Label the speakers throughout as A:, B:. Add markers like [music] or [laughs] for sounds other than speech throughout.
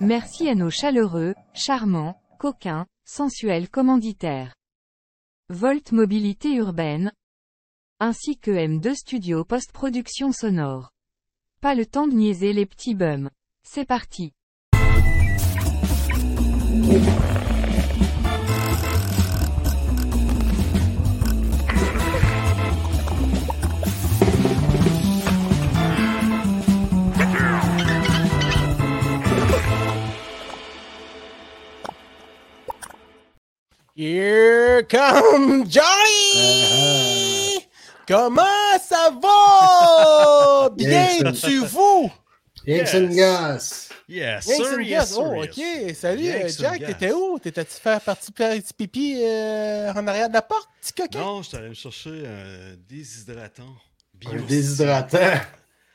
A: Merci à nos chaleureux, charmants, coquins, sensuels commanditaires. Volt Mobilité Urbaine, ainsi que M2 Studio Post-Production Sonore. Pas le temps de niaiser les petits bums. C'est parti.
B: Here come
C: Uh-huh.
B: Johnny! Comment ça
C: [laughs]
B: va? Bien, tu vous?
D: Jackson Gas.
C: Yes,
B: Bien,
C: sir,
B: c'est une
C: yes,
B: gosse.
C: sir,
B: Oh,
C: yes.
B: ok. Salut,
C: Bien
B: euh,
C: que c'est une
B: Jack.
C: gosse.
B: T'étais où? T'étais-tu faire partie faire un petit pipi euh, en arrière de la porte, petit coquin?
C: Non, je suis allé me chercher un déshydratant. Bio.
D: Un déshydratant.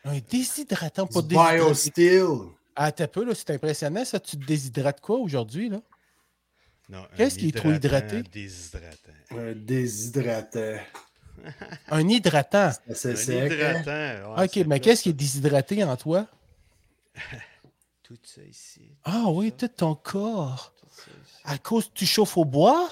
B: Un déshydratant pour
D: Du
B: déshydrater.
D: BioSteel.
B: Ah, t'as peu, là, c'est impressionnant, ça. Tu te déshydrates quoi aujourd'hui, là?
C: Non, un
B: Qu'est-ce qui est trop
C: hydratant
B: hydraté?
C: Déshydratant.
D: Un déshydratant.
B: Un hydratant.
D: C'est
C: Un
D: assez sec. hein?
C: hydratant. ouais,
B: Ok,
C: c'est
B: mais
C: plat,
B: qu'est-ce qui
C: ça.
B: est déshydraté en toi?
E: Tout ça ici.
B: Ah oui,
C: Euh,
B: tout ton corps.
E: Tout ça ici.
B: À cause que tu chauffes au bois?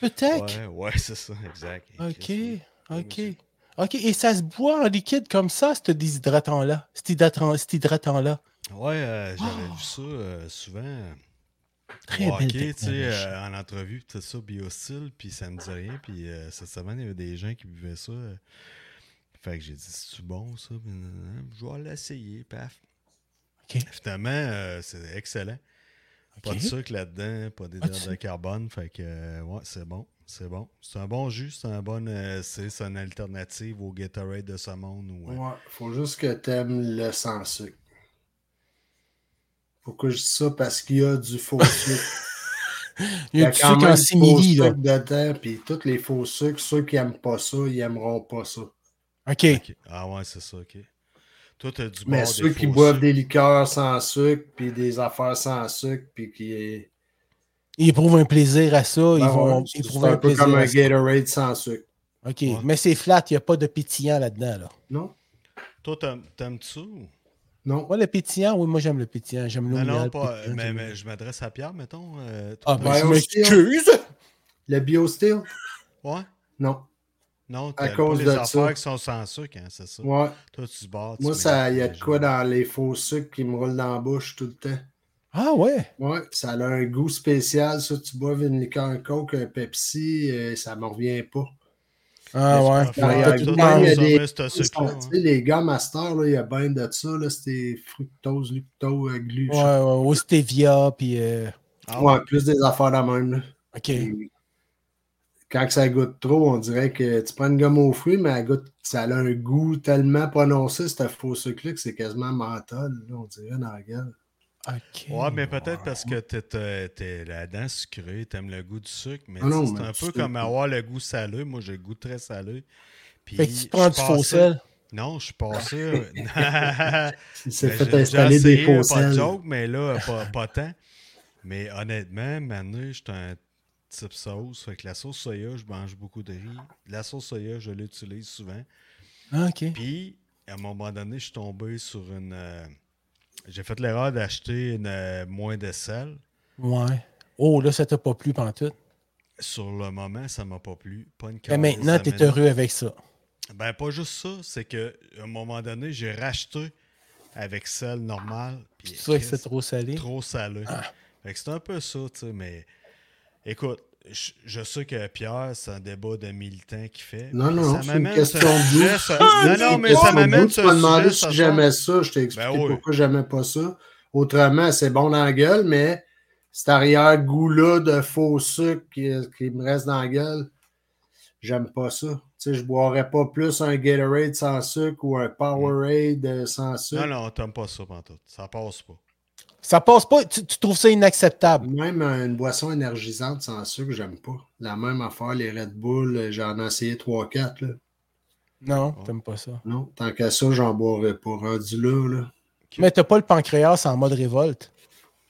B: Peut-être.
C: Ouais, ouais, c'est ça, exact. Et
B: Ok,
C: Chris, oui. Oui,
B: ok.
C: monsieur.
B: Ok, et ça se boit en liquide comme ça, ce déshydratant-là. Cet hydratant- cet hydratant-là.
C: Ouais, euh, j'avais
B: Oh.
C: vu ça euh, souvent.
B: Très
C: Ok,
B: belle
C: tu sais,
B: technologie.
C: euh, en entrevue, tout ça, biostyle, puis ça me disait rien. Puis euh, cette semaine, il y avait des gens qui buvaient ça. euh. fait que j'ai dit, c'est bon ça, Puis, nan, nan, nan, je vais l'essayer, paf.
B: Ok.
C: Finalement, euh, c'est excellent. Pas
B: Ok.
C: de sucre là-dedans, pas d'hydrate de carbone. Fait que, euh, ouais, c'est bon, c'est bon. C'est un bon jus, c'est un bon, euh, c'est c'est une alternative au Gatorade de ce monde. Ou, euh,
D: Ouais, faut juste que t'aimes le sans sucre. Pourquoi je dis ça? Parce qu'il y a
B: [laughs]
D: du faux sucre.
B: Il y a du
D: quand
B: sucre
D: même
B: en
D: du faux
B: simili, là.
D: sucre dedans, puis tous les faux sucres, ceux qui n'aiment pas ça, ils n'aimeront pas ça.
B: Ok.
C: ok. Ah ouais, c'est ça, ok. Toi, t'as du
D: Mais
C: bord
D: ceux
C: des
D: qui
C: faux
D: boivent
C: sucres.
D: des liqueurs sans sucre, puis des affaires sans sucre, puis qui.
B: Ils éprouvent un plaisir à ça. ils
D: Ben
B: vont
D: ouais,
B: éprouver
D: C'est
B: un
D: un peu
B: plaisir.
D: comme un
B: à ça.
D: Gatorade sans sucre.
B: Ok,
C: Ouais.
B: mais c'est flat, il n'y a pas de pétillant là-dedans. Là.
D: Non?
C: Toi, t'aimes- t'aimes-tu ça ou-
D: Non.
B: Ouais, le pétillant, oui, moi j'aime le pétillant. J'aime l'eau
C: Non, non,
B: minérale
C: pas. euh,
B: pétillante,
C: mais,
B: j'aime-
C: mais je m'adresse à Pierre, mettons. euh,
B: Ah,
C: toi,
B: ben, je
D: Ouais, aussi, hein.
B: m'excuse!
D: Le BioSteel?
C: Ouais?
D: Non.
C: Non,
D: ben, À
C: t'as
D: cause
C: pas les
D: de
C: affaires
D: ça.
C: qui sont sans sucre, hein, c'est ça.
D: Ouais.
C: Toi, tu barres.
D: Moi,
C: tu
D: ça,
C: mélanges
D: il y a
C: les
D: de quoi
C: gens.
D: dans les faux sucres qui me roulent dans la bouche tout le temps.
B: Ah ouais!
D: Ouais, puis ça a un goût spécial. Ça, tu bois une liqueur, un coke, un Pepsi, euh, ça me revient pas.
B: Ah
C: Mais
B: ouais!
C: tu préfères
D: Ouais,
C: tout
D: il y a
C: consommer
D: des-
C: ce
D: Tu sais,
C: sucre-là, hein.
D: les gars master, là, il y a bien de ça. là, C'était fructose, luctose, euh, glu.
B: Ouais, ouais, au stevia, puis. euh,
C: Ah ouais.
D: Ouais, plus des affaires la même. là.
B: Ok.
D: Et Quand ça goûte trop, on dirait que tu prends une gomme aux fruits, mais elle goûte, ça a un goût tellement prononcé, ce faux sucre-là, que c'est quasiment mental, là, on dirait, dans la gueule.
B: Ok.
C: Ouais, mais peut-être parce que t'es- t'es t'es la dent sucrée, t'aimes le goût du sucre, mais
D: Ah non,
C: tu sais,
D: mais
C: c'est un
D: tu
C: peu
D: sais
C: comme
D: pas.
C: avoir le goût salé. Moi, j'ai le goût très salé. Puis,
B: Fait que tu te
C: je
B: prends du
C: pensais-
B: faux sel.
C: Non, je suis pas sûr. [laughs]
D: [laughs]
C: Non.
D: Il s'est
C: Ben,
D: fait
C: j'ai déjà
D: installer des
C: essayé,
D: faux
C: Pas de
D: sels.
C: joke, mais là, pas, pas tant. Mais honnêtement, maintenant, je suis un type sauce. Fait que la sauce soya, je mange beaucoup de riz. La sauce soya, je l'utilise souvent.
B: Ah, ok.
C: Puis, à un moment donné, je suis tombé sur une. euh, j'ai fait l'erreur d'acheter une euh, moins de sel.
B: Ouais. Oh, là, ça t'a pas plu pantoute.
C: Sur le moment, ça m'a pas plu. Pas une
B: Mais maintenant,
C: tu
B: t'es heureux avec ça.
C: Ben, pas juste ça. C'est qu'à un moment donné, j'ai racheté avec sel normal. Puis,
B: Tu trouves que c'est
C: Christ,
B: trop salé?
C: trop salé. Fait que c'est un peu ça, tu sais, mais écoute, je, je sais que Pierre, c'est un débat de militant qu'il fait.
D: Non,
C: mais
D: non,
C: ça
D: c'est une
C: m'amène
D: question
C: ce
D: de goût.
C: sujet, ça-
D: Ah,
C: Non, non, mais ça m'amène
D: Tu
C: ce
D: m'as demandé
C: sujet.
D: si
C: ce
D: j'aimais
C: soir.
D: ça, je t'ai expliqué
C: Ben oui.
D: pourquoi j'aimais pas ça. Autrement, c'est bon dans la gueule, mais cet arrière-goût-là de faux sucre qui, qui me reste dans la gueule, j'aime pas ça. Tu sais, je boirais pas plus un Gatorade sans sucre ou un Powerade euh, sans
C: Non,
D: sucre.
C: non, t'aimes pas ça, pantoute. Ça passe pas.
B: Ça passe pas, tu, tu trouves ça inacceptable.
D: Même euh, une boisson énergisante sans sucre, j'aime pas. La même affaire, les Red Bull, euh, j'en ai essayé 3-4. là.
B: Non,
C: Ouais.
B: t'aimes pas ça.
D: Non, tant qu'à ça, j'en boirais pas. Rendu là, là.
B: Mais t'as pas le pancréas en mode révolte.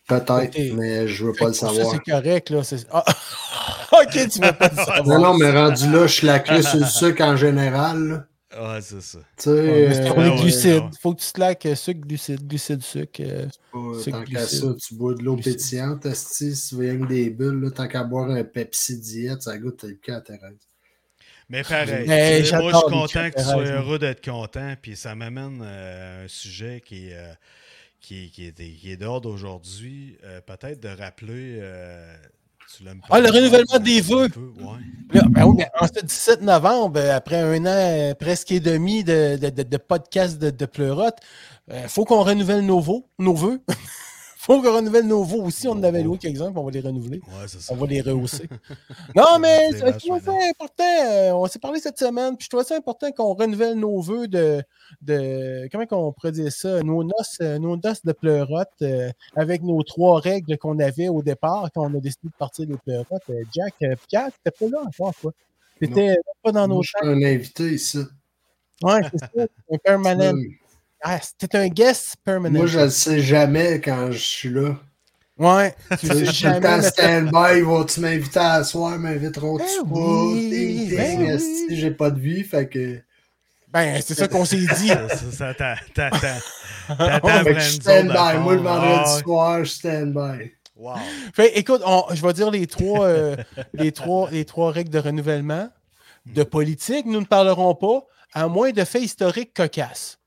D: Peut-être,
B: Ok.
D: mais je veux
B: Fait
D: pas
B: que
D: le
B: pour ça,
D: savoir.
B: C'est correct, là. c'est- Ah. [laughs] ok, tu veux pas le savoir. [laughs]
D: Non, non, mais rendu là, je suis laqué sur le sucre en général. là.
C: Ouais, Ah, c'est ça.
D: Tu sais, euh,
B: Ouais, mais c'est pour
C: Ah
B: les
C: ouais,
B: glucides.
C: ouais.
B: Faut que tu te laques euh, sucre, glucides, glucides, sucre. euh,
D: Pas-
B: C'est
D: tant qu'à
B: glucide.
D: ça, tu bois de l'eau
B: Glucide.
D: pétillante, esti, si tu veux rien que des bulles, là, tant qu'à boire un Pepsi diète, ça goûte le cas, Thérèse.
C: Mais pareil,
B: Mais
C: tu sais, moi je
B: j'adore
C: suis
B: les
C: content que
B: chocolats,
C: tu sois
B: moi.
C: heureux d'être content, puis ça m'amène euh, à un sujet qui, est, euh, qui, qui est, qui est d'ordre aujourd'hui, euh, peut-être de rappeler... euh, tu l'as me
B: Ah, le
C: parlé,
B: renouvellement
C: mais
B: des
C: un
B: vœux.
C: peu, ouais.
B: Là, ben oui, mais en ce 17 novembre, euh, après un an euh, presque et demi de, de, de, de podcast de, de pleurote, euh, faut qu'on renouvelle nos vœux. Nos vœux. [laughs] faut qu'on renouvelle nos vœux aussi. On en avait loué quelques-uns, puis on va les renouveler.
C: Ouais, c'est ça.
B: On va les rehausser.
D: [laughs]
B: non, mais
C: Des
B: je
C: vaches,
B: trouve ça
C: madame.
B: important. euh, on s'est parlé cette semaine, puis je trouve ça important qu'on renouvelle nos vœux de, de. Comment qu'on pourrait dire ça Nos noces, euh, nos noces de pleurote euh, avec nos trois règles qu'on avait au départ quand on a décidé de partir des pleurotes. Euh, Jack, euh, Pierre, t'étais pas là encore, quoi. T'étais même pas dans nos
D: Moi, je suis
B: chambres.
D: un invité ici.
B: Ouais, c'est ça. Un
D: [laughs]
B: permanent. Ah, c'était un guest permanent.
D: Moi, je ne sais jamais quand je suis là.
B: Ouais. Tu
D: Tu sais,
B: sais
D: [laughs] Je suis tout le temps
B: jamais.
D: stand-by, vont-tu m'inviter à la soir, m'inviteront-tu
B: Ben
D: pas?
B: oui,
D: Ting, ting,
B: ben oui.
D: esti, J'ai pas de vie, fait que.
B: Ben, c'est ça qu'on s'est dit.
C: Ça, ça, ça, t'a- t'a- t'a- t'attends
D: Fait que
C: après
D: je
C: nous
D: suis
C: autres, à
D: stand-by. Moi, le
C: fond.
D: vendredi
C: Ah,
D: soir, je suis stand-by.
C: Wow.
B: Fait, écoute, on- je vais dire les trois,
C: [laughs]
B: euh, les, trois, les trois règles de renouvellement. De politique, nous ne parlerons pas, à moins de faits historiques cocasses.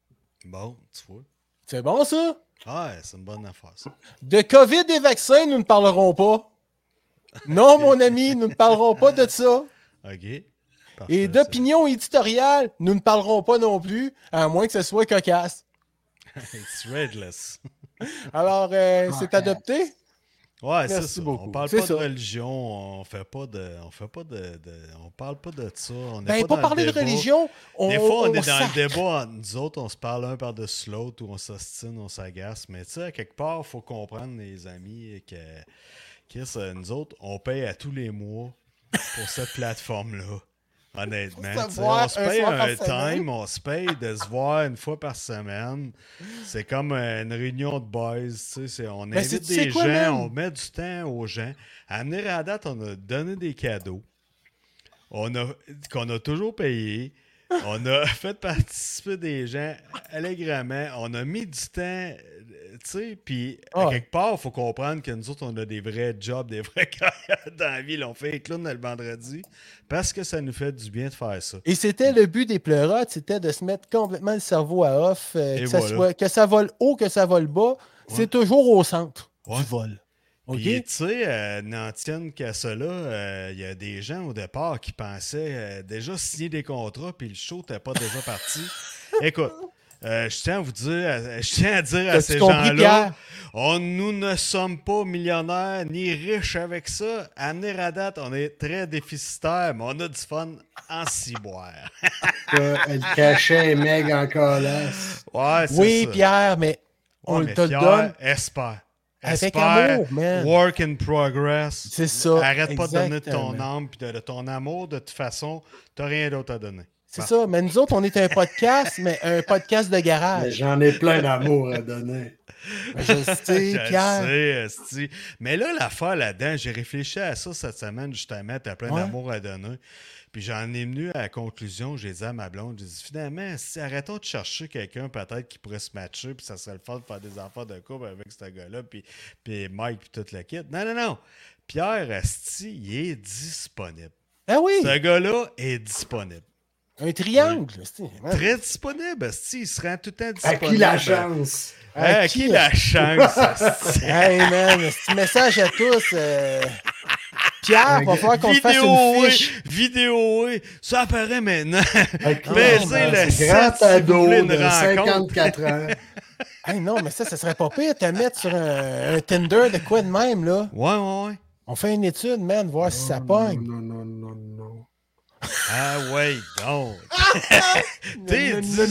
C: Bon, tu vois.
B: C'est bon, ça?
C: Ouais, c'est une bonne affaire, ça.
B: De COVID et vaccins, nous ne parlerons pas. Non, mon ami, nous ne parlerons pas de ça.
C: OK. Parfait,
B: Et
C: ça.
B: d'opinion éditoriale, nous ne parlerons pas non plus, à moins que ce soit cocasse.
C: [laughs] It's redless.
B: Alors, euh,
C: Ah,
B: c'est
D: Cocasse.
B: adopté?
C: Ouais, c'est
B: Merci
C: ça.
B: beaucoup.
C: On parle
B: C'est
C: pas
B: ça.
C: de religion, on fait pas de on fait pas de, de- on parle pas de ça, on n'est
B: Ben, pas,
C: pas, dans le
B: parler de
C: débat.
B: religion. On,
C: Des fois, on,
B: on
C: est dans
B: sac.
C: le débat entre nous autres, on se parle un par-dessus l'autre ou on s'ostine, on s'agace. Mais tu sais, à quelque part, faut comprendre, les amis, que Chris, euh, nous autres, on paye à tous les mois pour cette plateforme-là. Honnêtement,
B: Pour se
C: tu sais,
B: voir
C: on se
B: un
C: paye
B: soir
C: un,
B: par semaine.
C: time, on se paye de se voir une fois par semaine. C'est comme euh, une réunion de boys, tu sais, c'est- on
B: Mais
C: invite
B: c'est- c'est
C: des
B: quoi,
C: gens,
B: man?
C: on met du temps aux gens. À venir à la date, on a donné des cadeaux on a, qu'on a toujours payé. On a [laughs] fait participer des gens allègrement. On a mis du temps, euh, tu sais, puis à
B: Ouais.
C: quelque part, il faut comprendre que nous autres, on a des vrais jobs, des vraies [laughs] carrières dans la ville. On fait les clowns le vendredi parce que ça nous fait du bien de faire ça.
B: Et c'était le but des pleurotes, c'était de se mettre complètement le cerveau à off, euh,
C: Et
B: que, ça
C: voilà.
B: soit, que ça vole haut, que ça vole bas, c'est toujours au centre
C: Ouais.
B: du vol. OK?
C: Puis, tu sais, euh, n'en tiennent qu'à cela, euh, il y a des gens au départ qui pensaient euh, déjà signer des contrats, puis le show n'était pas déjà
B: [laughs]
C: parti. Écoute, euh, je tiens à vous dire, à- je tiens à dire à
B: T'as-tu
C: ces
B: compris,
C: gens-là,
B: Pierre?
C: on, Oh, nous ne sommes pas millionnaires ni riches avec ça. À venir à date, on est très déficitaire, mais on a du fun en ciboire.
D: Là, Elle cachait les mecs en colasse.
C: Ouais, c'est
B: Oui,
C: ça.
B: Pierre, mais on
C: Ouais,
B: le
C: mais
B: te le
C: Pierre,
B: donne
C: Espère.
B: avec
C: Espère.
B: amour, man.
C: Work in progress.
B: C'est ça,
C: Arrête pas de donner de ton
B: exactement.
C: âme puis de, de ton amour. De toute façon, t'as rien d'autre à donner.
B: C'est ça, mais nous autres, on est un podcast, mais un podcast de
D: Mais
B: garage.
D: J'en ai plein d'amour à donner.
B: Je le sais,
C: Ah, Je le
B: Pierre.
C: sais, esti. Mais là, l'affaire là-dedans, j'ai réfléchi à ça cette semaine, justement. T'as plein
B: Ouais.
C: d'amour à donner. Puis j'en ai venu à la conclusion, j'ai dit à ma blonde, j'ai dit finalement, si arrêtons de chercher quelqu'un peut-être qui pourrait se matcher, puis ça serait le fun de faire des enfants de couple avec ce gars-là, puis, puis Mike, puis toute la kit. Non, non, non. Pierre Asti, il est disponible.
B: Ah oui,
C: Ce gars-là est disponible.
B: un triangle. c'est- man.
C: Très disponible, Asti. Il se rend tout le temps
D: À
C: disponible.
D: qui la
C: [laughs]
D: chance?
C: À, qui, la chance, esti?
B: Hey man, petit message à tous. euh, Pierre, va falloir qu'on te fasse
C: Vidéo,
B: une
C: oui,
B: fiche.
C: vidéo, oui. Ça apparaît maintenant. [laughs]
D: À qui
C: Baiser
D: la
C: le
D: chance?
C: sexe,
D: Grand
C: si vous
D: ado
C: voulez une
D: de
C: rencontre.
D: 54
C: [laughs]
D: ans.
B: Hey, non, mais ça, ça serait pas pire de te mettre sur un, un Tinder de quoi de même, là.
C: Ouais, ouais, ouais.
B: On fait une étude, man, voir si ça pogne.
D: Non, non, non, non.
C: Ah ouais,
B: [laughs]
C: donc. T'es
B: Non, non, non, non, non.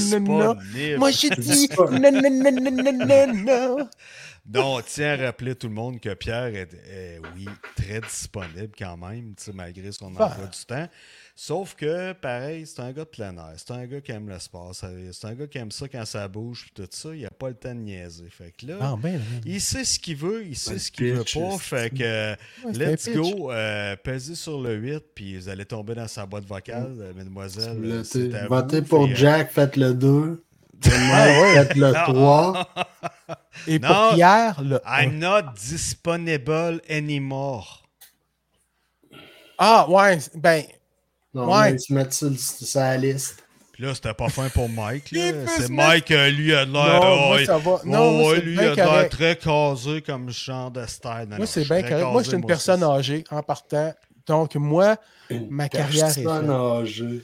C: disponible.
B: Moi, j'ai dit non, non, non, non, non, non, non.
C: Donc, tiens à rappeler tout le monde que Pierre est, est, oui, très disponible quand même, tu sais, malgré son
B: Ah.
C: emploi du temps. Sauf que, pareil, c'est un gars de plein air. C'est un gars qui aime le sport. ça- C'est un gars qui aime ça quand ça bouge. Puis tout ça, il a pas le temps de niaiser. Fait que là,
B: Ah, ben, là.
C: il sait ce qu'il veut. Il sait
D: Ouais,
C: ce qu'il veut
D: pitch,
C: pas.
D: c'est-
C: Fait que, euh,
B: Ouais, c'était
C: let's
B: pitch.
C: go. euh, pesez sur le 8. Puis vous allez tomber dans sa boîte vocale, euh, mademoiselle. euh, c'est à
D: Le-
C: vous, Ah
D: Votez pour
C: puis, euh,
D: Jack, faites le
C: [laughs]
D: 2. Faites le 3.
B: Et
C: Non.
B: pour Pierre, le
C: I'm not disponible anymore.
B: Ah, ouais, ben,
D: Non,
B: Ouais.
D: mais tu mets ça sur sa liste.
C: Puis là, c'était pas fin pour Mike. là.
B: Il peut
C: C'est
B: se
C: Mike, euh, lui, a de l'air.
B: non,
C: oh,
B: moi,
C: il-
B: ça va.
C: oh,
B: Non, moi,
C: ouais,
B: c'est
C: lui, il
B: bien
C: a de l'air
B: correct.
C: très casé comme genre de style. Non, non,
B: Moi, c'est
C: je suis
B: bien
C: très
B: correct. Moi, je
C: casé,
B: suis une personne
C: aussi.
B: âgée en partant. Donc, moi, ma carrière est
D: Personne
B: faite.
D: âgée.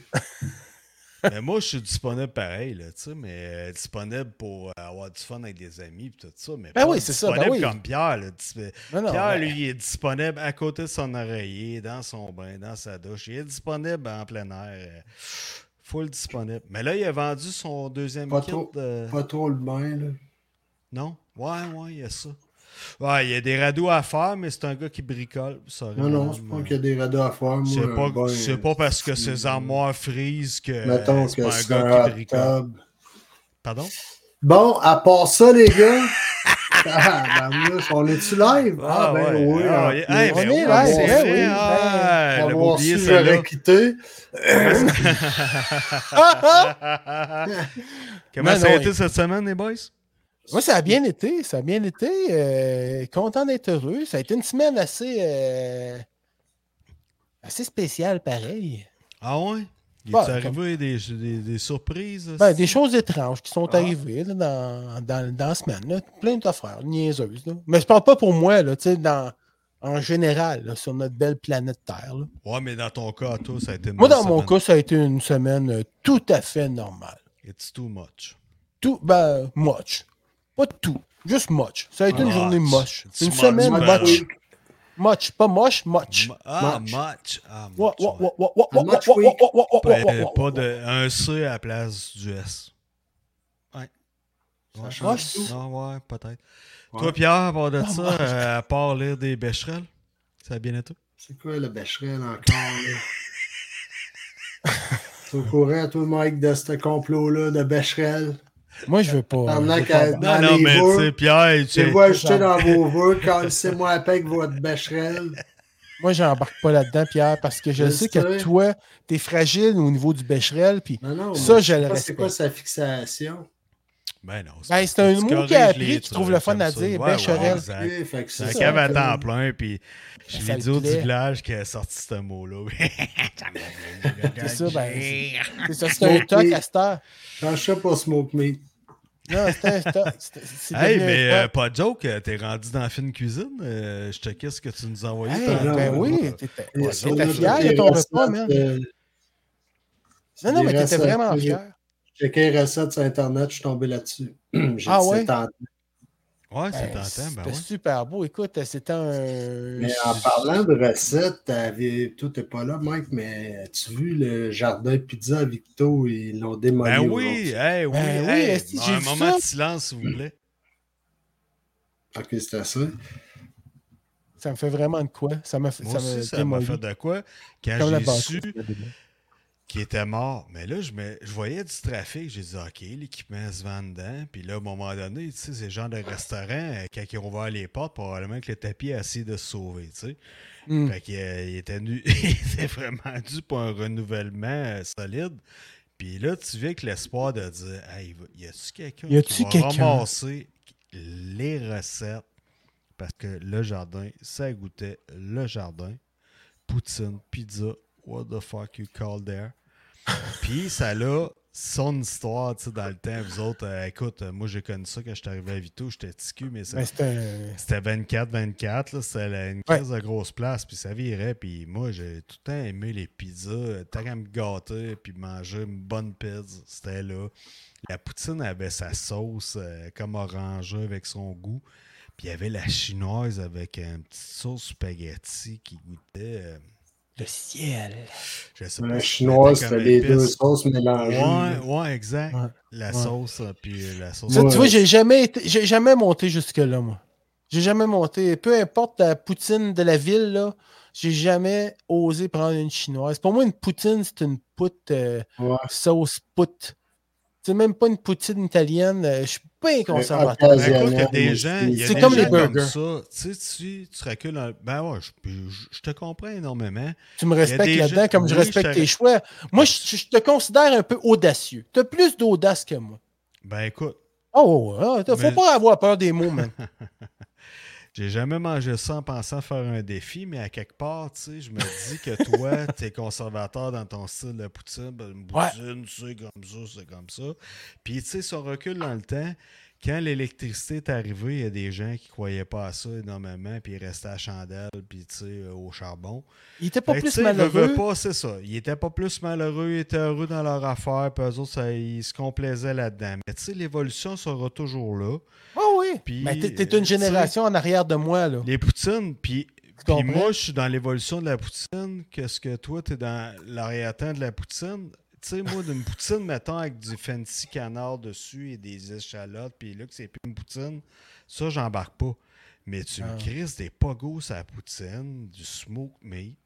C: Mais moi, je suis disponible pareil, là, tu sais, mais euh, disponible pour euh, avoir du fun avec des amis puis tout ça. Mais
B: Ben
C: pas
B: oui, c'est ça, ben
C: disponible
B: oui.
C: comme Pierre. là, dis-
B: Non,
D: Ah
B: non,
C: Pierre,
B: ouais.
C: lui, il est disponible à côté de son oreiller, dans son bain, dans sa douche. Il est disponible en plein air. euh, Full disponible. Mais là, il a vendu son deuxième
D: Pas
C: kit.
D: trop.
C: euh,
D: Pas trop le bain, là.
C: Non? Ouais, ouais, il y a ça. Ouais, il y a des radeaux à faire, mais c'est un gars qui bricole. ça aurait
D: Non, non,
C: même,
D: c'est pas euh,
C: euh,
D: qu'il y a des radeaux à faire. moi,
C: c'est
D: un
C: pas,
D: bain,
C: c'est pas parce que ses armoires frisent que euh,
D: ben, Mettons
C: c'est
D: que
C: pas un
D: c'est
C: gars
D: un
C: qui
D: hot
C: bricole.
D: tub.
C: Pardon?
D: Bon, à part ça, les
C: [laughs]
D: gars. ah, barnouche, on est-tu live? Ah, ben
C: ouais,
D: oui.
C: ah,
D: en
C: ouais.
D: plus.
C: Hey,
B: on
C: ben
B: est
C: oui,
B: là,
C: c'est
B: ouais,
C: vrai.
B: oui, ben,
D: hein.
C: ah,
D: Pour
C: j'avais
D: avoir
C: oublié
D: su,
C: celle-là.
D: j'aurais quitté.
B: Ah,
C: Comment [laughs]
B: Non,
C: ça a
B: non,
C: été
B: il-
C: cette semaine, les boys?
B: Moi, ça a bien été. Ça a bien été. euh, content d'être heureux. Ça a été une semaine assez, euh, assez spéciale, pareil.
C: Ah ouais? Il est
B: Ouais,
C: arrivé des, des, des surprises?
B: Ben,
C: aussi?
B: des choses étranges qui sont
C: Ah.
B: arrivées là, dans, dans, dans la semaine. là. Plein d'affaires niaiseuses. là. Mais je parle pas pour moi, là, tu sais, dans, en général, là, sur notre belle planète Terre. là.
C: Ouais, mais dans ton cas, toi, ça a été une
B: Moi,
C: bonne
B: dans mon
C: semaine.
B: cas, ça a été une semaine euh, tout à fait normale.
C: It's too much.
B: Tout, ben, much. Pas tout, juste much. Ça a été une
C: Much.
B: journée moche.
C: It's
B: Une
C: much,
B: semaine
C: man.
B: much. Much, pas moche, much.
C: M- ben, Ah,
D: Much.
C: much. Ah, much.
B: Wa- wa-
C: ouais.
B: wa- wa- wa- wa-
D: Much
B: wa- wa-
D: week.
B: wa- wa- wa- wa- wa-
C: Ben,
B: wa-
C: pas de, un C à la place du S. Ouais.
D: Ça
C: Ouais,
D: change
C: je-
D: tout.
C: Non, ouais, peut-être.
D: Ouais.
C: Toi, Pierre, à part de
B: Ah,
C: ça,
B: much.
C: euh, à part lire des Becherel, ça a bien été?
D: C'est quoi le Becherel encore,
C: [laughs]
D: là? T'es au courant, toi, Mike, de ce complot-là de Becherel?
B: Moi, je veux pas.
D: Tabarnak,
B: je veux pas-
D: elle-
C: Non,
D: Dans
C: non,
D: les
C: mais tu
D: vœux,
C: sais, Pierre, tu
D: C'est
C: sais,
D: vous acheter dans vos vœux, calissez-moi avec votre Becherel.
B: Moi, j'embarque pas là-dedans, Pierre, parce que je
D: Je
B: sais
D: sais.
B: que toi, t'es fragile au niveau du Becherel, puis
D: Non, Ben non,
B: Ça,
D: mais
B: je
D: sais
B: le
D: pas C'est
B: respecte.
D: quoi sa fixation?
C: Ben non.
B: Ben, c'est
C: pas-
B: un
C: tu
B: mot
C: corriges
B: qu'il a
C: les
B: appris, tu
C: trucs,
B: trouves le fun
C: comme
B: à
C: ça.
B: dire, Ben
C: Ouais,
B: Becherel.
C: ouais, exact.
D: Ok, fait que
C: C'est un
D: ça,
C: cave à
D: que-
C: temps plein, puis je
B: Ça
C: l'ai
B: le
C: dit au du
B: plaît.
C: village qui a sorti ce mot-là. [laughs]
B: C'est ça, ben, c'est- c'est ça, c'est
D: Smoke
B: un toc
D: meat.
B: à cette heure.
D: Change ça pour Smoke Meat.
B: Non, c'est un toc. c'est- c'est
C: Hey,
B: devenu un
C: mais
B: toc.
C: euh, pas de joke, euh, t'es rendu dans la fine cuisine. euh, je te quisse ce que tu nous as envoyé.
B: Hey,
C: tantôt.
B: ben
D: non,
B: oui, t'étais
D: Et
B: ouais,
D: ça,
B: t'étais
D: là,
B: fier
D: c'est
B: de ton
D: des
B: repas,
D: recettes,
B: man.
D: euh, c'est
B: Non, non,
D: des
B: mais t'étais
D: recettes
B: vraiment
D: que j'ai-
B: fier.
D: J'ai quelques recettes sur Internet, je suis tombé là-dessus. [clears throat] J'ai
B: Ah
D: dit,
B: ouais?
D: c'est tentant.
C: Ouais, c'est
B: Ben,
C: tentant, ben
B: C'était
C: ouais.
B: super beau. Écoute, c'était un.
D: Mais en parlant de recettes, t'avais- toi, t'es pas là, Mike, mais as-tu vu le jardin pizza à Victo? Ils l'ont démoli.
C: Ben oui,
D: aujourd'hui.
C: hey, oui,
B: Ben oui,
C: hey,
B: esti, j'ai
C: un
B: vu
C: moment
B: ça.
C: de silence, s'il vous plaît.
D: Ok, c'était ça.
B: Ça me fait vraiment de quoi? Ça m'a fait.
C: Moi aussi, ça m'a
B: démolit.
C: fait de quoi quand
B: Comme la
C: j'ai
B: bâtisse.
C: su qui était mort. Mais là, je, me- je voyais du trafic. J'ai dit, OK, l'équipement se vend dedans. Puis là, à un moment donné, tu sais, ces gens de restaurant, euh, quand ils ont ouvert les portes, probablement que le tapis a essayé de se sauver, tu sais.
B: Hmm.
C: Fait qu'il euh, il était, nu- [laughs] il était vraiment dû pour un renouvellement euh, solide. Puis là, tu viens avec l'espoir de dire, hey, il va- y a-tu quelqu'un
B: Y
C: qui
B: a-tu
C: va
B: quelqu'un?
C: ramasser les recettes? Parce que le jardin, ça goûtait le jardin. Poutine, pizza, what the fuck you call
B: [laughs]
C: there? Puis ça là, son histoire, tu sais, dans le temps, vous autres, euh, écoute, euh, moi j'ai connu ça quand je suis arrivé à Vito, j'étais ticu, mais ça,
B: Ben, c'était un-
C: c'était 24-24, là, c'était la- une
B: Ouais.
C: crise de grosse place, puis ça virait, puis moi, j'ai tout le temps aimé les pizzas, euh, tant qu'à me gâter, puis manger une bonne pizza, c'était là. La poutine avait sa sauce euh, comme orangée avec son goût, puis il y avait la chinoise avec une petite sauce spaghetti qui goûtait... euh,
B: Le ciel.
C: je sais
D: La
C: pas si
D: chinoise,
C: c'était
D: c'était
C: comme
D: les
C: épice.
D: deux sauces mélangées.
C: Ouais, ouais, exact.
B: Ouais,
C: La
B: ouais.
C: sauce, euh, puis euh, la sauce.
B: Ça,
D: Ouais.
B: tu vois, j'ai jamais été- j'ai jamais monté jusque-là, moi. J'ai jamais monté. Peu importe la poutine de la ville, là, J'ai jamais osé prendre une chinoise. Pour moi, une poutine, c'est une poutre euh,
D: Ouais.
B: sauce poutre. C'est même pas une poutine italienne. euh, je suis bien conservateur.
D: occasion.
C: Ben, écoute, il y a
D: Occasionnel,
C: des gens, il y a
B: c'est
C: des
B: comme
C: gens
B: les burgers.
C: ça. Tu sais, tu, tu recules. dans- Ben ouais, je, je- je te comprends énormément.
B: Tu me
C: y a
B: respectes
C: des
B: là-dedans
C: gens-
B: comme je
C: oui,
B: respecte
C: je-
B: tes choix. Moi, je, je te considère un peu audacieux. Tu as plus d'audace que moi.
C: Ben écoute,
B: Oh, oh, oh, faut
C: Mais-
B: pas avoir peur des mots, man.
C: j'ai jamais mangé ça en pensant faire un défi, mais à quelque part, tu sais, je me dis que
B: [laughs]
C: toi, t'es conservateur dans ton style de poutine. Ben, une
B: Ouais.
C: poutine, c'est comme ça, c'est comme ça. Puis, tu sais, si on recule dans le temps, quand l'électricité est arrivée, il y a des gens qui croyaient pas à ça énormément, puis ils restaient à la chandelle, puis tu sais, euh, au charbon.
B: Il était
C: [laughs]
B: pas
C: Fait que,
B: plus
C: Ben, tu sais, veut, veut
B: malheureux.
C: pas, c'est ça. Ils étaient pas plus malheureux, ils étaient heureux dans leur affaire, puis eux autres, ça- ils se complaisaient là-dedans. Mais tu sais, l'évolution sera toujours là.
B: Oh oui.
C: Puis,
B: Mais t'es- t'es
C: euh,
B: une
C: tu sais,
B: génération en arrière de moi, là.
C: Les poutines, puis
B: Tu
C: puis
B: comprends?
C: moi, je suis dans l'évolution de la poutine. Qu'est-ce que toi, t'es dans l'arrière-temps de la poutine? Tu sais, moi, d'une poutine, mettons, avec du fancy canard dessus et des échalotes, puis là, que c'est plus une poutine, ça, j'embarque pas. Mais tu
B: Ah.
C: me crises des pogos à la poutine, du smoke meat,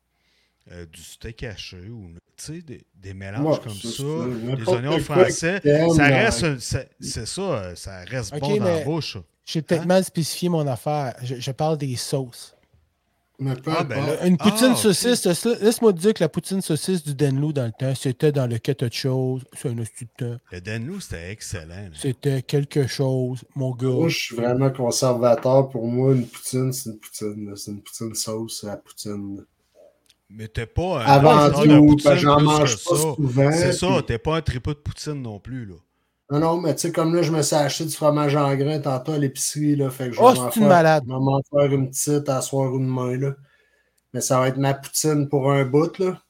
C: euh, du steak haché, ou tu sais, des, des mélanges
D: Ouais,
C: comme
D: ça,
C: ça,
D: c'est
C: des
D: n'importe
C: oignons
D: quoi
C: français,
D: que t'aimes,
C: ça
D: là.
C: reste, un- ça- c'est ça, euh, ça reste
B: Ok,
C: bon dans
B: mais-
C: la bouche. ça.
B: J'ai peut-être
C: Hein?
B: mal spécifié mon affaire. Je, je parle des sauces. Euh,
D: Mais peu
C: Ah, ben
D: importe.
C: là-
B: Une poutine
C: Ah, ok.
B: saucisse, laisse- laisse-moi te dire que la poutine saucisse du Denlou dans le temps, c'était dans le quelque chose, c'est un hostie de temps.
C: Le Danlou, c'était excellent. là.
B: C'était quelque chose, mon
D: Moi,
C: oh.
B: gars.
D: je suis vraiment conservateur. Pour moi, une poutine, c'est une poutine. là. C'est une poutine sauce à poutine.
C: Mais t'es pas un
D: Avant
C: amateur de
D: tout,
C: poutine
D: ben, j'en
C: plus
D: mange
C: que
D: pas
C: ça.
D: souvent.
C: C'est ça,
D: puis-
C: t'es pas un tripot de poutine non plus, là.
D: Non, non, mais tu sais, comme là, je me suis acheté du fromage en grain tantôt à l'épicerie, là. Fait que je
B: Oh,
D: vais m'en
B: c'est une
D: faire-
B: malade.
D: je vais m'en faire une petite à soir ou demain, là. Mais ça va être ma poutine pour un bout, là.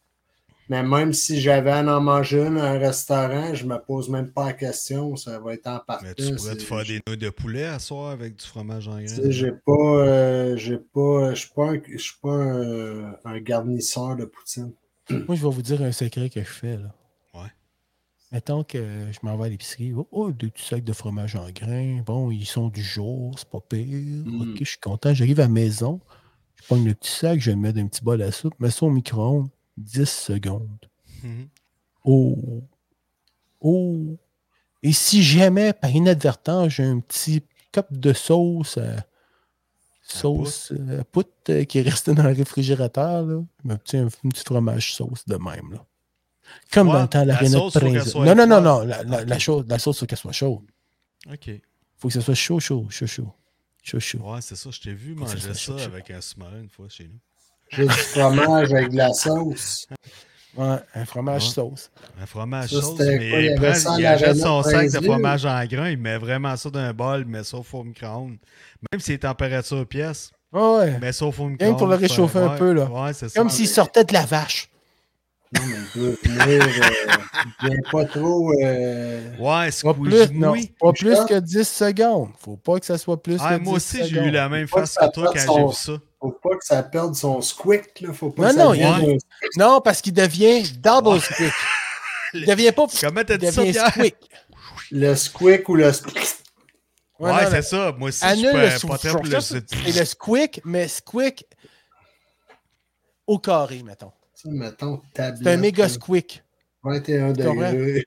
D: Mais même si j'avais à en manger une à un restaurant, je me pose même pas la question. Ça va être en partant.
C: Mais tu pourrais
D: Ah, c'est-
C: te faire des nœuds de poulet à soir avec du fromage en
D: Tu
C: grains.
D: sais, j'ai pas, euh, j'ai pas, je suis pas, un, je suis pas un, un garnisseur de poutine.
B: Moi, je vais vous dire un secret que je fais, là.
C: Ouais.
B: Mettons que je m'en vais à l'épicerie. Oh, oh, deux petits sacs de fromage en grains. Bon, ils sont du jour, c'est pas pire.
D: Mm.
B: Ok, je suis content. J'arrive à la maison. Je prends le petit sac, je le mets dans un petit bol à soupe, mets ça au micro-ondes. 10 secondes.
C: Mhm.
B: Oh. Oh. Et si jamais, par inadvertance, j'ai un petit cup de sauce, euh, sauce euh, poutre euh, qui est resté dans le réfrigérateur, là, je me petit, un, un petit fromage sauce de même. Là. Comme dans le
C: Froide?
B: temps,
C: La
B: la
C: sauce, faut qu'elle
B: prince.
C: soit
B: Non, non, non, non.
C: froide.
B: La, la, la, chose- la sauce, faut qu'elle soit chaude.
C: OK.
B: faut que ce soit chaud, chaud, chaud, chaud. Chaud, chaud.
C: Ouais, c'est ça. Je t'ai vu
B: Faut que ça
C: manger
B: soit
C: ça
B: chaud, chaud.
C: avec un sous-marin une fois chez nous.
D: J'ai du fromage avec de la sauce.
B: Ouais, un fromage
C: Ouais.
B: sauce.
C: Un fromage
D: Ça,
C: sauce,
D: c'était
C: mais
D: quoi, il y
C: il,
D: avait
C: prend-
D: ça à
C: il
D: la
C: achète son
D: Renault
C: sac de
D: Brésil?
C: fromage en grains, il met vraiment ça dans un bol, il met ça au four micro-ondes. Même si les températures pièces,
B: Ouais.
C: il met ça au four micro-ondes.
B: Rien que pour le réchauffer un
C: Ouais,
B: peu, là.
C: Ouais, c'est Ben, ça.
B: Comme s'il sortait de la vache.
D: Non, mais je veux venir, euh, je viens pas trop. euh,
C: Ouais,
B: Pas plus, non.
C: squeeze-moi.
B: Pas plus que 10 secondes. Faut pas que ça soit plus
C: Ah,
B: que 10
C: moi aussi, j'ai eu
B: secondes.
C: la même
D: Faut pas
C: face
D: que ça
C: que toi
D: perde
C: quand j'ai
D: son-
C: vu ça.
D: faut pas que ça perde son squick, là. Faut
B: Non,
D: pas que
B: non,
D: ça devienne
C: il y a-
D: un-
B: Non, parce qu'il devient double
C: [laughs]
B: quick. Il devient pas.
C: Comment t'as
B: Il
C: dit ça,
B: devient
C: Pierre?
B: squick.
D: le squick ou le squick.
B: Ouais,
C: Ouais,
B: non,
C: c'est
B: le-
C: ça. Moi aussi,
B: Annule
C: je
B: le
C: suis pas, pas très pour
B: squick.
C: le
B: Et le squick, mais squick au carré, mettons.
D: Ça, mettons, tablette.
B: C'est un méga
D: là,
B: squick.
D: 21
B: Tu comprends?
D: degrés.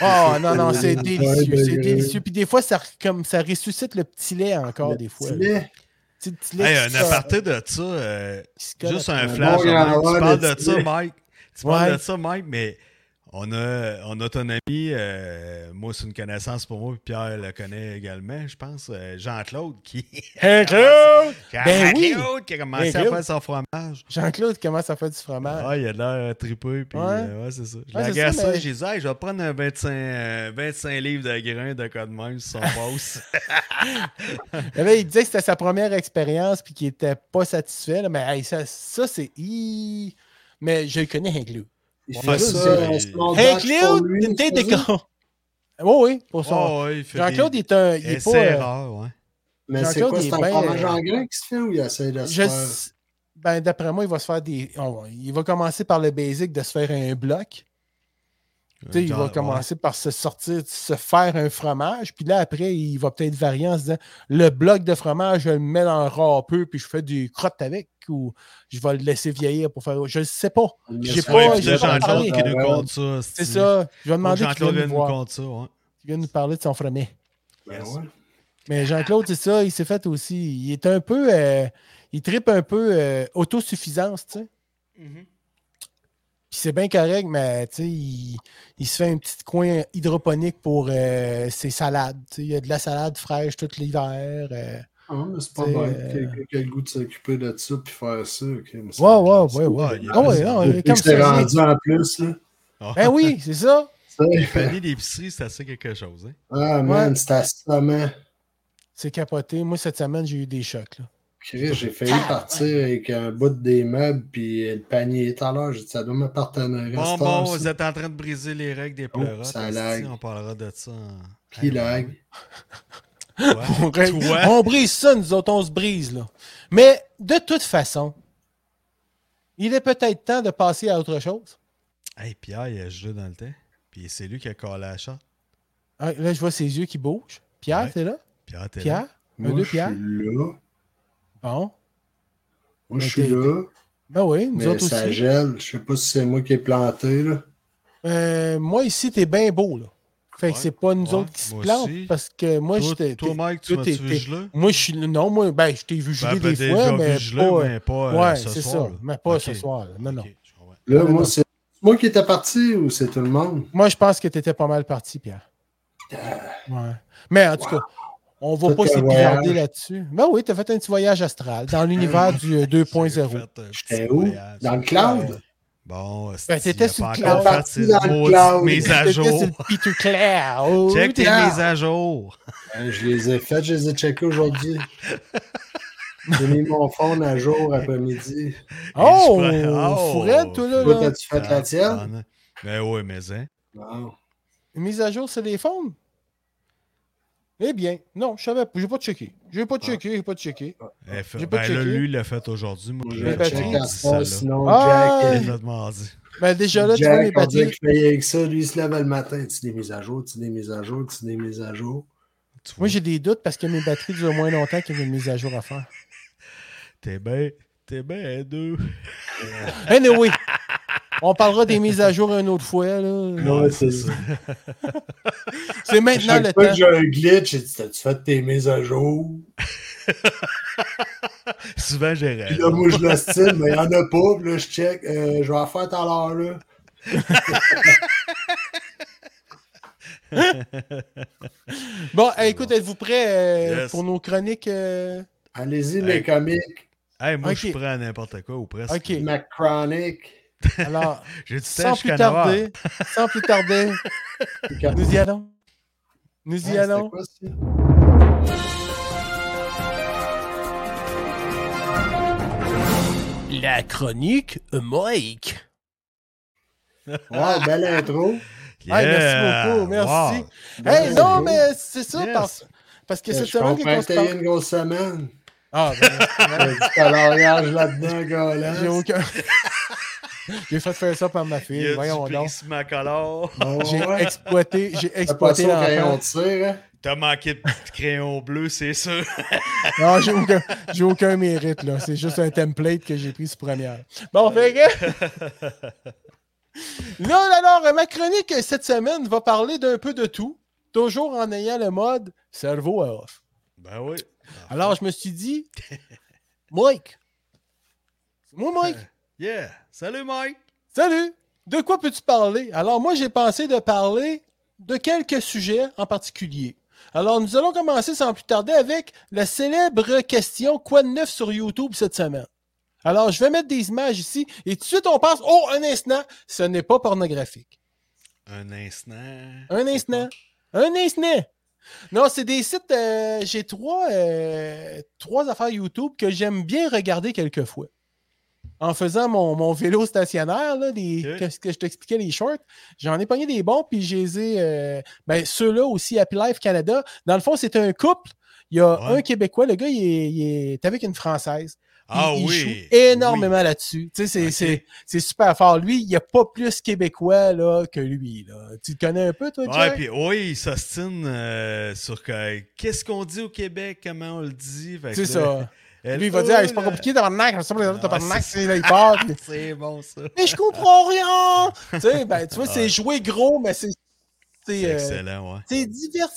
B: Oh non, non, c'est
D: Ouais,
B: délicieux.
D: ouais,
B: C'est
D: ouais.
B: délicieux. Puis des fois, ça, comme, ça ressuscite le petit lait encore, des fois.
D: Tu
B: là.
D: mets
B: Petit- petit lait
C: Hey,
B: qui
C: un
B: se-
C: aparté de ça, euh,
B: qui se colle
C: juste
B: à-
C: un
D: bon
C: flash.
D: grand
C: Mike.
D: roi
C: tu
D: de
C: parles de
D: petit
C: ça,
D: lait.
C: Mike. Tu parles
B: Ouais.
C: de ça, Mike, mais on a, on a ton ami, euh, moi, c'est une connaissance pour moi, puis Pierre le connaît également, je pense, euh, Jean-Claude, qui, [laughs]
B: Jean-Claude! Ben oui!
C: Jean-Claude qui a commencé
B: Jean-Claude.
C: à faire son fromage.
B: Jean-Claude commence à faire du fromage.
C: Ah, il a de l'air tripeux, puis
B: Ouais.
C: euh, ouais, c'est ça. Je
B: Ouais, c'est
C: l'ai regardé
B: ça,
C: ça,
B: mais-
C: j'ai dit, Hey, je vais prendre un 25, euh, 25 livres de grains de code même sur son
B: [laughs]
C: boss.
B: Eh ben, il disait que c'était sa première expérience puis qu'il était pas satisfait. là, mais hey, ça, ça, c'est. Hi. Mais je le connais Hank
D: Il
C: Ouais,
D: fait
B: ça,
D: ça,
C: c'est-
D: un sondage
B: Hank
D: Oh, pour lui,
B: une tête de
D: c'est ça?
B: con. [laughs] Oui, oui, pour son.
C: Oh, ouais, il fait
B: Jean-Claude,
C: des-
B: il est un. Il est
C: essais
B: pas, euh,
C: erreurs, ouais.
D: Mais c'est
B: Jean-Claude,
D: quoi,
B: il est
D: c'est un
B: bien,
D: fromage
B: euh,
D: en grain qui se fait ou il essaie de se
B: je-
D: faire?
B: ben, d'après moi, il va se faire des. on va- il va commencer par le basic de se faire un bloc. Tu sais, il
C: Genre,
B: va
C: ouais.
B: commencer par se sortir, se faire un fromage, puis là, après, il va peut-être varier en se disant le bloc de fromage, je le mets dans un râpeux, puis je fais du crotte avec, ou je vais le laisser vieillir pour faire. Je ne sais pas. J'ai
C: On va
B: pas-
C: inviter
B: j'ai pas
C: Jean-Claude
B: parlé.
C: qui nous
D: Ouais.
C: compte ça.
B: C'est ça. Je vais demander qu'il
C: Jean-Claude
B: vienne
C: vient
B: nous
C: nous
B: voir.
C: compte ça. ouais.
B: Il vient nous parler de son fromage.
D: Ben ouais.
B: Mais Jean-Claude, c'est ça, il s'est fait aussi. Il est un peu. euh, il tripe un peu euh, autosuffisance, tu sais. Puis c'est bien correct, mais tu sais, il, il se fait un petit coin hydroponique pour euh, ses salades. tu sais. Il y a de la salade fraîche tout l'hiver. euh.
D: Ah, mais c'est pas
B: C'est,
D: mal.
B: euh,
D: Quelqu'un qui a le goût de s'occuper de ça puis faire ça. ok, mais c'est
B: Ouais,
D: pas
B: ouais,
D: classe.
B: ouais, ouais.
C: il est
B: Ah ouais,
C: pas-
B: non, il est
D: Depuis
B: comme
D: que c'est
B: ça.
D: rendu en plus, là.
C: Ah.
B: [laughs] Ben oui, c'est ça.
D: tu sais.
C: Fanny d'épicerie, c'est assez quelque chose. Hein?
D: Ah, man, c'est assommant.
B: C'est capoté. Moi, cette semaine, j'ai eu des chocs. là.
D: Chris,
B: Ah,
D: j'ai failli partir avec un bout des meubles puis le panier tout à l'heure. J'ai dit, ça doit m'appartenir.
C: Bon,
D: cette heure,
C: bon,
D: ça.
C: vous êtes en train de briser les règles des
D: Oh,
C: pleurotes.
D: ça
C: esti,
D: lag.
C: On parlera de ça. en-
D: Qui
C: Hey,
D: lag?
B: [laughs]
C: ouais.
B: On,
C: Toi, toi,
B: on brise ça, nous autres, on se brise. là. Mais de toute façon, il est peut-être temps de passer à autre chose.
C: Hey, Pierre, il a joué dans le temps. Puis c'est lui qui a collé la chatte.
B: Ah, là, je vois ses yeux qui bougent. Pierre,
C: Ouais.
B: t'es là?
C: Pierre, t'es
B: Pierre?
C: là?
B: Un,
D: Moi,
B: deux,
D: je suis
B: Pierre?
D: là.
B: Bon.
D: Moi,
B: Mais
D: je suis
B: t'es-
D: là.
B: Ben oui, nous
D: Mais
B: autres
D: ça
B: aussi.
D: gèle. Je sais pas si c'est moi qui ai planté, là.
B: Euh, moi, ici, t'es bien beau, là. Fait que
C: Ouais,
B: c'est pas nous
C: ouais,
B: autres qui se
C: moi
B: plantent,
C: aussi.
B: parce que moi,
C: Toi,
B: j'étais...
C: toi,
B: t'es-
C: Mike, tu
B: toi,
C: m'as-tu
B: t'es-
C: vu
B: t'es-
C: gelé?
B: Moi, je suis... Non, moi, ben, je t'ai vu
C: Ben,
B: geler des
C: peut-être
B: fois,
C: déjà
B: mais
C: vu gelé,
B: pas...
C: mais pas euh,
B: ouais,
C: ce
B: c'est
C: soir.
B: ça,
C: là.
B: mais pas ce
C: Ok.
B: soir, là. Non, non.
C: Ok, je comprends.
D: Là,
B: Non, non.
D: moi, c'est moi qui étais parti ou c'est tout le monde?
B: Moi, je pense que t'étais pas mal parti, Pierre.
C: Ah.
B: Ouais. Mais en tout cas, on va
D: Tout
B: pas
D: un
B: s'épilarder
D: voyage.
B: là-dessus. Ben oui, t'as fait un petit voyage astral dans l'univers du euh,
C: J'ai
B: 2.0.
C: fait un petit
D: J'étais où?
C: voyage.
D: Dans le
C: Euh,
D: cloud?
C: Bon, esti,
B: Ben, t'étais
C: il a
B: sur
C: pas
B: le
C: encore
B: cloud.
C: fait ses
D: Dans le
C: maudites
D: cloud.
C: mises à
B: T'étais sur
C: jour.
B: le Peter
C: [laughs]
B: Claire. Oh,
C: Check tes
D: Pierre.
C: mises à jour.
D: Euh, je les ai faites, je les ai
B: [laughs]
D: checkées aujourd'hui. J'ai mis mon phone à jour après-midi.
B: Oh,
C: Et je prends- Oh!
B: Fourette, toi, là,
D: Toi,
B: là.
D: t'as-tu fait la
C: Ah,
D: tienne?
C: non. Ben oui, mais hein.
D: Non.
B: Une mise à jour sur les phones? Eh bien, non, je savais pas. J'ai pas checké. J'ai pas checké, j'ai pas checké.
C: Elle fait-
B: J'ai pas
C: ben là,
B: checké.
C: lui, il l'a fait aujourd'hui. Moi,
D: Je
C: je
B: les
C: l'ai
D: vais
B: batteries.
D: checker à
C: checké,
D: ce soir,
C: celle-là.
D: sinon
B: Ah!
D: Jack.
C: Je
D: euh,
C: l'ai demandé.
B: Ben déjà là, tu vois les
D: Jack, on dirait
B: batteries.
D: que je payais avec ça. Lui, il se lève le matin. Tu des mises à jour, tu des mises à jour, tu des mises à jour.
C: Tu vois,
B: Moi, j'ai des doutes parce que mes batteries durent moins longtemps qu'il y a une mise à jour à faire.
C: t'es bien, t'es bien à deux. [laughs]
B: Anyway, Ben on parlera des mises à jour une autre fois. là.
D: Ouais, c'est ça.
B: C'est
D: À
B: maintenant le
D: chaque fois que
B: temps.
D: j'ai un glitch, j'ai dit T'as-tu fait tes mises à jour
C: Souvent, j'ai
D: Puis
C: raison.
D: là, moi, je l'ostine, mais il n'y en a pas. Puis là, je check. Euh, je vais en faire tout à l'heure, là.
B: Bon, hey, écoute, êtes-vous prêts euh,
C: Yes.
B: pour nos chroniques? euh?
D: Allez-y,
C: Hey.
D: mes comiques.
C: Hey, moi, je
B: Ok.
C: prends n'importe quoi ou presque.
B: Ok.
D: Ma chronique.
C: [laughs]
B: Alors,
C: J'ai du temps
B: sans
C: jusqu'à
B: plus
C: 9 heures.
B: tarder, sans plus tarder, nous y allons. Nous y
D: Ah,
B: allons.
D: c'était quoi, ça?
B: La chronique Mike.
D: Ouais, Ah,
B: [laughs]
D: belle intro.
B: Hey, merci
C: Yeah!
B: beaucoup, merci.
C: Wow.
B: Hey,
D: Belle
B: non,
D: intro.
B: mais c'est ça,
C: Yes.
B: parce, parce que
D: Je
B: cette semaine,
D: comprends
B: qu'on
D: que
B: se
D: t'as eu
B: parle-
D: une grosse semaine.
B: Ah, ben,
D: T'as du coloriage là-dedans,
B: j'ai
D: gars.
B: aucun. [laughs] j'ai fait faire ça par ma
C: Il y
B: fille,
C: a
B: voyons
C: du
B: donc.
C: prismacolore.
D: Oh,
B: J'ai
D: J'ai
B: exploité, j'ai
D: exploité
B: exploité
D: au crayon
B: l'enfant.
D: de tir, hein?
C: T'as manqué de petits crayons bleus, c'est sûr.
B: Non, j'ai aucun, j'ai aucun mérite, là. C'est juste un template que j'ai pris sur première. Bon, fait que. [laughs] Là, alors, ma chronique cette semaine va parler d'un peu de tout, toujours en ayant le mode cerveau à off.
C: Ben oui.
B: Alors, je me suis dit, Mike, c'est moi, Mike,
C: Yeah. Salut, Mike.
B: salut, de quoi peux-tu parler? Alors, moi, j'ai pensé de parler de quelques sujets en particulier. Alors, nous allons commencer sans plus tarder avec la célèbre question Quoi de neuf sur YouTube cette semaine? Alors, je vais mettre des images ici et tout de suite, on pense, oh, un instant, ce n'est pas pornographique.
C: Un instant.
B: Un instant. Un instant. Non, c'est des sites. euh, J'ai trois, euh, trois affaires YouTube que j'aime bien regarder quelquefois. En faisant mon, mon vélo stationnaire, là, des,
C: Ok.
B: que, que je t'expliquais, les shorts, j'en ai pogné des bons, puis j'ai euh, ben, ceux-là aussi, Happy Life Canada. Dans le fond, c'est un couple. Il y a
C: Ouais.
B: un Québécois, le gars, il est, il est avec une Française.
C: Ah
B: il, il
C: oui.
B: joue énormément là-dessus. Tu sais, c'est,
C: Ok.
B: c'est, c'est super fort. Lui, il n'y a pas plus québécois là, que lui. Là. Tu le connais un peu, toi,
C: Ouais,
B: Jack?
C: puis oh oui, il s'ostine euh, sur que- qu'est-ce qu'on dit au Québec, comment on le dit. fait que
B: C'est
C: là,
B: ça.
C: ben, elle- oh
B: Lui, il va dire, Hey, c'est pas compliqué, tabarnak, c'est pas les autres,
C: Ah,
B: tabarnak,
C: c'est-
B: c'est là, il part. puis,
C: C'est bon, ça.
B: mais je comprends
C: [laughs]
B: rien! tu sais, ben, tu vois, c'est
C: Ouais.
B: jouer gros, mais c'est. C'est,
C: C'est
B: euh,
C: excellent, ouais.
B: c'est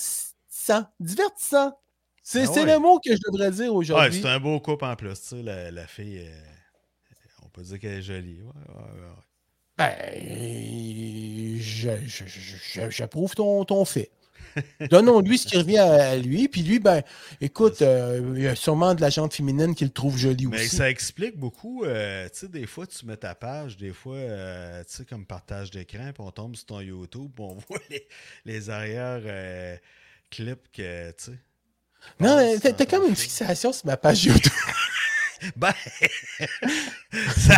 B: divertissant. Divertissant. C'est,
C: Ah
B: c'est
C: ouais.
B: le mot que je devrais dire
C: Ouais,
B: aujourd'hui.
C: c'est un beau couple en plus, tu sais, la, la fille, euh, on peut dire qu'elle est jolie. Ouais, ouais, ouais, ouais.
B: Ben, je- je- je- je- j'approuve ton, ton
C: [laughs]
B: fait. Donnons-lui ce qui revient à lui. Puis lui, ben, écoute, euh, il y a sûrement de la gente féminine qui le trouve joli
C: Mais
B: aussi.
C: ça explique beaucoup. euh, tu sais, des fois, tu mets ta page, des fois, euh, tu sais, comme partage d'écran, puis on tombe sur ton YouTube, puis on [laughs] voit les, les arrière-clips que, tu sais.
B: Non, mais
C: passent
B: t'as
C: dans
B: t'as
C: ton
B: comme une
C: feed.
B: fixation sur ma page YouTube. [laughs]
C: Ben, ça,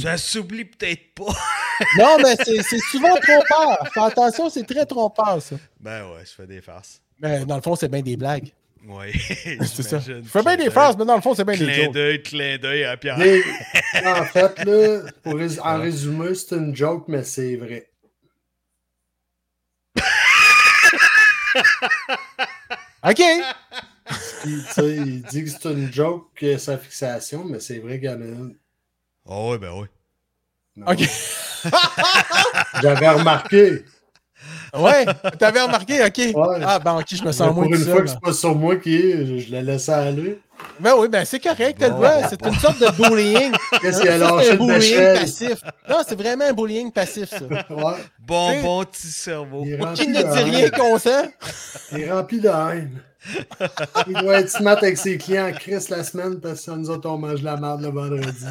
C: ça s'oublie peut-être pas. [laughs]
B: non, mais c'est c'est souvent trompeur. Fais attention, c'est très trompeur, ça.
C: Ben ouais, je fais des farces.
B: Mais dans le fond, c'est bien des blagues.
C: Oui,
B: [laughs] C'est ça. Je fais bien des phrases, mais dans le fond, c'est bien des
C: Clin
B: jokes.
C: d'œil, clin d'œil à Pierre.
D: Des- en fait, là, pour rés- en résumé, c'est une joke, mais c'est vrai.
B: OK.
D: Puis, tu sais, il dit que c'est une joke, que sa fixation, mais c'est vrai qu'il y en a une.
C: Oh oui, ben oui.
D: Non.
B: OK.
D: J'avais remarqué.
B: Ouais, t'avais remarqué, OK.
D: Ouais.
B: Ah, ben, OK, je me sens
D: pour
B: moins
D: une
B: tout
D: fois
B: seul.
D: que c'est pas sur moi qui est, je, je la laissais aller.
B: Ben oui, ben c'est correct, t'as le
C: Bon,
B: droit. C'est une sorte de bullying.
D: Qu'est-ce
B: Ça,
D: qu'il
B: c'est
D: a lâché
B: un
D: de
B: bullying
D: l'échelle?
B: passif. Non, c'est vraiment un bullying passif, ça.
D: Ouais,
C: Bon,
B: T'sais-
C: bon petit cerveau.
D: il est
B: Qui
D: rempli
B: ne
D: de
B: dit rien
D: haine.
B: consent?
D: Il est rempli de haine. Il doit être smart avec ses clients Chris la semaine parce que ça nous autres, on mange la merde le vendredi.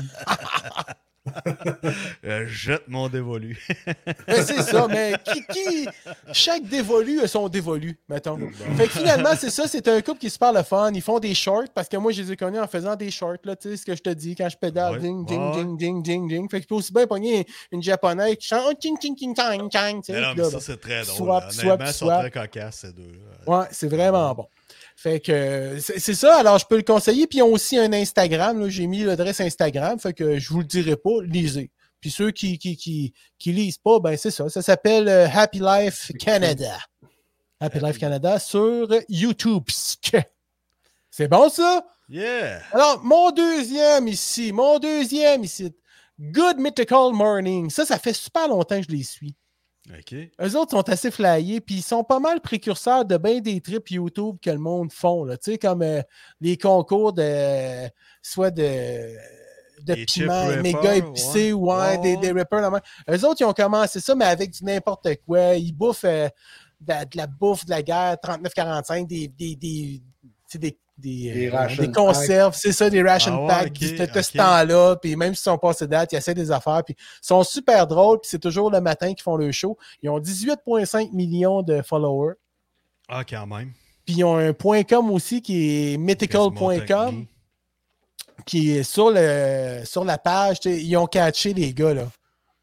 C: Euh, jette mon dévolu. [laughs]
B: Ben, c'est ça, mais qui, qui- Chaque dévolu a son dévolu, mettons. Fait que finalement, c'est ça, c'est un couple qui se parle le fun. Ils font des shorts, parce que moi, je les ai connus en faisant des shorts, là, tu sais, ce que je te dis, quand je pédale,
C: Ouais.
B: ding,
C: Ouais.
B: ding, ding, ding, ding, ding. Fait que je peux aussi bien pogner une japonaise qui chante, oh, ching, ching, ching, chang, chang, tu sais.
C: Mais non,
B: puis
C: mais
B: là, ben,
C: ça, c'est très drôle.
B: swap,
C: Honnêtement,
B: swap,
C: ils sont
B: swap.
C: très cocasses, ces deux-là.
B: Ouais, c'est vraiment bon. Fait que euh, c'est c'est ça, alors je peux le conseiller. Puis ils ont aussi un Instagram, là, j'ai mis l'adresse Instagram, fait que je vous le dirai pas, lisez. Puis ceux qui, qui, qui, qui lisent pas, ben c'est ça. Ça s'appelle euh, Happy Life Canada. Happy Life Canada sur YouTube. [laughs] C'est bon ça?
C: Yeah!
B: Alors, mon deuxième ici, mon deuxième ici. Good Mythical Morning. Ça, ça fait super longtemps que je les suis.
C: OK.
B: Eux autres sont assez flyés, puis ils sont pas mal précurseurs de bien des trips YouTube que le monde font. là. Tu sais, comme euh, les concours de. soit de. de
C: Des chip
B: piments
C: wrappers,
B: méga épicés, ouais,
C: ouais.
B: des, des rappers. là-même. Eux autres, ils ont commencé ça, mais avec du n'importe quoi. Ils bouffent euh, de, la, de la bouffe, de la guerre, 39-45, des. des, des, tu sais, des des,
D: Des
B: euh,
D: ration
B: des conserves, c'est ça, des ration
C: Ah ouais,
B: packs,
C: ok,
B: de, de
C: ok.
B: ce temps-là, puis même s'ils sont passés date, ils essaient des affaires, puis ils sont super drôles, puis c'est toujours le matin qu'ils font le show. Ils ont 18,5 millions de followers.
C: Ah, quand même.
B: Puis ils ont un point .com aussi qui est mythical.com,
C: Quasiment
B: qui est sur, le, sur la page. tu sais, Ils ont catché les gars, là.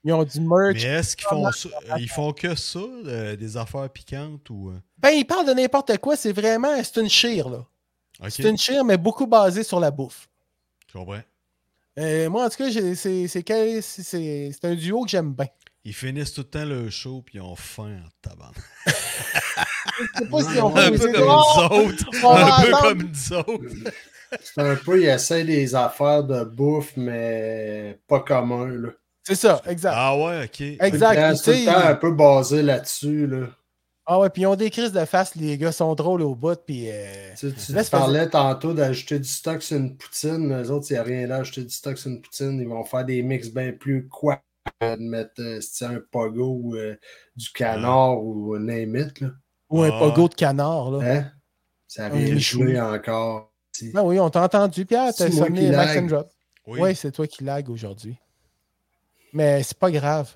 B: Ils ont du
C: Mais
B: merch.
C: est-ce qu'ils font ça? Ils font que ça, euh, des affaires piquantes ou. euh,
B: Ben, ils parlent de n'importe quoi. C'est vraiment... C'est une chire, là.
C: OK.
B: C'est une chire, mais beaucoup basée sur la bouffe.
C: Je comprends.
B: Euh, moi, en tout cas, j'ai- c'est c'est quel- c'est- c'est- c'est un duo que j'aime bien.
C: Ils finissent tout le temps le show puis ils ont faim en tabarnak.
B: Je sais pas si on
C: Un
B: peut
C: peu
B: dire,
C: comme
B: Oh,
C: nous autres.
B: on va
C: Un peu
B: ensemble.
C: comme nous autres.
D: C'est un peu, il essaie des affaires de bouffe, mais pas commun. Là.
B: C'est ça, exact.
C: Ah ouais, OK.
D: Tout le
B: Exact, tu
D: temps- C'est tout
B: sais,
D: le temps un peu basé là-dessus. Là.
B: Ah ouais, puis ils ont des crises de face, les gars sont drôles au bout, puis... euh,
D: Tu, sais, tu
B: Laisse
D: parlais tantôt d'ajouter du stock sur une poutine. Les autres, il n'y a rien là. Ajouter du stock sur une poutine, ils vont faire des mix bien plus quoi de mettre euh, c'est-tu un pogo ou euh, du canard ou name it. Là.
B: Ou un
C: Ah.
B: pogo de canard, là.
D: Hein? Ça
B: Un
D: vient de
B: michou.
D: jouer encore. tu sais.
B: Ben oui, on t'a entendu, Pierre. T'as
D: C'est moi
B: sonné
D: qui
B: Max
D: lag.
B: and Drop. Oui,
C: Oui.
B: c'est toi qui lag aujourd'hui. Mais c'est pas grave.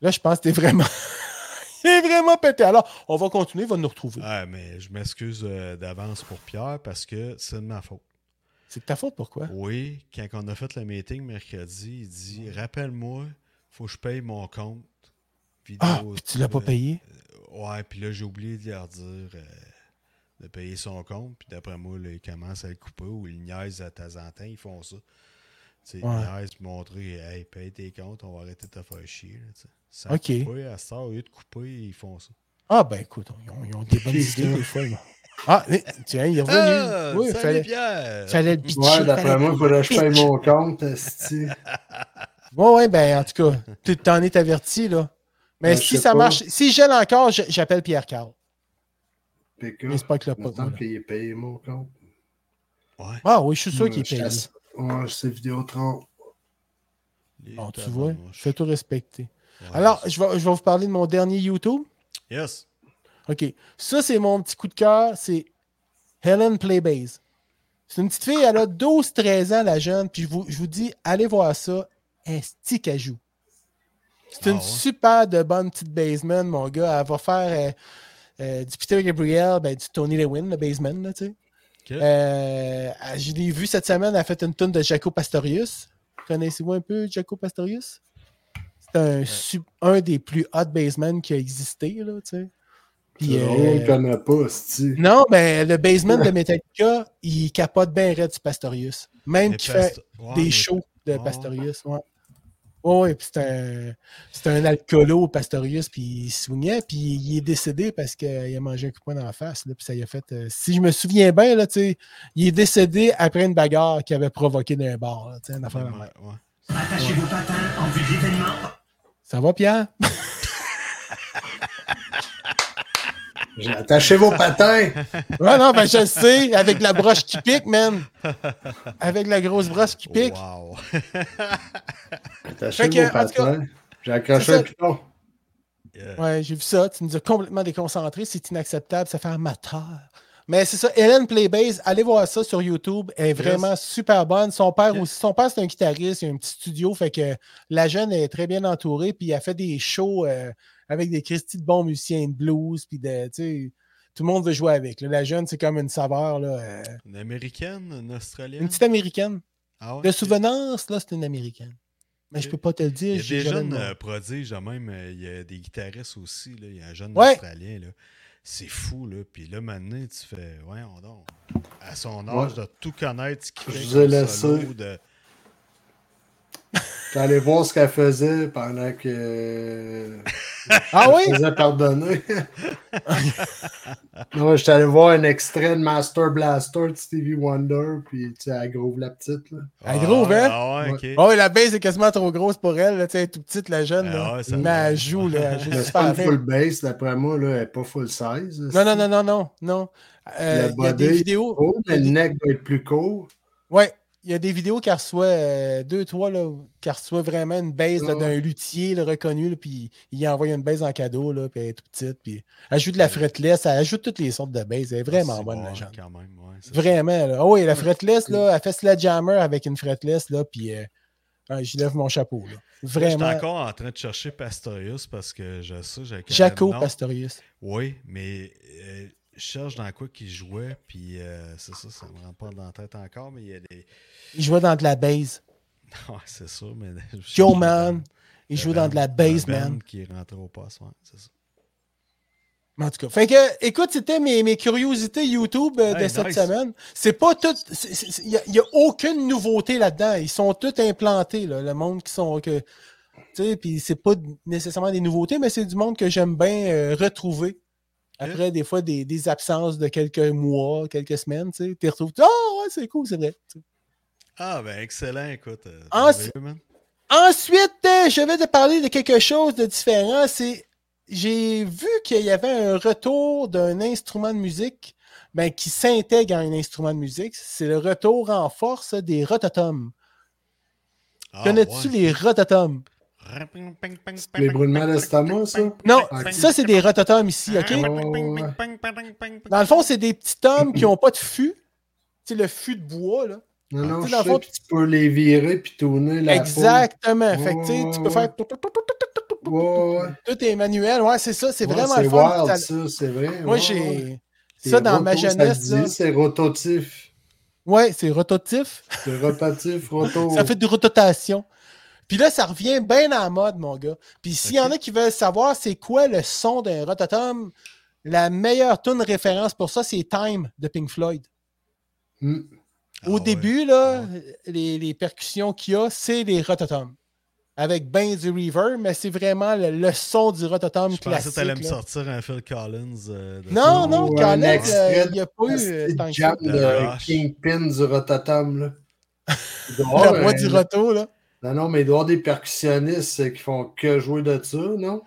B: Là, je pense que t'es vraiment. [laughs] t'es vraiment pété. Alors, on va continuer, il va nous retrouver.
C: Ah, mais je m'excuse euh, d'avance pour Pierre parce que c'est de ma faute.
B: C'est de ta faute, pourquoi?
D: Oh,
C: Oui, quand on a fait le meeting mercredi, il dit Rappelle-moi, faut que je paye mon compte.
B: Ah,
C: vidéo.
B: puis tu l'as pas payé.
C: Ouais, puis là, j'ai oublié de leur dire euh, de payer son compte. Puis d'après moi, là, ils commencent à le couper ou ils niaisent à temps en temps, ils font ça. Tu sais, Ils
B: Ouais.
C: niaisent pour montrer Hey, paye tes comptes, on va arrêter de te faire chier. là, tu sais. Sans
B: Ok.
C: couper, à ça, au lieu de couper, ils font ça.
B: Ah, ben écoute, ils ont, ils ont des
D: [laughs]
B: bonnes idées des fois. là. Ah, mais, tiens, il est revenu.
C: Ah,
B: oui, il
C: salut
B: fallait,
C: Pierre!
B: fallait le pitcher.
D: Ouais,
B: fallait
D: d'après moi,
B: le
D: il faudrait que je paye
B: pitch.
D: mon compte. esti.
B: Ouais, ouais, ben en tout cas, tu t'en es averti, là. Mais
D: Ben, je
B: si
D: sais
B: ça
D: pas. Mmh.
B: marche, si gèle encore, je- j'appelle Pierre Carl.
D: Fait que,
B: J'espère qu'il l'a pas.
D: Maintenant
B: voilà.
D: qu'il ait payé mon compte.
C: Ouais,
B: Ah oui, je suis sûr
D: Ouais,
B: qu'il est
D: Mmh. je
B: payé.
D: sais- Ouais, c'est Vidéotron.
C: les
B: Bon, Ah, tu vois,
C: tabarnouches.
D: Mmh.
B: fais tout respecter.
C: Ouais,
B: Alors, je vais, je vais vous parler de mon dernier YouTube.
C: Yes!
B: OK. Ça, c'est mon petit coup de cœur. C'est Helen Playbase. C'est une petite fille, elle a 12-13 ans, la jeune. Puis je vous, je vous dis, allez voir ça. Esti qu'elle joue. C'est
C: Ah
B: une
C: ouais?
B: super de bonne petite basement, mon gars. Elle va faire euh, euh, du Peter Gabriel, ben, du Tony Lewin, le basement, là, tu sais.
C: Ok.
B: Euh, elle- je l'ai vu cette semaine, elle a fait une tune de Jaco Pastorius. Connaissez-vous un peu Jaco Pastorius? C'est un, sub- un des plus hot basemen qui a existé, là, tu sais. Puis,
D: On
B: euh,
D: ne le connaît pas, esti.
B: [laughs] non, mais le basement de Metallica, il capote bien raide du Pastorius. Même
C: Mais
B: qu'il fait
C: Pasto- ouais,
B: des
C: mais-
B: shows de
C: ouais.
B: Pastorius. Ouais. Ouais, ouais, puis c'est un, c'est un alcoolo, Pastorius, puis il soignait, puis il est décédé parce qu'il a mangé un coup de poing dans la face, là, puis ça y a fait. euh, si je me souviens bien, là, tu sais, il est décédé après une bagarre qu'il avait provoquée d'un bar, là, tu sais, une affaire de même.
C: Ouais, ouais.
F: Attachez vos patins en vue de l'événement.
B: Ça va, Pierre?
D: J'ai attaché vos patins.
B: Ouais, non, ben je le sais, avec la broche qui pique, man. Avec la grosse broche qui pique.
C: Wow!
D: Attachez
B: Fait que,
D: vos
B: en tout cas,
D: patins. J'ai accroché
B: c'est ça.
D: un piton.
C: Yeah.
B: Ouais, j'ai vu ça. Tu nous as complètement déconcentrés. C'est inacceptable. Ça fait amateur. Mais c'est ça. Hélène Playbase, allez voir ça sur YouTube. Elle est vraiment super bonne. Son père
C: Yes.
B: aussi. Son père, c'est un guitariste. Il a un petit studio. Fait que la jeune est très bien entourée. Puis elle fait des shows euh, avec des Christy de bons musiciens de blues. Puis de, tu sais, tout le monde veut jouer avec. là. La jeune, c'est comme une saveur. Là, euh,
C: Une américaine, une australienne?
B: une petite américaine.
C: Ah ouais,
B: De
C: ok.
B: souvenance, là, c'est une américaine. Mais je
C: Ok.
B: peux pas te le dire.
C: Il y a
B: j'ai
C: des
B: jamais
C: jeunes
B: le nom.
C: euh, prodiges, là, même euh, il y a des guitaristes aussi. Là. Il y a un jeune
B: Ouais.
C: australien. Là. C'est fou, là. Puis là, maintenant, tu fais, ouais, on donc. À son âge, de tout connaître, ce qu'il
D: Je
C: fait.
D: vous ai
C: comme
D: laissé.
C: solo de-
D: J'étais allé voir ce qu'elle faisait
B: [laughs]
D: pendant que.
B: Ah oui?
D: Je faisais pardonner. [laughs] non, j'étais allé voir un extrait de Master Blaster de Stevie Wonder, puis tu sais, elle groove la petite. Là.
B: Elle groove, hein?
C: Ah ouais, ok.
B: Oh, la baisse est quasiment trop grosse pour elle. Là, tu sais, elle est toute petite, la jeune.
C: Ah
B: là.
C: ouais, ça
B: mais
C: va.
B: elle joue, là. Elle joue
D: Mais C'est
B: super
D: pas une
B: bien.
D: full bass, d'après moi, là, elle n'est pas full size.
B: Non, non, non, non, non. non. Euh,
D: Le
B: il y a des
D: body.
B: vidéos.
D: Oh, mais le neck doit être plus court.
B: Ouais, il y a des vidéos qu'elle reçoit, euh, deux, trois, là, qu'elle reçoit vraiment une baisse là,
C: Ah
D: Ouais.
B: d'un luthier là, reconnu, là, puis il lui envoie une baisse en cadeau, là, puis elle est toute petite. Puis elle joue de la fretless, elle ajoute toutes les sortes de baisse. Elle est vraiment
C: Ah, C'est
B: bonne,
C: bon,
B: la jeune.
C: Quand même, ouais, c'est ça.
B: Vraiment, là. Ah oui, la fretless, là, elle fait sledgehammer avec une fretless, là, puis euh, euh, j'y lève mon chapeau, là.
C: Là, J'étais
B: Vraiment.
C: encore en train de chercher Pastorius parce que je sais, j'ai
B: Jaco
C: Pastorius.
B: Pastorius.
C: Oui, mais euh, je cherche dans quoi qu'il jouait, puis euh, c'est ça, ça me rend pas dans la tête encore, mais il y a des. [laughs]
B: Il jouait dans de la bass.
C: Ouais, c'est sûr, mais. [laughs] je cherche
B: Joe
C: le
B: Man,
C: band.
B: il
C: Le
B: joue dans
C: band-
B: de la bass,
C: le band
B: man.
C: qui est rentré au passe, ouais, c'est ça.
B: En tout cas. Fait que, écoute, c'était mes, mes curiosités YouTube euh, de
C: Hey,
B: cette
C: nice.
B: semaine. C'est pas tout. Il n'y a, aucune nouveauté là-dedans. Ils sont tous implantés, là, le monde qui sont. Que, tu sais, puis c'est pas nécessairement des nouveautés, mais c'est du monde que j'aime bien euh, retrouver. Après, des fois, des, des absences de quelques mois, quelques semaines, tu sais, tu retrouves. Ah, ouais, c'est cool, c'est vrai. tu sais.
C: Ah, ben excellent, écoute. euh,
B: Ah,
C: merveilleux, man.
B: Ensuite, euh, je vais te parler de quelque chose de différent. C'est j'ai vu qu'il y avait un retour d'un instrument de musique ben, qui s'intègre à un instrument de musique. C'est le retour en force des rototoms.
C: Ah,
B: Connais-tu
C: ouais.
B: les rototoms?
D: Les brûlements d'estomac, ça?
B: Non,
D: Ok.
B: ça, c'est des rototoms ici, OK?
C: Ah.
D: Ouais, ouais, ouais.
B: Dans le fond, c'est des petits tomes qui n'ont pas de fût. Tu sais, le fût de bois, là.
D: Non, non,
B: Ah, Tu sais,
D: je
B: dans le
D: sais,
B: fond,
D: puis tu peux les virer puis tourner la
B: Exactement. Fait que, tu sais, tu peux
D: Ouais,
B: faire...
D: peau. Ouais, ouais.
B: Tout est manuel. Ouais, c'est ça. C'est
D: Ouais,
B: vraiment
D: c'est
B: le fun.
D: wild,
B: Ça-
D: ça, c'est vrai.
B: Moi,
D: ouais, ouais.
B: j'ai...
D: C'est
B: Ça, dans ma
D: roto, ça
B: jeunesse,
D: le dit,
B: là.
D: C'est rototif.
B: Ouais, c'est rototif.
D: C'est rotatif, roto.
B: Ça fait du rototation. Puis là, ça revient bien en mode, mon gars. Puis s'il y en a qui veulent savoir c'est quoi le son d'un rototom, La meilleure tune référence pour ça, c'est Time de Pink Floyd.
D: Hmm.
B: Au
C: Ah
B: début,
C: ouais.
B: là, les, les percussions qu'il y a, c'est les rototoms. Avec ben du reverb, mais c'est vraiment le, le son du rototom
C: Je pensais que
B: classique.
C: t'allais me
B: là.
C: sortir un Phil Collins. euh, de
B: Non, non,
D: Ou
B: quand
D: un
B: même,
D: extrait
B: euh, il n'y a pas eu euh,
D: C'est
B: tant que ça.
D: Jam
C: ça.
D: de
C: Rush.
D: Kingpin du Rototom. Là.
B: [laughs]
D: Il doit
B: Le
D: avoir
B: roi
D: un-
B: du roto, là.
D: Non, non, mais il doit y avoir des percussionnistes euh, qui font que jouer de ça, non?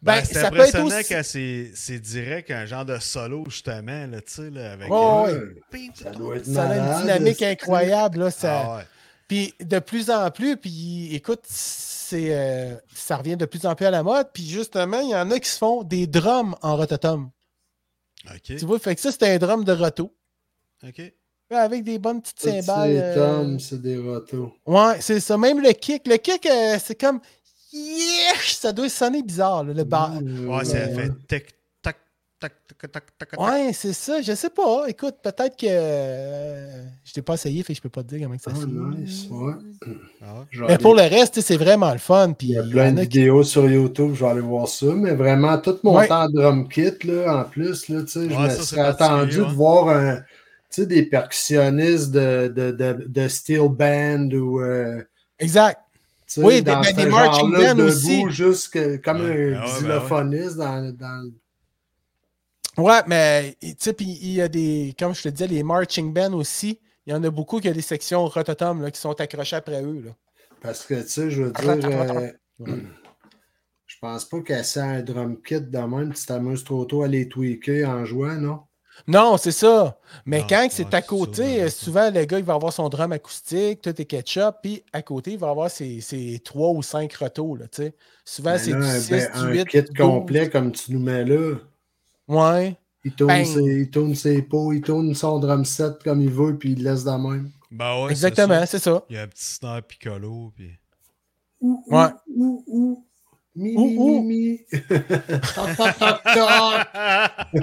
C: Ben,
B: Ben,
C: c'est
B: ça peut être
C: impressionnant
B: aussi-
C: quand c'est c'est direct un genre de solo, justement, là, tu sais, là, avec...
B: Oh, ouais.
C: euh, pim,
D: Ça doit être
B: Ça a une
D: malade,
B: dynamique
D: c'est-
B: incroyable, là. Ça...
C: Ah ouais.
B: Puis de plus en plus, puis écoute, c'est, euh, ça revient de plus en plus à la mode. Puis justement, il y en a qui se font des drums en rototom.
C: OK,
B: Tu vois, fait que ça, c'est un drum de roto.
C: OK.
B: Avec des bonnes petites
D: C'est
B: cymbales.
D: des
B: euh,
D: tomes, c'est des rotos.
B: Ouais, c'est ça. Même le kick. Le kick, euh, c'est comme. Yeah! Ça doit sonner bizarre, là, le bas.
D: Mmh,
C: Ouais, ça
D: ouais.
C: fait tic, tac, tac, tac, tac, tac, tac.
B: Ouais, c'est ça. Je sais pas. Écoute, peut-être que. euh, je t'ai pas essayé, fait que je peux pas te dire comment que ça
D: Ah,
B: sonne.
D: nice, ouais.
C: Ah ouais.
D: Je vais
B: Mais
D: aller-
B: pour le reste, tu sais, c'est vraiment le fun. Puis
D: Il y a
B: il y
D: plein
B: en
D: de
B: a qui-
D: vidéos sur YouTube, je vais aller voir ça. Mais vraiment, tout mon
B: Ouais.
D: temps drum kit, là, en plus, là, tu sais, je
C: Ouais,
D: me
C: ça, c'est
D: serais attendu
C: particulier,
D: de
C: ouais.
D: voir un, tu sais, des percussionnistes de, de, de, de steel band ou euh,
B: Exact.
D: tu sais,
B: Oui, des-
D: dans
B: ben,
D: ce
B: des marching
D: genre-là,
B: band
D: debout,
B: aussi.
D: juste que- comme
C: Ouais,
D: un
C: ben ouais, ben
D: xylophoniste dans, dans
B: Ouais, mais tu sais, puis il y a des. Comme je te disais, les marching bands aussi. Il y en a beaucoup qui ont des sections rototom là, qui sont accrochées après eux. Là.
D: Parce que, tu sais, je veux
B: Attends,
D: dire,
B: attends,
D: euh, [clears throat] je pense pas qu'elle un drum kit de même, tu t'amuses trop tôt à les tweaker en jouant, non?
B: Non, c'est ça. Mais
C: Non,
B: quand c'est
C: ouais,
B: à
C: c'est
B: côté,
C: ça,
B: euh,
C: ouais.
B: souvent le gars, il va avoir son drum acoustique, tout est ketchup, puis à côté, il va avoir ses, ses trois ou cinq rotos, là, tu sais. Souvent,
D: Ben
B: c'est
D: là,
B: du
D: un-
B: 6,
D: ben, un
B: du 8,
D: kit complet comme tu nous mets là.
B: Ouais.
D: Il tourne,
B: Ben.
D: ses, il tourne ses pots, il tourne son drum set comme il veut, puis il le laisse de même.
C: Ben ouais, c'est
B: Exactement,
C: ça.
B: c'est ça.
C: Il y a un petit snare piccolo,
D: [laughs]
C: puis...
D: Ouh, ouh,
B: Ouais.
D: ouh, ouh. Mi,
B: Ouh,
D: mi,
B: ouh.
D: mi, mi. Toc, toc, toc, toc.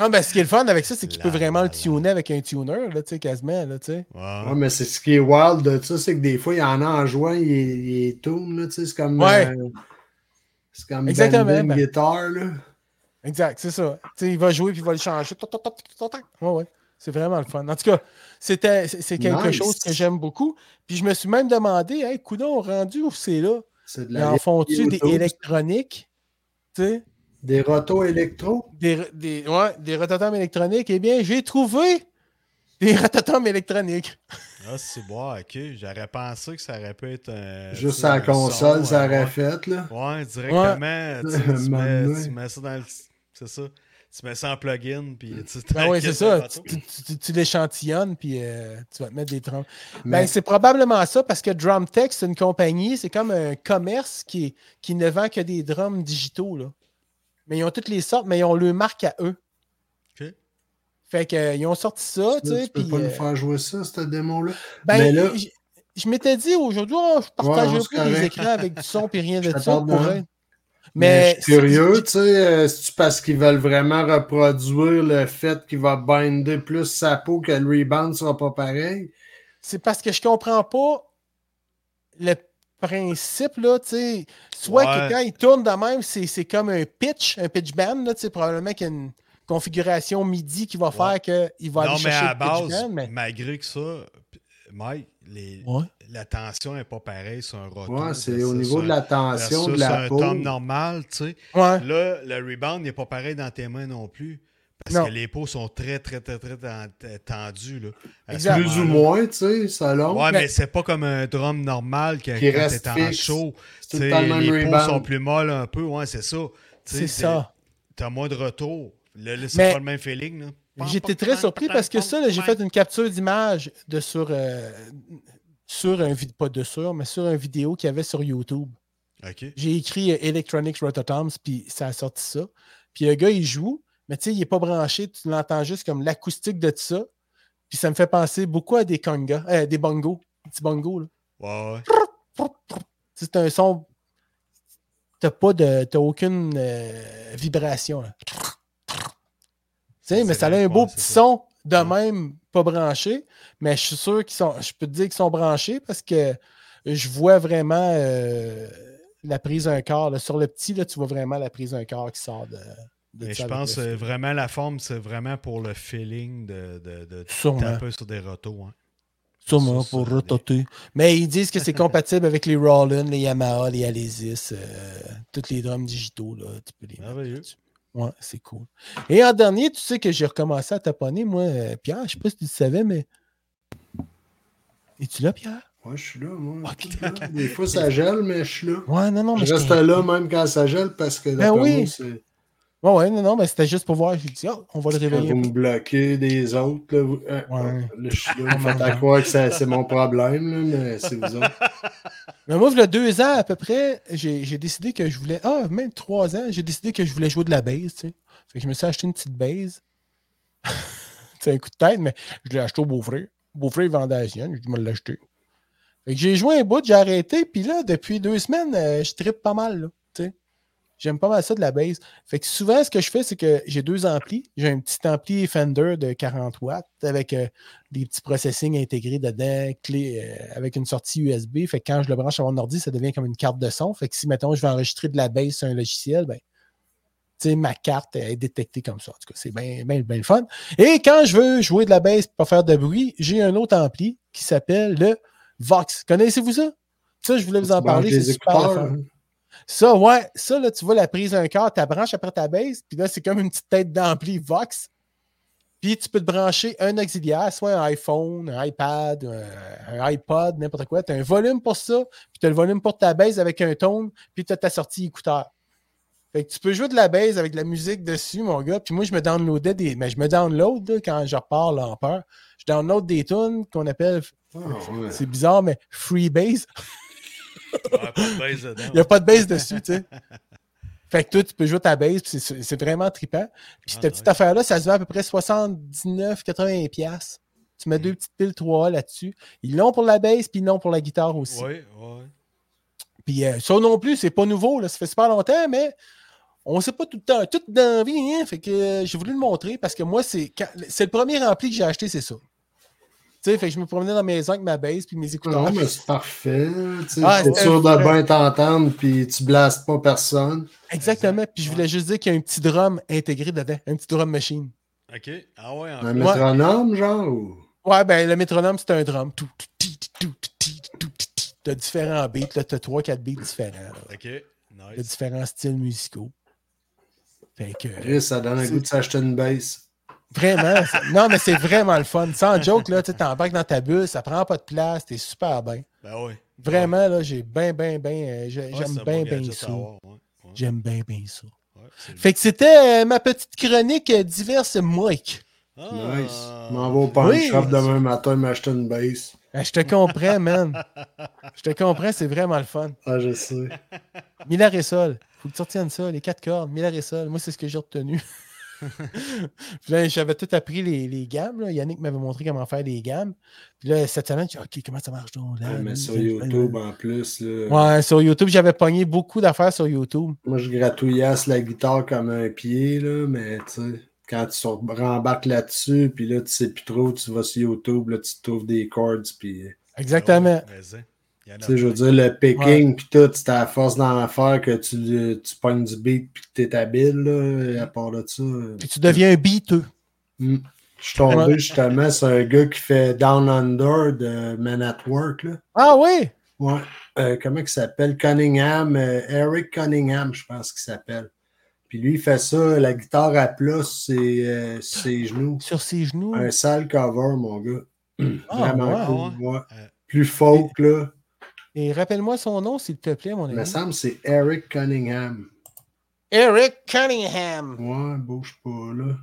B: Non, mais ce qui est le fun avec ça, c'est qu'il peut
C: La,
B: vraiment
C: la,
B: le
C: la.
B: tuner avec un tuner, là, tu sais, quasiment, là, tu sais.
C: Ouais.
D: Ouais, mais c'est ce qui est wild de ça, c'est que des fois, il y en a en jouant, il, il tourne, là, tu sais, c'est comme...
B: Ouais.
D: euh, c'est comme
B: Exactement,
D: bending
B: ben.
D: guitar, là.
B: Exact, c'est ça. Tu sais, il va jouer puis il va le changer. Toc, toc, toc, toc, toc, toc. Ouais, ouais. C'est vraiment le fun. En tout cas, c'était, c'est c'est quelque
D: Nice.
B: chose que j'aime beaucoup. Puis je me suis même demandé, hey, coudon, rendu où c'est là?
D: C'est de
B: Ils
D: la
B: en font-tu des
D: auto.
B: électroniques? Tu sais?
D: Des rotos électro?
B: Des, des, ouais, des rotatums électroniques. Eh bien, j'ai trouvé des [laughs] rotatums électroniques.
C: Ah, c'est bon, OK. J'aurais pensé que ça aurait pu être un... tu
D: Juste
C: sais,
D: à
C: Euh, un
D: la console,
C: son,
D: ça
C: euh,
D: aurait
C: ouais.
D: fait, là.
C: Ouais, directement. Tu, sais,
D: [laughs]
C: tu
D: Un moment
C: mets,
D: donné.
C: tu mets ça dans le. C'est ça. Tu mets ça en plugin, puis tu
B: Ben oui,
C: t'inquiètes
B: c'est ça.
C: pas
B: Tu,
C: trop.
B: tu- tu- tu- tu l'échantillonnes, puis euh, tu vas te mettre des trams.
D: Mais-
B: Ben, c'est probablement ça, parce que Drumtech, c'est une compagnie, c'est comme un commerce qui, qui ne vend que des drums digitaux. Là. Mais ils ont toutes les sortes, mais ils ont le marque à eux.
C: OK.
B: Fait que, euh, ils ont sorti ça, tu
D: Là,
B: sais,
D: tu peux
B: puis,
D: pas nous
B: euh,
D: faire jouer ça, cette démon-là.
B: Ben,
D: Mais là-
B: j- je m'étais dit aujourd'hui, oh, je
D: Ouais,
B: partageais
D: non, c'est
B: pas des
D: correct.
B: écrans avec du son et rien
D: Je
B: de ça.
D: t'attends
B: pour
D: demain.
B: elle.
D: Mais,
B: Mais,
D: je suis curieux, tu sais, euh, c'est-tu parce qu'ils veulent vraiment reproduire le fait qu'il va binder plus sa peau que le rebound sera pas pareil?
B: c'est parce que je comprends pas le principe, là, tu sais. Soit
C: Ouais.
B: que quand il tourne de même, c'est c'est comme un pitch, un pitch band, là, tu sais, probablement qu'il y a une configuration MIDI qui va
C: Ouais.
B: faire qu'il va
C: Non,
B: aller
C: mais
B: chercher
C: à la
B: le pitch
C: base,
B: band, mais...
C: malgré que ça, p- Mike, les-
B: Ouais.
C: la tension n'est pas pareille sur un rotor.
D: Ouais, c'est
C: versus
D: au niveau de
C: un-
D: la tension de
C: versus
D: la
C: un
D: peau.
C: tom normal, tu sais.
B: Ouais.
C: Là, le rebound n'est pas pareil dans tes mains non plus. Parce
B: Non.
C: que les peaux sont très, très, très, très ten- t- tendues. Là, à ce
B: Exact.
D: Plus
C: moment-là.
D: ou moins, tu sais, selon.
C: Ouais, mais,
B: Mais-
C: c'est pas comme un drum normal que,
D: Qui
C: quand
D: reste
C: t'es en
D: fixe.
C: chaud.
D: C'est tout
C: T'sais,
D: le temps le
C: les
D: même
C: peaux sont
D: rebound.
C: plus molles un peu, ouais, c'est ça. T'sais,
B: C'est
C: t'es-
B: ça.
C: T'as moins de retour. Là, là, c'est
B: Mais-
C: pas le même feeling. là. Pam,
B: J'étais
C: pam,
B: très
C: pam,
B: surpris
C: pam,
B: parce que
C: pam,
B: ça, là, j'ai
C: pam.
B: fait une capture d'image de sur, euh, sur un vidéo, pas de sur, mais sur un vidéo qu'il y avait sur YouTube.
C: OK.
B: J'ai écrit euh, Electronics Rototoms, puis ça a sorti ça. Puis le gars, il joue, mais tu sais, il n'est pas branché, tu l'entends juste comme l'acoustique de tout ça. Puis ça me fait penser beaucoup à des congas, euh, des bongos, des petits bongos. là.
C: Ouais, ouais.
B: C'est un son. T'as pas de. T'as aucune euh, vibration. là. Tu sais, mais ça a
C: vrai,
B: un beau
C: ouais,
B: petit
C: c'est ça.
B: son de
C: Ouais.
B: même, pas branché, mais je suis sûr qu'ils sont. Je peux te dire qu'ils sont branchés parce que je vois vraiment euh, la prise d'un corps. là. Sur le petit, là, tu vois vraiment la prise d'un corps qui sort de, de ça
C: Mais je
B: avec
C: pense
B: le-
C: euh, vraiment la forme, c'est vraiment pour le feeling de, de, de
B: Sûrement.
C: taper sur des rotos. hein.
B: Sûrement
C: ça,
B: pour
C: ça,
B: rototer. Mais ils disent que
C: [laughs]
B: c'est compatible avec les Rollins, les Yamaha, les Alesis, euh, toutes les drums digitaux. Là, tu peux les mettre
C: Merveilleux.
B: là-dessus. Ouais, c'est cool. Et en dernier, tu sais que j'ai recommencé à taponner, moi, euh, Pierre. Je sais pas si tu le savais, mais. Es-tu là, Pierre?
D: Ouais, je suis là, moi.
B: Ok.
D: Je suis là. Des fois, ça gèle, mais je suis là.
B: Ouais, non, non, mais.
D: Je reste
B: c'était-
D: là même quand ça gèle parce que d'après
B: oui.
D: moi, c'est-
B: Ouais, ouais, non, non, mais c'était juste pour voir. J'ai dit, oh, on va le
D: quand
B: réveiller.
D: vous me bloquez des autres, là, vous- euh,
B: Ouais. Ah,
D: là, je suis là. Vous faites à croire que ça- c'est mon problème, là, mais c'est vous autres.
B: Mais moi, il y a deux ans à peu près, j'ai j'ai décidé que je voulais. Ah, même trois ans, j'ai décidé que je voulais jouer de la base. Tu sais. Fait que je me suis acheté une petite base. [laughs] C'est un coup de tête, mais je l'ai acheté au beau-frère. Le Beau-frère, il vendait la sienne, je dis, me l'acheter. Fait que j'ai joué un bout, j'ai arrêté, puis là, depuis deux semaines, euh, je trippe pas mal. là, tu sais. J'aime pas mal ça de la base. Fait que souvent, ce que je fais, c'est que j'ai deux amplis. J'ai un petit ampli Fender de 40 watts avec euh, des petits processing intégrés dedans, clé, euh, avec une sortie USB. Fait que quand je le branche sur mon ordi, ça devient comme une carte de son. Fait que si, mettons, je vais enregistrer de la basse sur un logiciel, ben, tu sais, ma carte elle est détectée comme ça. En tout cas, c'est bien bien bien le fun. Et quand je veux jouer de la basse pour faire de bruit, j'ai un autre ampli qui s'appelle le Vox. Connaissez-vous ça? Ça, je voulais vous en
D: Tu manges
B: parler.
D: des
B: C'est super le
D: écouteurs,
B: fun.
D: hein.
B: Ça, ouais, ça, là, tu vois la prise d'un quart, ta branche après ta base, puis là, c'est comme une petite tête d'ampli Vox. Puis tu peux te brancher un auxiliaire, soit un iPhone, un iPad, un, un iPod, n'importe quoi. Tu as un volume pour ça, puis tu as le volume pour ta base avec un tone, puis tu as ta sortie écouteur. Fait que tu peux jouer de la base avec de la musique dessus, mon gars. Puis moi, je me downloadais des. Mais je me download là, quand je repars là, en peur. Je download des tunes qu'on appelle,
D: Ah, ouais.
B: c'est bizarre, mais free base.
C: Ah, pas de base dedans,
B: Il n'y a pas de base dessus, tu sais. Fait que toi, tu peux jouer ta base, puis c'est c'est vraiment trippant. Puis
C: Ah,
B: cette petite
C: nice.
B: affaire-là, ça se vend à peu près 79-80$. piastres. Tu
C: Mm.
B: mets deux petites piles 3A là-dessus. Ils l'ont pour la base, puis ils l'ont pour la guitare aussi.
C: ouais. ouais.
B: Puis euh, ça non plus, c'est pas nouveau, là, ça fait super longtemps, mais on sait pas tout le temps, tout dans la vie, hein, fait que euh, j'ai voulu le montrer parce que moi, c'est quand- c'est le premier ampli que j'ai acheté, c'est ça. Tu sais, fait que je me promenais dans la maison avec ma base, puis mes écouteurs.
D: Non, mais c'est parfait. Tu sais,
B: Ah,
D: je suis
B: c'est
D: sûr de
B: vrai.
D: bien t'entendre, puis tu blastes pas personne.
B: Exactement, puis je voulais juste dire qu'il y a un petit drum intégré dedans, un petit drum machine.
C: OK. Ah ouais, en
D: Un
C: plus.
D: métronome, genre, ou...
B: Ouais, ben le métronome, c'est un drum. Tout, tout, ti, ti, tout, tout, ti, tout, ti, ti. T'as différents beats, là, t'as 3-4 beats différents. là.
C: OK.
B: T'as
C: Nice.
B: différents styles musicaux. Fait que.
D: Chris, ça donne un
B: C'est-
D: goût de s'acheter une base.
B: Vraiment, c'est- non, mais c'est vraiment le fun. Sans joke, là, tu sais, t'embarques dans ta bulle, ça prend pas de place, t'es super bien.
C: Ben ouais. Ah,
B: Vraiment, là, j'ai bien, bien, bien.
C: Ouais,
B: J'aime
C: c'est un
B: bien,
C: bon
B: bien
D: Ben
C: gadget à
B: ça.
C: avoir, ouais. Ouais.
B: J'aime bien, bien ça.
C: Ouais, c'est-
B: Fait que c'était euh, ma petite chronique euh, diverse, Mike.
C: Ah.
D: Nice. Je M'en vais au pawn
B: Oui.
D: shop demain matin m'acheter une base.
B: Euh, Je te comprends, man. Je te comprends, c'est vraiment le fun.
D: Ah, je sais.
B: Miller et Sol. Faut que tu retiennes ça, les quatre cordes. Miller et Sol. Moi, c'est ce que j'ai
D: [laughs]
B: retenu. Puis là, j'avais tout appris les, les gammes. là. Yannick m'avait montré comment faire les gammes. Puis là, cette semaine, j'ai dit, OK, comment ça marche donc? Là,
D: Ouais, Ah, mais
B: là,
D: sur
B: là,
D: YouTube, euh, en plus, là,
B: ben Ouais, sur YouTube, j'avais pogné beaucoup d'affaires sur YouTube.
D: moi, je gratouillasse la guitare comme un pied, là, mais tu sais, quand tu sort- rembarques là-dessus, puis là, tu sais plus trop, tu vas sur YouTube, là, tu trouves des chords, puis...
B: Exactement.
C: Ah ouais, mais, hein, il y en a
D: Tu sais, je veux
C: plein.
D: dire, le picking, puis tout, c'est à force d'en faire que tu, tu pognes du beat, puis que t'es habile, là, et à part de ça... euh,
B: Puis tu deviens un biteux.
D: hmm. Je suis tombé, justement, sur un gars qui fait Down Under de Man at Work, là.
B: Ah oui!
D: Ouais. Euh, comment il s'appelle? Cunningham, euh, Eric Cunningham, je pense qu'il s'appelle. Puis lui, il fait ça, la guitare à plat sur ses, euh, sur ses genoux.
B: Sur ses genoux.
D: Un sale cover, mon gars.
B: Ah,
D: Vraiment
C: ouais,
D: cool. ouais.
C: Euh,
D: Plus folk, là.
B: Et rappelle-moi son nom, s'il te plaît, mon
D: Il me
B: ami.
D: semble que c'est Eric Cunningham.
B: Eric Cunningham.
D: Ouais, bouge pas, là.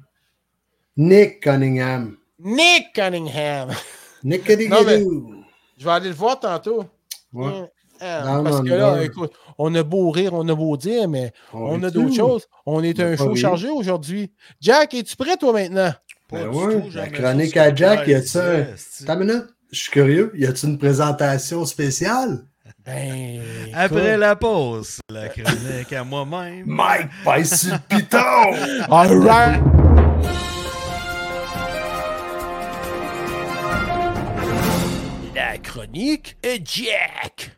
D: Nick Cunningham.
B: Nick Cunningham. [laughs]
D: Nick
B: Non, mais-
D: Cunningham.
B: Je vais aller le voir tantôt.
D: Ouais.
B: Ah,
D: Non,
B: Parce
D: non,
B: que là,
D: non.
B: écoute, on a beau rire, on a beau dire, mais Hmm. On
D: rit
B: a
D: tout.
B: d'autres choses. On est
D: On a
B: un
D: pas
B: show
D: ri.
B: chargé aujourd'hui. Jack, es-tu prêt, toi, maintenant?
C: pas
D: Ben
C: du
D: ouais,
C: tout,
D: la
C: jamais
D: chronique
C: sur ce
D: à Jack, y a-tu
C: device,
D: un-
C: esti.
D: Attends une minute. Je suis curieux. Y a-t-il une présentation spéciale?
B: Ben.
C: Après la pause, la chronique à moi-même.
D: Mike passe sur le [laughs] piton!
B: écoute. All right. La chronique est Jack.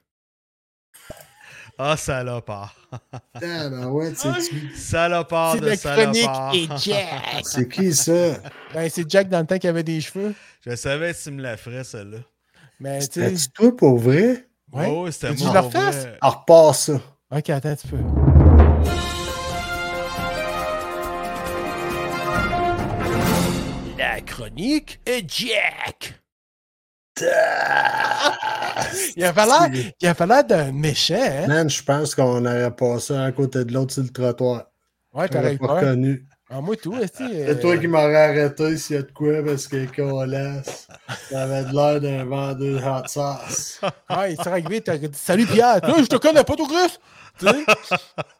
C: Ah, salopard. [laughs]
D: Tabarouette, c'est-tu-
C: Salopard
B: C'est
C: Ah, de
B: la chronique
C: salopard.
B: et Jack.
D: c'est qui ça?
B: Ah. Ben, c'est Jack dans le temps qui avait des cheveux.
C: [laughs] Je savais que tu me la ferais, celle-là.
B: Mais tu sais.
D: C'était-tu toi pour vrai?
B: Ouais.
C: Oh, c'était
B: Veux-tu
C: moi.
B: que je
C: pour
B: la refasse?
C: vrai.
D: On repart ça.
B: Ok, attends un petit peu. La chronique et Jack. Il a fallu, il a fallu d'un méchant, hein?
D: Man, je pense qu'on aurait passé un à côté de l'autre sur le trottoir.
B: Ouais,
D: T'aurais
B: t'aurais
D: pas
B: peur.
D: reconnu.
B: En moi, tout, est-ce que, euh,
D: C'est toi qui m'aurais arrêté s'il y a de quoi parce que colasse. T'avais de l'air d'un vendeur de hot sauce.
B: Ah, il serait arrivé, t'aurais dit Salut Pierre, toi, je te connais pas, tout Chris! Tu sais?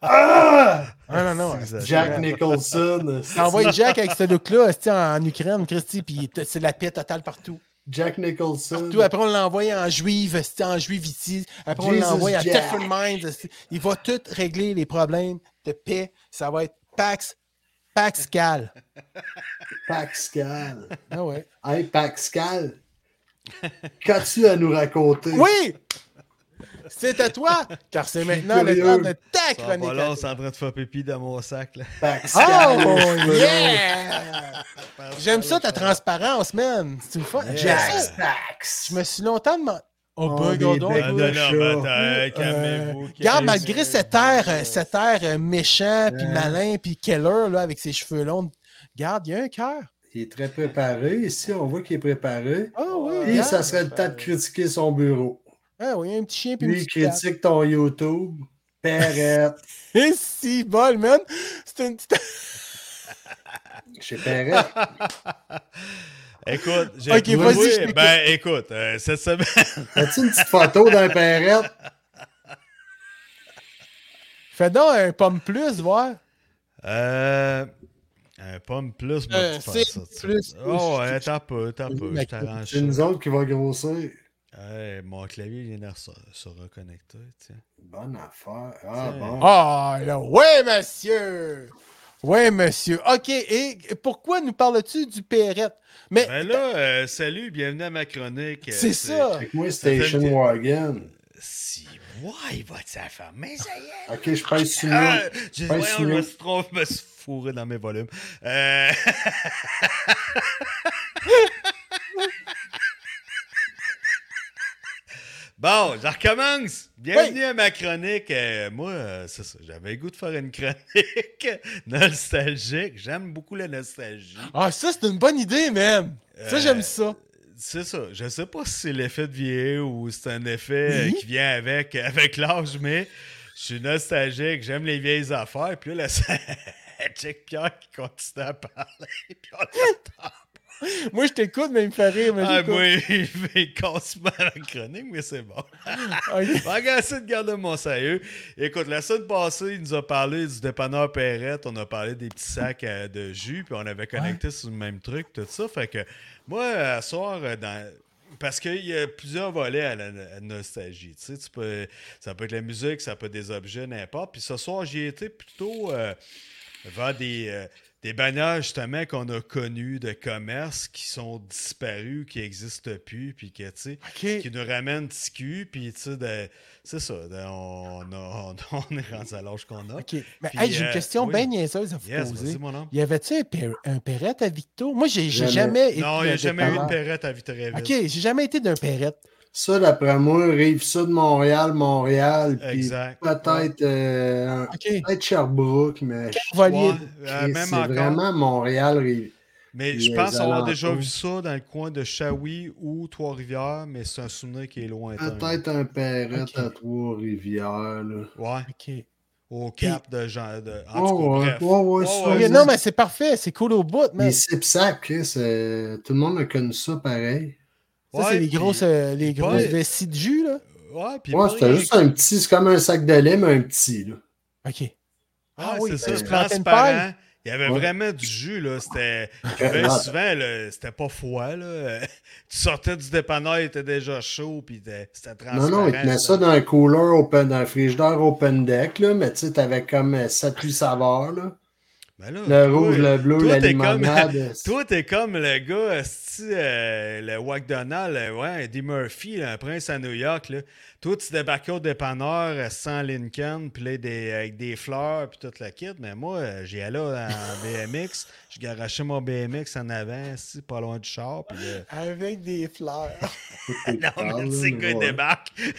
D: Ah!
B: Ah, non, non.
C: C'est
D: Jack
B: [laughs]
D: Nicholson.
B: T'envoies Jack avec ce look-là, est-ce que, en Ukraine, Christy, puis t- c'est la paix totale partout.
D: Jack Nicholson.
B: Tout, après, on l'envoie en juive, c'est en juive ici. Après, on
D: Jesus
B: l'envoie à
D: Jack.
B: Teflon Mines. c'est- Il va tout régler les problèmes de paix. Ça va être Pax, Paxcal.
D: Pascal.
B: Ah ouais.
D: Hey, Pascal. Qu'as-tu à nous raconter?
B: Oui! C'est à toi, car c'est maintenant le
D: curieux.
B: temps de ta
C: Ça va pas
B: chronique.
C: long,
B: à
C: c'est en train de faire pipi dans mon sac. Là.
D: Pascal.
B: Oh, yeah! J'aime ça, ta transparence, man. C'est le fun. J'aime ça.
D: Jack Spax.
B: Je me suis longtemps demandé. Oh,
D: Oh,
B: boy,
D: des
B: gordon.
D: becs
C: Ah, non,
D: le
C: non,
D: chat.
C: mais attends, hein, calmez-vous,
B: Euh, Regarde,
C: calmez-vous.
B: malgré cet air, euh, cet air euh, méchant, puis malin, puis Keller, là, avec ses cheveux longs, regarde, il y a un cœur.
D: Il est très préparé. Ici, on voit qu'il est préparé.
B: Ah oui,
D: Et
B: regarde.
D: ça serait le temps de critiquer son bureau.
B: Ah oui, un petit chien, puis une
D: Lui, il
B: petite patte.
D: critique ton YouTube. Perrette.
B: Et [laughs] si, bol, man! C'est une petite... [laughs]
D: Chez Perrette.
C: Écoute, j'ai
B: Ok,
C: trouvé-
B: vas-y, je t'écoute.
C: Ben, écoute, euh, cette semaine, [laughs]
D: As-tu une petite photo d'un Perrette?
B: Fais donc un pomme plus, voir.
C: euh, un pomme plus, moi,
B: Euh,
C: tu
B: c'est
C: fais ça. tu-
B: plus-
C: Oh, ouais, t'as peu, t'as peu, je
D: Mais
C: t'arrange
D: C'est nous
C: ça.
D: autres qui va grossir.
C: Hey, mon clavier vient de se- se reconnecter, tiens.
D: Bonne affaire. Ah
C: Tiens.
D: bon.
B: Ah, là, ouais, monsieur! Ouais, monsieur. OK, et pourquoi nous parles-tu du Perrette? Mais,
C: Ben là, euh, salut, bienvenue à ma chronique. Euh,
B: c'est ça!
D: Fait que moi,
C: fait
D: Station
C: une-
D: Wagon.
C: Si, ouais, il va te faire faire, mais ça y est.
D: Ok, je pèse sur
C: Ah,
D: moi.
C: j'ai
D: Ouais,
C: voyons, je
D: sinon-
C: me suis trompé, je me suis fourré dans mes volumes. Euh, [laughs] Bon, je recommence. Bienvenue à ma chronique. Euh, moi, euh, c'est ça, j'avais le goût de faire une chronique [laughs] nostalgique. J'aime beaucoup la nostalgie.
B: Ah, ça, c'est une bonne idée, man! Ça,
C: Euh,
B: j'aime ça.
C: C'est ça. Je sais pas si c'est l'effet de vieillir ou c'est un effet euh,
B: Mhm.
C: qui vient avec, [laughs] avec l'âge, mais je suis nostalgique. J'aime les vieilles affaires. Puis là, la [laughs] Check Pierre qui continue à parler. [laughs] Puis on l'entend.
B: Moi, je t'écoute, mais il me fait rire. Mais
C: Ah,
B: j'écoute.
C: moi, [laughs] il fait consommer la chronique, mais c'est bon.
B: Ok.
C: [laughs] Fait que assez de garder mon sérieux. Écoute, la semaine passée, il nous a parlé du dépanneur Perrette, on a parlé des petits sacs euh, de jus, puis on avait connecté sur le même truc, tout ça. Fait que moi, à soir, euh, dans... parce qu'il y a plusieurs volets à la à la nostalgie. Tu sais, tu peux... ça peut être la musique, ça peut être des objets, n'importe. Puis ce soir, j'y étais plutôt euh, vers des. euh, des bannières, justement, qu'on a connues de commerce qui sont disparues, qui n'existent plus, puis que, tu sais, qui
B: OK.
C: nous ramène petit cul, puis tu sais, de- c'est ça, de- on, a- on, on est rendu à l'âge qu'on a.
B: OK. Mais
C: Puis,
B: hey, j'ai une
C: euh,
B: question
C: oui.
B: bien niaiseuse à vous
C: Yes,
B: poser.
C: vas-y, mon homme.
B: Y avait-tu un, per- un perrette à Victo? Moi, j'ai j'ai
D: Jamais.
B: jamais été.
C: Non, il n'y a
B: d'un
C: jamais eu de
B: dépanneur.
C: perrette à Viterville.
B: OK, j'ai jamais été d'un perrette.
D: Ça, d'après moi, rive sud de Montréal, Montréal. Puis
C: Exact.
D: peut-être euh, un-
B: OK.
D: peut-être Sherbrooke, mais
B: Volier.
C: Ouais, euh,
D: Chris,
C: même
D: c'est
C: encore.
D: vraiment Montréal. rive-
C: Mais
D: Puis
C: je
D: les
C: pense avoir déjà
D: alentours.
C: vu ça dans le coin de Shawi ou Trois-Rivières, mais c'est un souvenir qui est lointain.
D: Peut-être un Perrette
B: Ok.
D: à Trois-Rivières. là.
C: Ouais,
B: OK.
C: au cap de Jean. de- en
D: Ouais,
C: tout cas,
D: ouais,
C: bref.
D: ouais, ouais,
C: Ouais,
D: ça,
C: ouais,
B: Ok, Oh, non, mais c'est parfait. C'est cool au bout, mais
D: Les Sipsac, Chris, euh, tout le monde a connu ça pareil.
B: ça,
C: ouais,
B: c'est les
C: puis-
B: grosses, euh, les grosses
C: Ouais.
B: vessies de jus, là.
C: Ouais, puis
D: Ouais,
C: pas
D: c'était
C: rien
D: juste un petit, c'est comme un sac de lait, mais un petit. Là.
B: OK.
C: Ah oui, c'est
B: ben,
C: ça,
B: tu plantais une
C: transparent. Il y avait
D: Ouais.
C: vraiment du jus, là. C'était.
D: Ouais,
C: ben,
D: non.
C: souvent, là, c'était pas froid, là. [laughs] Tu sortais du dépanneur, il était déjà chaud, puis t'es- c'était transparent.
D: Non, non, ils tenaient ça
C: ça.
D: dans un cooler open, dans un frigidaire open deck, là, mais tu sais, t'avais comme 7-8 saveurs. Là.
C: Ben là,
D: Le
C: toi,
D: rouge, le bleu,
C: toi,
D: la
C: t'es comme- [laughs]
D: limonade.
C: Toi, t'es comme le gars esti, si euh, le Wack Donald, euh, ouais, Eddie Murphy, là, un prince à New York, là, toi, tu débarquais au dépanneur euh, sans Lincoln, puis là, des- avec des fleurs, puis toute la kit, mais moi, euh, j'y allais en [laughs] BMX, je garachais mon BMX en avant, ici, pas loin du char, puis là, Ah,
B: Avec des fleurs.
C: [laughs] non, mais
D: parle,
C: tu
D: mais
C: sais quoi, il
D: ouais.
C: débarque. [laughs] tu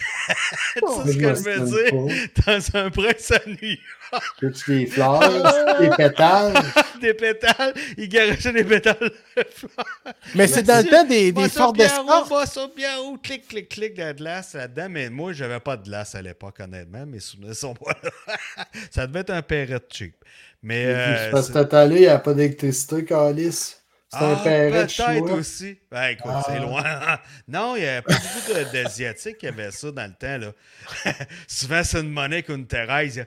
C: Oh, sais ce
D: Je
C: que
D: me
C: je veux
D: sens
C: dire? Dans un prince à New York.
D: pas. As-tu des fleurs? des pétales?
C: [laughs] des pétales, il garachait des pétales.
B: [laughs] Mais c'est dans le temps des, des
C: Moi, sur
B: forts de
C: Pierrot,
B: sport.
C: moi, sur Pierrot, clic, clic, clic, de la glace là-dedans. Mais moi, j'avais pas de glace à l'époque, honnêtement. Mes souvenirs sont pas là. [laughs] Ça devait être un Perret cheap. Mais. euh,
D: Parce
C: c'est-
D: que t'as allé, il n'y a pas d'électricité, Calice. C'est un
C: Ah,
D: perret
C: Peut-être
D: chinois. Ah.
C: aussi. Ben, écoute, c'est loin. [laughs] Non, il n'y avait pas beaucoup de- d'Asiatiques qui avaient ça dans le temps. Là. [laughs] Souvent, c'est une monnaie qu'une Thérèse.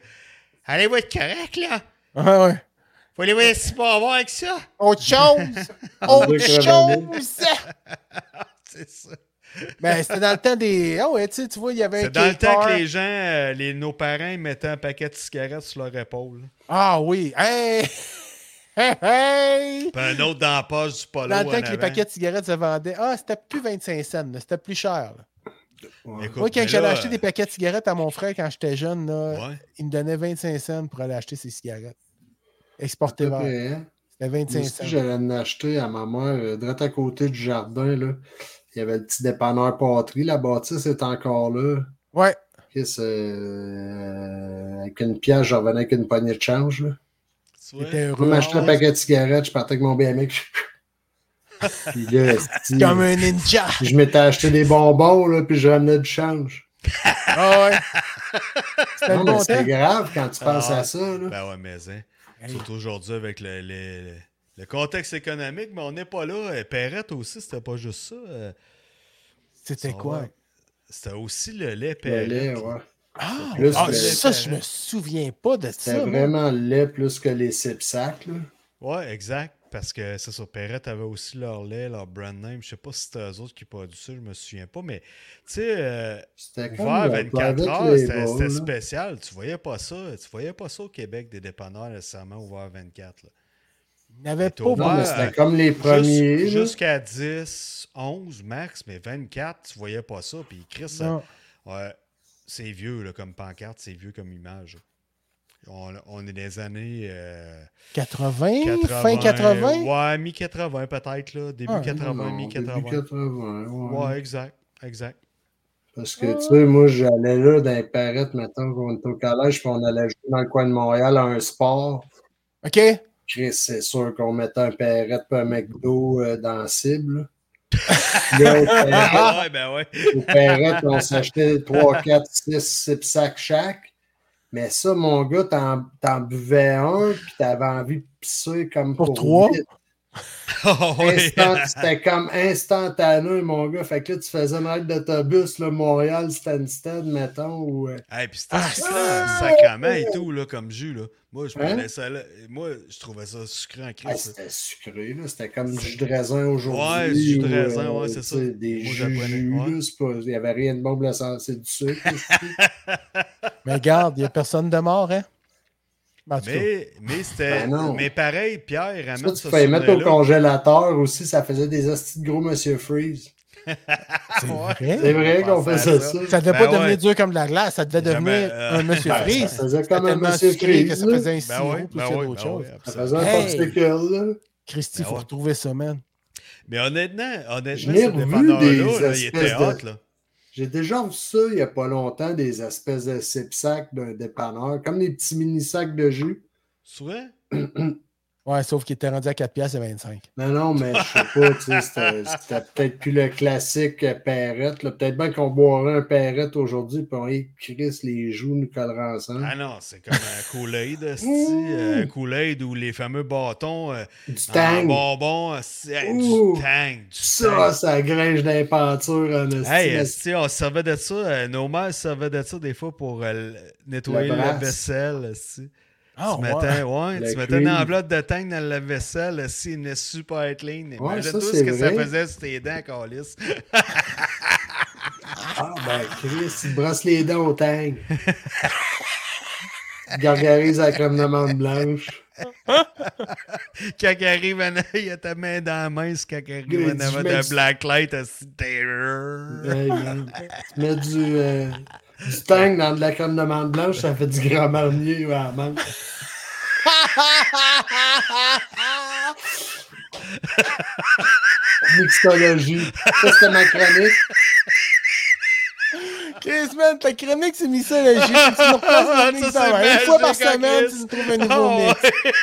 C: Allez-vous être correct, là?
B: Ouais, ouais.
C: Vous allez voir si pas avoir avec ça?
B: Autre chose! [laughs]
D: On
B: Autre
D: dirait que Raveline.
B: chose!
C: C'est ça.
B: Mais Ben, c'était dans le temps des. Ah ouais, tu sais, tu vois, il y avait un
C: C'est dans le temps que
B: skater.
C: les gens, euh, les, nos parents, ils mettaient un paquet de cigarettes sur leur épaule.
B: Ah oui! Hey! [laughs] Hey! hey!
C: Puis un autre dans la poche du polo.
B: Dans le
C: en
B: temps que les
C: avant.
B: paquets de cigarettes se vendaient. Ah, c'était plus 25 cents, là. c'était plus cher. là.
C: Écoute,
B: Moi, quand
C: mais
B: j'allais
C: là, euh,
B: acheter des paquets de cigarettes à mon frère quand j'étais jeune, là,
C: Ouais.
B: il me donnait 25 cents pour aller acheter ses cigarettes.
D: C'est
B: Exporté vers.
D: pas vrai, hein?
B: C'était
D: Moi
B: 25
D: aussi,
B: cents.
D: j'allais en acheter à ma mère, euh, direct à côté du jardin. Là. Il y avait le petit dépanneur pâterie. La bâtisse est encore là.
B: Ouais.
D: Qu'est-ce, euh, avec une pièce, je revenais avec une poignée de change. Là.
C: Tu vois?
B: J'étais
D: Je
B: heureux.
D: m'achetais un paquet de cigarettes, je partais avec mon BMX. [laughs] Puis là, esti,
B: Comme un
C: [laughs]
B: ninja!
D: je m'étais acheté des bonbons, là, puis je ramenais du change.
B: Ah ouais! C'était
D: Non,
B: le
D: mais
B: bon
D: c'est
B: temps.
D: grave quand tu penses
C: Ah.
D: à ça. Là.
C: Ben ouais, mais hein.
B: Hey.
C: Surtout aujourd'hui avec le, le- le- le contexte économique, mais on n'est pas là. Et Perrette aussi, c'était pas juste ça. euh,
B: C'était
C: ça
B: quoi?
C: va. C'était aussi le lait
D: Le
C: Perrette.
D: lait, ouais.
B: Ah,
D: Plus
B: ah,
D: le-
B: ça, je me souviens pas de ça.
D: C'était
B: moi.
D: vraiment lait plus que les cipsacs. là.
C: Ouais, exact. Parce que c'est ça, Perrette avait aussi leur lait, leur brand name. Je sais pas si c'était eux autres qui produisaient ça, je me souviens pas. Mais tu sais, euh,
D: C'était comme
C: ouvert
D: le-
C: 24
D: avec
C: heures,
D: les
C: c'était
D: balles,
C: c'était
D: là.
C: spécial. Tu voyais pas ça. Tu voyais pas ça au Québec, des dépanneurs nécessairement ouverts 24. là.
B: Il n'avait pas
C: Non,
D: Non,
B: beaucoup.
D: mais
C: Ouais.
D: c'était comme les premiers.
C: Jus-
D: là.
C: Jusqu'à 10, 11 max, mais 24, tu voyais pas ça. Puis Chris, ça-
B: Non.
C: ouais, c'est vieux là, comme pancarte, c'est vieux comme image. On, on est des années euh,
B: 80,
C: 80.
B: fin 80.
C: Ouais, mi-80 peut-être, là, début
B: Ah,
C: 80,
D: Non, début
C: mi-80.
D: 80, ouais.
C: Ouais, exact,
D: [laughs]
C: exact.
D: Parce que, tu sais, moi, j'allais là dans les paraîtres, mettons, qu'on était au collège, puis on allait jouer dans le coin de Montréal à un sport.
B: OK?
D: Chris, c'est sûr qu'on mettait un parrette puis un McDo euh, dans la cible. là. Là,
C: ouais, ben ouais. [laughs]
D: au parrette, on s'achetait 3, 4, 6, 6 sacs chaque. Mais ça, mon gars, t'en, t'en buvais un, puis t'avais envie de pisser comme
B: Pour
D: pour,
B: trois?
D: huit.
C: Ah, ouais.
D: Instant- c'était comme instantané, mon gars. Fait que là, tu faisais une ride d'autobus, là, Montréal, Stansted, mettons, ou euh,
C: Hey, puis c'était
B: Ah,
C: sucré
B: ça-
C: en sacrament et tout, là, comme jus, là. Moi, je
D: Hein?
C: prenais ça là. Moi, je trouvais ça sucré en
D: ah,
C: Chris.
D: c'était sucré, là. C'était comme du jus de raisin aujourd'hui.
C: Ouais, du jus de
D: ou,
C: raisin, ouais, c'est
D: tu
C: ça.
D: sais, Des
C: Moi,
D: jus
C: j'apprenais,
D: jus,
C: ouais.
D: là, c'est pas- il n'y avait rien de bon pour la santé, c'est du sucre.
C: [laughs]
B: Mais regarde, il n'y a personne de mort, hein? En tout cas,
C: Mais, mais c'était.
D: Ben non.
C: mais pareil, Pierre
D: ça,
C: ramène
D: tu
C: ce
D: pouvais mettre au
C: souvenir-là.
D: congélateur aussi, ça faisait des hosties de gros Monsieur Freeze.
B: c'est
C: Ouais.
B: vrai.
D: C'est vrai qu'on
C: pensait à
D: faisait
C: Ah, ça.
D: ça.
B: Ça ne devait
C: Ben
B: pas
C: ouais.
B: devenir dur comme de la glace, ça devait
C: Jamais,
B: devenir
C: euh,
B: un Monsieur
D: Ben,
B: Freeze.
D: ça faisait
B: C'était
D: comme un
B: tellement
D: Monsieur
B: sucré que
D: Freeze.
B: ça
D: là.
B: faisait un
C: Ben
B: sirop
C: oui,
B: plus
C: ben
B: que
C: oui,
B: d'autres
C: ben oui,
B: choses.
D: Ça
C: absolument.
D: faisait un
B: Hey!
D: popsicle, là.
B: Christy, il
C: Ben
B: faut
C: ouais.
B: retrouver ça, man.
C: Mais honnêtement, honnêtement,
D: Je l'ai
C: ce
D: revu
C: dépanneur-là,
D: des
C: là, il était
D: espèces de-
C: hot, là.
D: J'ai déjà vu ça il n'y a pas longtemps, des espèces de cipsacs d'un dépanneur, comme des petits mini-sacs de jus.
C: Souvent?
D: Hein?
B: Ouais, sauf qu'il était rendu à 4 piastres et 25.
D: Non, non, mais je sais pas, tu sais, c'était- c'était peut-être plus le classique euh, perrette. là. Peut-être bien qu'on boirait un perrette aujourd'hui, puis on y crisse les joues, nous collerons ensemble.
C: Ah non, c'est comme un
D: [laughs]
C: Kool-Aid, esti, un Kool-Aid ou les fameux bâtons euh,
D: du
C: en
D: tang,
C: bonbons, esti, hey,
D: Ouh!
C: du tang, du
D: ça,
C: tang.
D: ça gringe d'un peinture en esti,
C: Hey, euh,
D: mais
C: esti, on se servait de ça, euh, nos mères se servaient de ça des fois pour euh, l- nettoyer
D: Le
C: la
D: brasse.
C: vaisselle, esti.
B: Ah,
C: tu
B: ouais.
C: mettais, ouais,
D: Le
C: tu mettais une
D: cream.
C: enveloppe de tang dans la vaisselle, si une super clean. Imagine
D: ça,
C: tout ce
D: c'est
C: que ça
D: vrai.
C: faisait sur tes dents, Calis. [laughs]
D: Ah, ben, Chris, il brosse les
C: [laughs]
D: dents au tang. Il Gargarise la crème de menthe blanche.
C: Quand il arrive en il y a ta main dans la main, c'est quand il arrive en
D: Il dit,
C: avant
D: je mets
C: de
D: du-
C: Blacklight, c'est terreur.
D: Hey, man. tu mets du, euh, du tang dans de la crème de menthe blanche, ça fait du grand marnier ou à la menthe. Mixologie. Ça, c'était ma chronique.
B: Chris, man, ta chronique, c'est mythologie. Tu nous
C: [laughs]
B: repasses
C: Ça,
B: dans le mix,
C: c'est
B: ah ouais. Une fois par
C: magique, hein,
B: semaine,
C: Chris.
B: tu nous trouves un nouveau
C: Oh,
B: mix.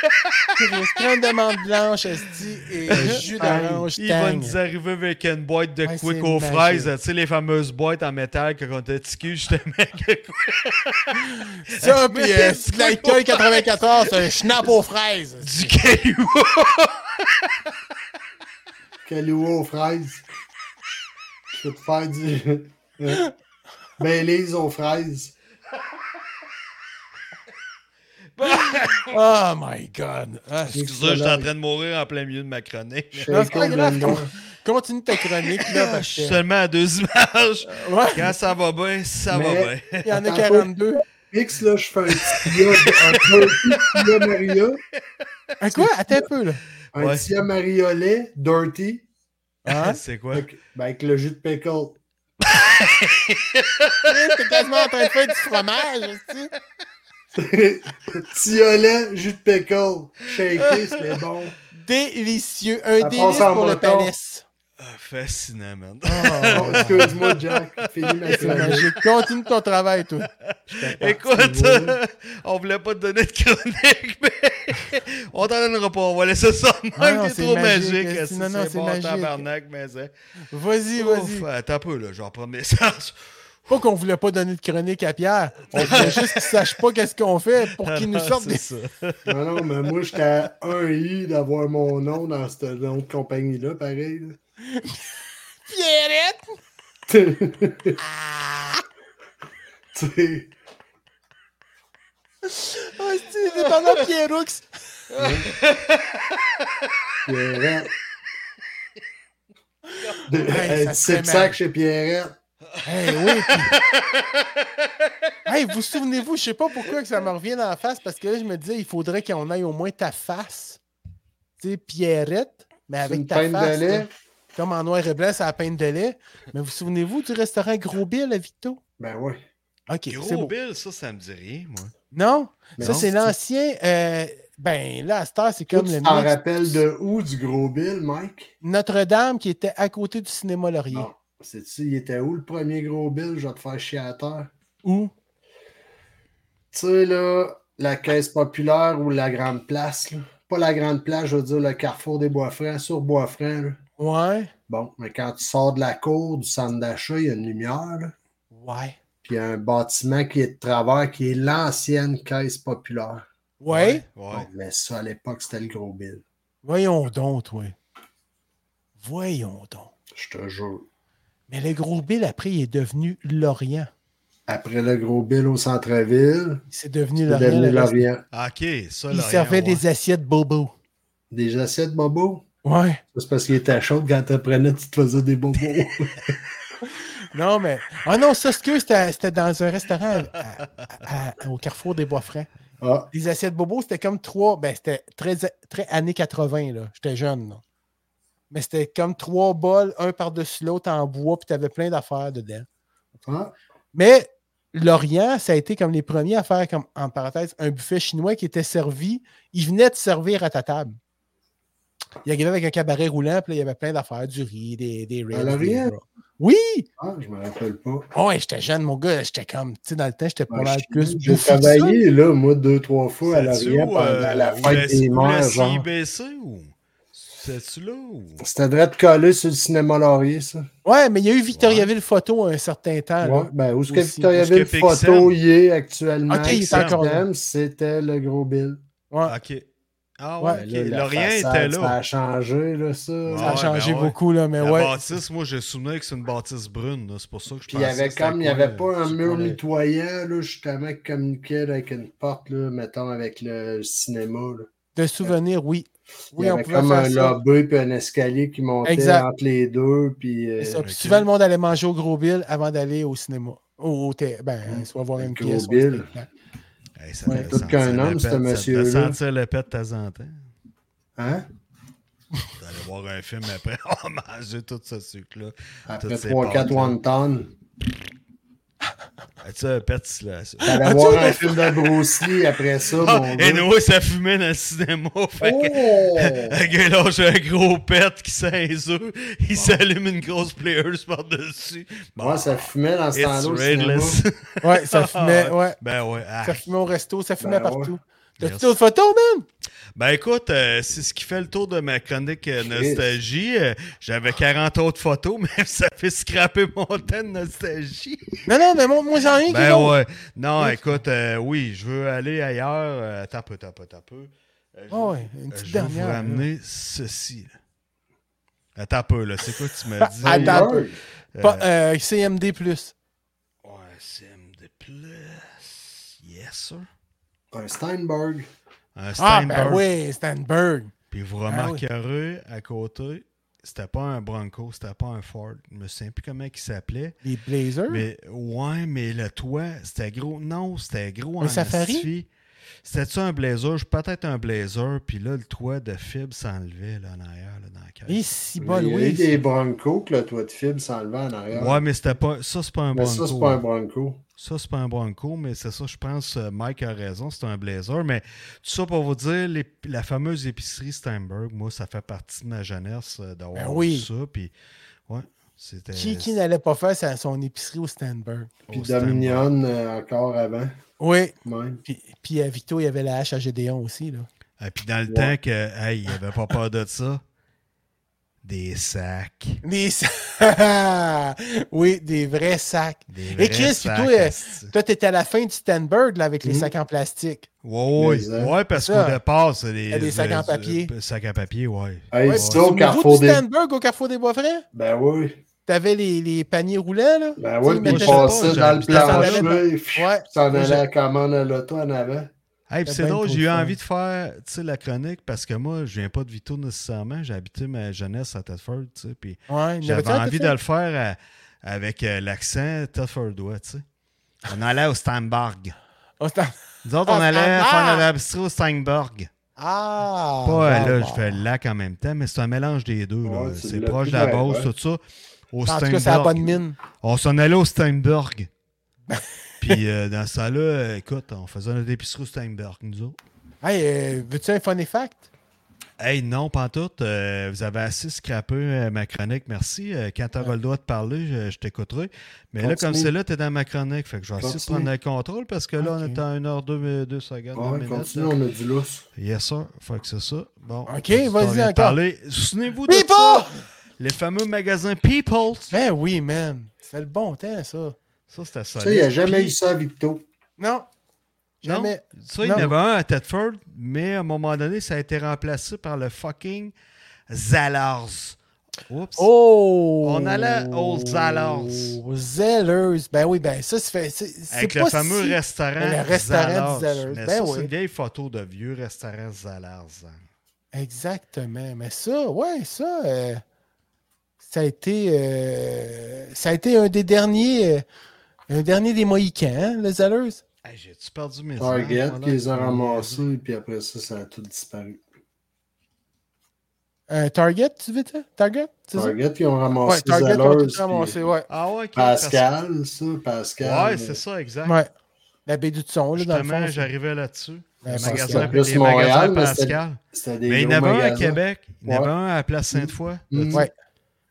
B: Chris, crème de menthe blanche, esti, et
C: Euh,
B: jus d'orange,
C: Il va
B: tang.
C: nous arriver avec une boîte de
B: Ouais,
C: quick
B: c'est
C: aux
B: magique.
C: fraises. Tu sais, les fameuses boîtes en métal que quand t'as tiqué, justement. [laughs] que-
B: Ça,
C: [laughs]
B: pis
C: Mais
B: euh, c'est de l'alcool 94, c'est un schnapp aux fraises.
C: du caillou.
D: Calouo aux fraises. Je peux te faire du. Ouais. Baileys aux fraises.
B: Oh my god. Ah,
C: Excusez, je suis en train de mourir en plein milieu de ma chronique.
B: Non, c'est pas
D: Shaker
B: grave.
D: blender.
B: [laughs] Continue ta chronique, là,
C: Je
B: parce
C: suis
B: que-
C: [laughs] seulement à deux images.
B: Ouais,
C: Quand ça va bien, ça
D: Mais-
C: va bien.
B: il y en a 42.
D: X, là, je fais un petit Tia- un petit Tia Maria,
B: À quoi? Attends un peu, là.
D: un
C: Ouais.
D: Tia Maria lait, dirty,
B: Hein?
C: [laughs] C'est quoi?
D: avec, ben, avec le jus de pickle. [laughs]
B: Chris, T'es quasiment en train de faire du fromage, esti.
D: Tiolet, jus de pickle, shaké, c'est bon.
B: Délicieux. Un
D: Ça
B: délice
D: passe en
B: pour le
D: moton.
B: palace.
C: Ah, Fascinant, man.
D: Oh, excuse-moi, Jack, fini ma
B: C'est
D: chronique.
B: magique. Continue ton travail, toi.
C: [laughs] Écoute,
D: Parti,
C: on voulait pas te donner de chronique, [laughs] mais on t'en donnera pas. On va laisser ça de
B: Ah
C: même.
B: non,
C: C'est
B: c'est
C: trop
B: magique,
C: magique.
B: esti.
C: si
B: Non, non,
C: C'est
B: c'est
C: bon,
B: magique.
C: tabarnak, mais c'est.
B: Vas-y,
C: Ouf,
B: vas-y.
C: attends un peu, là. Je vais reprendre mes [laughs] sens.
B: Pas qu'on voulait pas donner de chronique à Pierre. On
C: [laughs]
B: voulait juste qu'il sache pas qu'est-ce qu'on fait pour qu'il nous
C: Ah,
B: sorte
C: c'est
B: des...
C: ça.
D: ouais. Non, non, mais moi, j'étais à un i d'avoir mon nom dans cette nom de compagnie-là, pareil. là.
B: Pierrette!
D: [laughs] Tu sais,
B: Oh, c'est dépendant Pierroux!
D: Pierrette. De,
B: Hey, ça
D: euh,
B: serait
D: c'est sac chez Pierrette.
B: Hey, Eh oui! puis- hey, vous souvenez-vous, je sais pas pourquoi que ça me revient dans la face, parce que là, je me disais, il faudrait qu'on aille au moins ta face. Tu sais, Pierrette, mais
D: C'est
B: avec
D: une
B: ta
D: peine
B: face.
D: de
B: là,
D: lait.
B: comme en noir et blanc, c'est la peine de lait. Mais vous souvenez-vous du restaurant Gros Bill à Victo?
D: Ben ouais.
B: OK, c'est
C: Gros
B: beau.
C: Bill, ça, ça me dit rien, moi.
B: Non?
D: Mais
B: ça,
D: non,
B: c'est l'ancien... euh, ben, là, à cette heure, c'est
D: Toi,
B: comme le
D: tu t'en
B: mix.
D: rappelles de où du gros Bill, Mike?
B: Notre-Dame qui était à côté du cinéma Laurier.
D: Non. Sais-tu, il était où le premier gros bill? Je vais te faire chier à terre.
B: Où?
D: Tu sais, là, la caisse populaire ou la grande place, là. Pas la grande place, je veux dire le carrefour des Bois-Francs, sur Bois-Francs, là.
B: Ouais.
D: Bon, mais quand tu sors de la cour, du centre d'achat, il y a une lumière, là.
B: Ouais.
D: Puis il y a un bâtiment qui est de travers, qui est l'ancienne caisse populaire.
B: Ouais?
C: Ouais.
D: Bon, mais ça, à l'époque, c'était le gros bill.
B: Voyons donc, toi. Voyons donc.
D: Je te jure.
B: Mais le gros Bill, après, il est devenu l'Orient.
D: Après le gros bill au centre-ville,
B: C'est devenu
D: il est
B: l'Orient.
D: devenu
B: le reste-
D: l'Orient.
C: Ok, ça,
B: Il
C: Lorient,
B: servait
C: ouais.
B: des assiettes bobo.
D: Des assiettes, Bobo?
B: Ouais.
D: C'est parce qu'il était chaud quand tu prenais, tu te faisais des
C: [laughs]
D: bobos.
B: Non, mais. Ah non, ça, ce que c'était c'était dans un restaurant à- à- à- au carrefour des Bois-Francs.
D: ah,
B: Les assiettes bobo, c'était comme trois. Ben, c'était très, très années 80, là. J'étais jeune, là. Mais c'était comme trois bols, un par-dessus l'autre en bois, puis t'avais plein d'affaires dedans.
D: ah,
B: Mais l'Orient, ça a été comme les premiers à faire, comme, en parenthèse, un buffet chinois qui était servi. Il venait de servir à ta table. Il arrivait avec un cabaret roulant, puis là, il y avait plein d'affaires, du riz, des, des ribs,
D: À
B: des
D: l'Orient?
B: rats. Oui!
D: ah, je me rappelle pas.
B: Oh, ouais, j'étais jeune, mon gars. J'étais comme, tu sais, dans le temps, j'étais pas
D: Ah,
B: mal
D: je-
B: plus.
D: J'ai
B: bouffi que ça.
D: travaillé, là, moi, deux, trois fois à
C: C'est-tu
D: l'arrière
C: où,
D: pendant
C: euh,
D: la
C: où
D: fête
C: la-
D: des
C: où
D: mères,
C: la
D: genre.
C: CIBC ou c'est-tu là ou
D: C'était de collé sur le cinéma Laurier, ça.
B: Ouais, mais il y a eu Victoriaville Photo un certain temps. là.
D: Ouais, ben, où est-ce que
B: Aussi.
D: Victoriaville
C: Ah, Où est-ce que
D: Photo
C: Pixel?
D: y est actuellement?
B: Ok, il est
D: Pixel,
B: encore là.
D: C'était le gros bill.
B: Ouais.
C: Ok. Ah
B: Ouais,
C: ouais, ok.
D: Ben, là, la
C: Lorient
D: façade,
C: était
D: Ça
C: là.
D: a changé, là, ça.
B: Ça a
C: Ouais,
B: changé
C: ben ouais.
B: beaucoup, là, mais
C: La
B: Euh, ouais.
C: bâtisse, moi, j'ai souvenir que c'est une bâtisse brune. là, C'est pour ça que
D: Ah,
C: je
D: Puis il y
C: pensais
D: avait
C: que c'était
D: comme, il n'y
C: quoi,
D: avait
C: là,
D: pas un
C: c'est
D: mur
C: quoi, là?
D: mitoyen, là, justement, qui communiquait là, avec une porte, là, mettons, avec le cinéma, là.
B: De souvenirs, oui.
D: il y
B: Oui, on
D: avait
B: pouvait
D: comme un
B: faire ça.
D: lobby puis un escalier qui montait
B: Exact.
D: entre les deux. Puis, euh,
B: C'est ça. Puis
C: Ok.
B: souvent, le monde allait manger
C: Hmm.
B: au Gros Bill avant d'aller au cinéma. Au, au thé- Ben, soit voir
D: Le
B: une
D: Gros
B: pièce. ou un
D: Bill.
B: spectacle.
C: Hey, ça
D: Ouais,
C: devait
D: tout
C: sentir
D: qu'un
C: le
D: homme,
C: pet,
D: ce
C: ça devait
D: monsieur-là.
C: sentir le pet de temps en temps.
D: Hein?
C: Vous allez voir un film après, [laughs] on va manger tout ce sucre-là.
D: Après
C: Toutes ces
D: 3-4
C: pâtes-là.
B: [laughs]
D: one ton.
C: As-tu un pet, Ah, là? ça?
D: T'allais voir un film de Bruce Lee après ça,
C: Ah,
D: mon
C: et
D: gars.
C: nous, ça fumait dans le cinéma. [laughs] Fait que-
D: Oh!
C: Le gars lâche un gros pet qui sent les œufs. Il s'allume une grosse players par-dessus.
D: [laughs]
C: Bon,
D: Ouais, ça fumait dans ce
C: it's
D: temps-là. au cinéma.
C: radeless.
B: Ouais, ça fumait, ouais.
C: [laughs] ben ouais. ah.
B: Ça fumait au resto, ça fumait
D: Ben
B: partout. T'as-tu
C: Merci.
B: d'autres photos, man?
C: Ben écoute, euh, c'est ce qui fait le tour de ma chronique euh,
D: Chris.
C: nostalgie. Euh, J'avais 40 autres photos, [laughs] mais ça fait scraper mon temps de nostalgie.
B: Non, non, mais Hein? moi, moi j'en ai qui
C: Ben
B: l'ont.
C: ouais. Non, écoute, euh, oui, je veux aller ailleurs. Euh, attends un peu, attends un peu, attends un peu. Euh, je-
B: Ah ouais, une
C: euh,
B: petite
C: je vais vous
B: dernière. là.
C: ramener ceci. là. Attends un peu, là. C'est quoi que
B: [laughs]
C: tu m'as dit?
B: [laughs] Attends un peu.
D: Ouais.
C: Euh,
B: Pas- euh, CMD.
C: Ouais, CMD Plus. Yes, sir.
D: Un Steinberg.
C: Un
B: Ah,
C: Steinberg.
B: ben oui, Steinberg.
C: Puis vous
B: Ah oui.
C: remarquerez à côté, c'était pas un Bronco, c'était pas un Ford. Je me souviens plus comment il s'appelait.
B: Les Blazers.
C: Mais ouais, mais le toit, c'était gros. Non, c'était gros
B: Un
C: en
B: Safari?
C: esti. C'était-tu un blazer? Je- Peut-être un blazer. Puis là, le toit de fibre s'enlevait là, en arrière, là, dans la cage.
B: Et si
D: Il
B: bol,
D: y a eu
B: oui.
D: des Broncos que le toit de fibre s'enlevait en arrière.
C: Ouais, mais c'était pas. Ça, c'est pas un
D: mais
C: Bronco.
D: ça, c'est pas un Bronco.
C: Ça, c'est pas un Bronco, mais c'est ça, je pense, euh, Mike a raison, c'est un blazer. Mais tout ça pour vous dire, l'ép- la fameuse épicerie Steinberg, moi, ça fait partie de ma jeunesse euh, d'avoir
B: Ben oui.
C: vu ça. Puis, ouais, c'était.
B: Qui, qui n'allait pas faire sa- son épicerie au Steinberg?
C: au
D: Puis
C: Oh, Steinberg.
D: Dominion euh, encore avant,
B: Oui.
D: même.
B: Puis, puis à Vito, il y avait la hache à Gédéon aussi. Là.
C: Et Ah, puis, dans le
D: Ouais.
C: temps que, hey, il avait pas peur de ça. Des sacs.
B: Des [laughs] sacs. oui, des vrais sacs.
C: Des
B: Et
C: vrais
B: Chris, puis
C: sacs,
B: toi, euh,
C: esti.
B: Toi, t'étais à la fin du Steinberg là, avec les
D: Mhm.
B: sacs en plastique.
C: Ouais,
D: Mais,
C: ouais,
D: euh,
C: ouais, parce
B: ça,
C: qu'au départ, c'est des,
B: des sacs en
C: euh,
B: papier.
C: euh, sacs à papier, ouais.
D: Hey,
B: Ouais,
D: ça,
C: c'est
D: au
B: Au niveau
D: Carrefour
B: du
D: des.
B: Steinberg au Carrefour des Boisfrais,
D: Ben oui.
B: t'avais les, les paniers roulants. Là.
D: Ben
B: Tu
D: oui,
B: sais,
D: puis
B: mettaient-
D: je
C: pas,
D: passais
C: j'ai-
D: dans le
C: je t'en
B: allais
D: plancher. pfiou,
B: Ouais.
D: S'en
B: Moi,
D: allait
B: j'ai-
D: à commande à l'auto en avant.
C: Hey, puis
B: T'as
C: c'est
B: bien
C: drôle,
B: trop
C: j'ai
B: de
C: eu
B: fun.
C: envie de faire tu sais, la chronique parce que moi, je viens pas de Vito nécessairement. J'ai habité ma jeunesse à Tedford. tu sais, puis
B: Ouais, il y en
C: J'avais
B: avait-tu un
C: envie
B: peu
C: de le faire à- avec euh, l'accent Tedfordois. tu sais. On allait au Steinberg.
B: Au Stein-
C: Nous autres,
B: Au
C: on allait
B: Steinberg!
C: faire de l'abstrait au Steinberg.
B: Ah!
C: Pas
B: bon,
C: là,
B: bon.
C: je fais le lac en même temps, mais c'est un mélange des deux. là.
D: Ouais, c'est
C: c'est
D: le
C: proche
D: plus
C: de la
D: vrai,
C: base,
D: ouais.
C: tout ça. Au
B: En tout cas, c'est la
C: Steinberg.
B: bonne mine.
C: On s'en allait
B: [laughs]
C: au Steinberg. Puis euh, dans ça là écoute, on faisait notre épicerie au Steinberg, nous autres.
B: Hey, euh, veux-tu un fun fact?
C: Hey, non, pantoute. Euh, vous avez assez scrappé euh, ma chronique. Merci. Euh, quand tu le droit de parler, je, je t'écouterai. Mais là,
D: Continue.
C: comme c'est là, tu es dans ma chronique. Fait que je vais essayer de
D: Continue.
C: prendre le contrôle parce que là, on
B: Ok.
C: est à 1h2 euh, secondes.
D: Ouais,
C: une minute.
D: continue, on a du lousse.
C: Yes, sir. Fait que c'est ça. Bon.
B: Ok,
C: on
B: vas-y
C: vient de
B: encore.
C: Parler. Souvenez-vous de
B: People!
C: ça. Les fameux magasins People.
B: Ben oui, man. C'est le bon temps, ça.
C: Ça, c'était ça.
D: Ça, il n'y a jamais eu ça, Victo.
B: Non. Jamais.
C: Ça, il y en
B: Non.
C: avait un à Tedford, mais à un moment donné, ça a été remplacé par le fucking Zalars. Oups.
B: Oh!
C: On allait aux Zellers.
B: Aux Zellers. Ben oui, ben ça, c'est fait. c'est- c'est
C: Avec
B: pas
C: le fameux
B: si-
C: restaurant.
B: le restaurant
C: Zala's.
B: du Zala's.
C: Mais
B: Ben
C: ça,
B: oui.
C: c'est une vieille photo de vieux restaurant Zalars. hein.
B: Exactement. Mais ça, ouais, ça. euh, ça a été. euh, ça a été un des derniers. euh, un dernier des Mohicans, hein, le Zellers.
C: J'ai-tu perdu mes
D: Target
C: images,
D: qui les a
C: voilà?
D: ramassés, puis après ça, ça a tout disparu.
B: Un Euh, Target, tu veux, toi? Target? c'est ça?
D: Target qui ont
B: Ouais,
D: ramassé les
B: Target, on
D: Zellers,
B: tout ramassé,
D: puis
B: ouais.
C: Ah ouais, ok, parce-
D: Pascal, ça, Pascal. euh,
C: Ouais, c'est ça, exact.
B: Ouais. La baie du son, là, dans le
C: Justement,
B: fond. c'est-
C: j'arrivais là-dessus.
B: Ben,
C: Les
B: Pascal.
C: magasins,
D: Plus
C: les
D: Montréal,
C: magasins
D: mais c'était-
C: Pascal.
D: C'était
C: Mais
D: des
C: il y en
D: gros
C: avait un à
D: magasins.
C: Québec. Il y en
D: Ouais.
C: avait un à Place Sainte-Foy.
D: Mhm.
B: Ouais.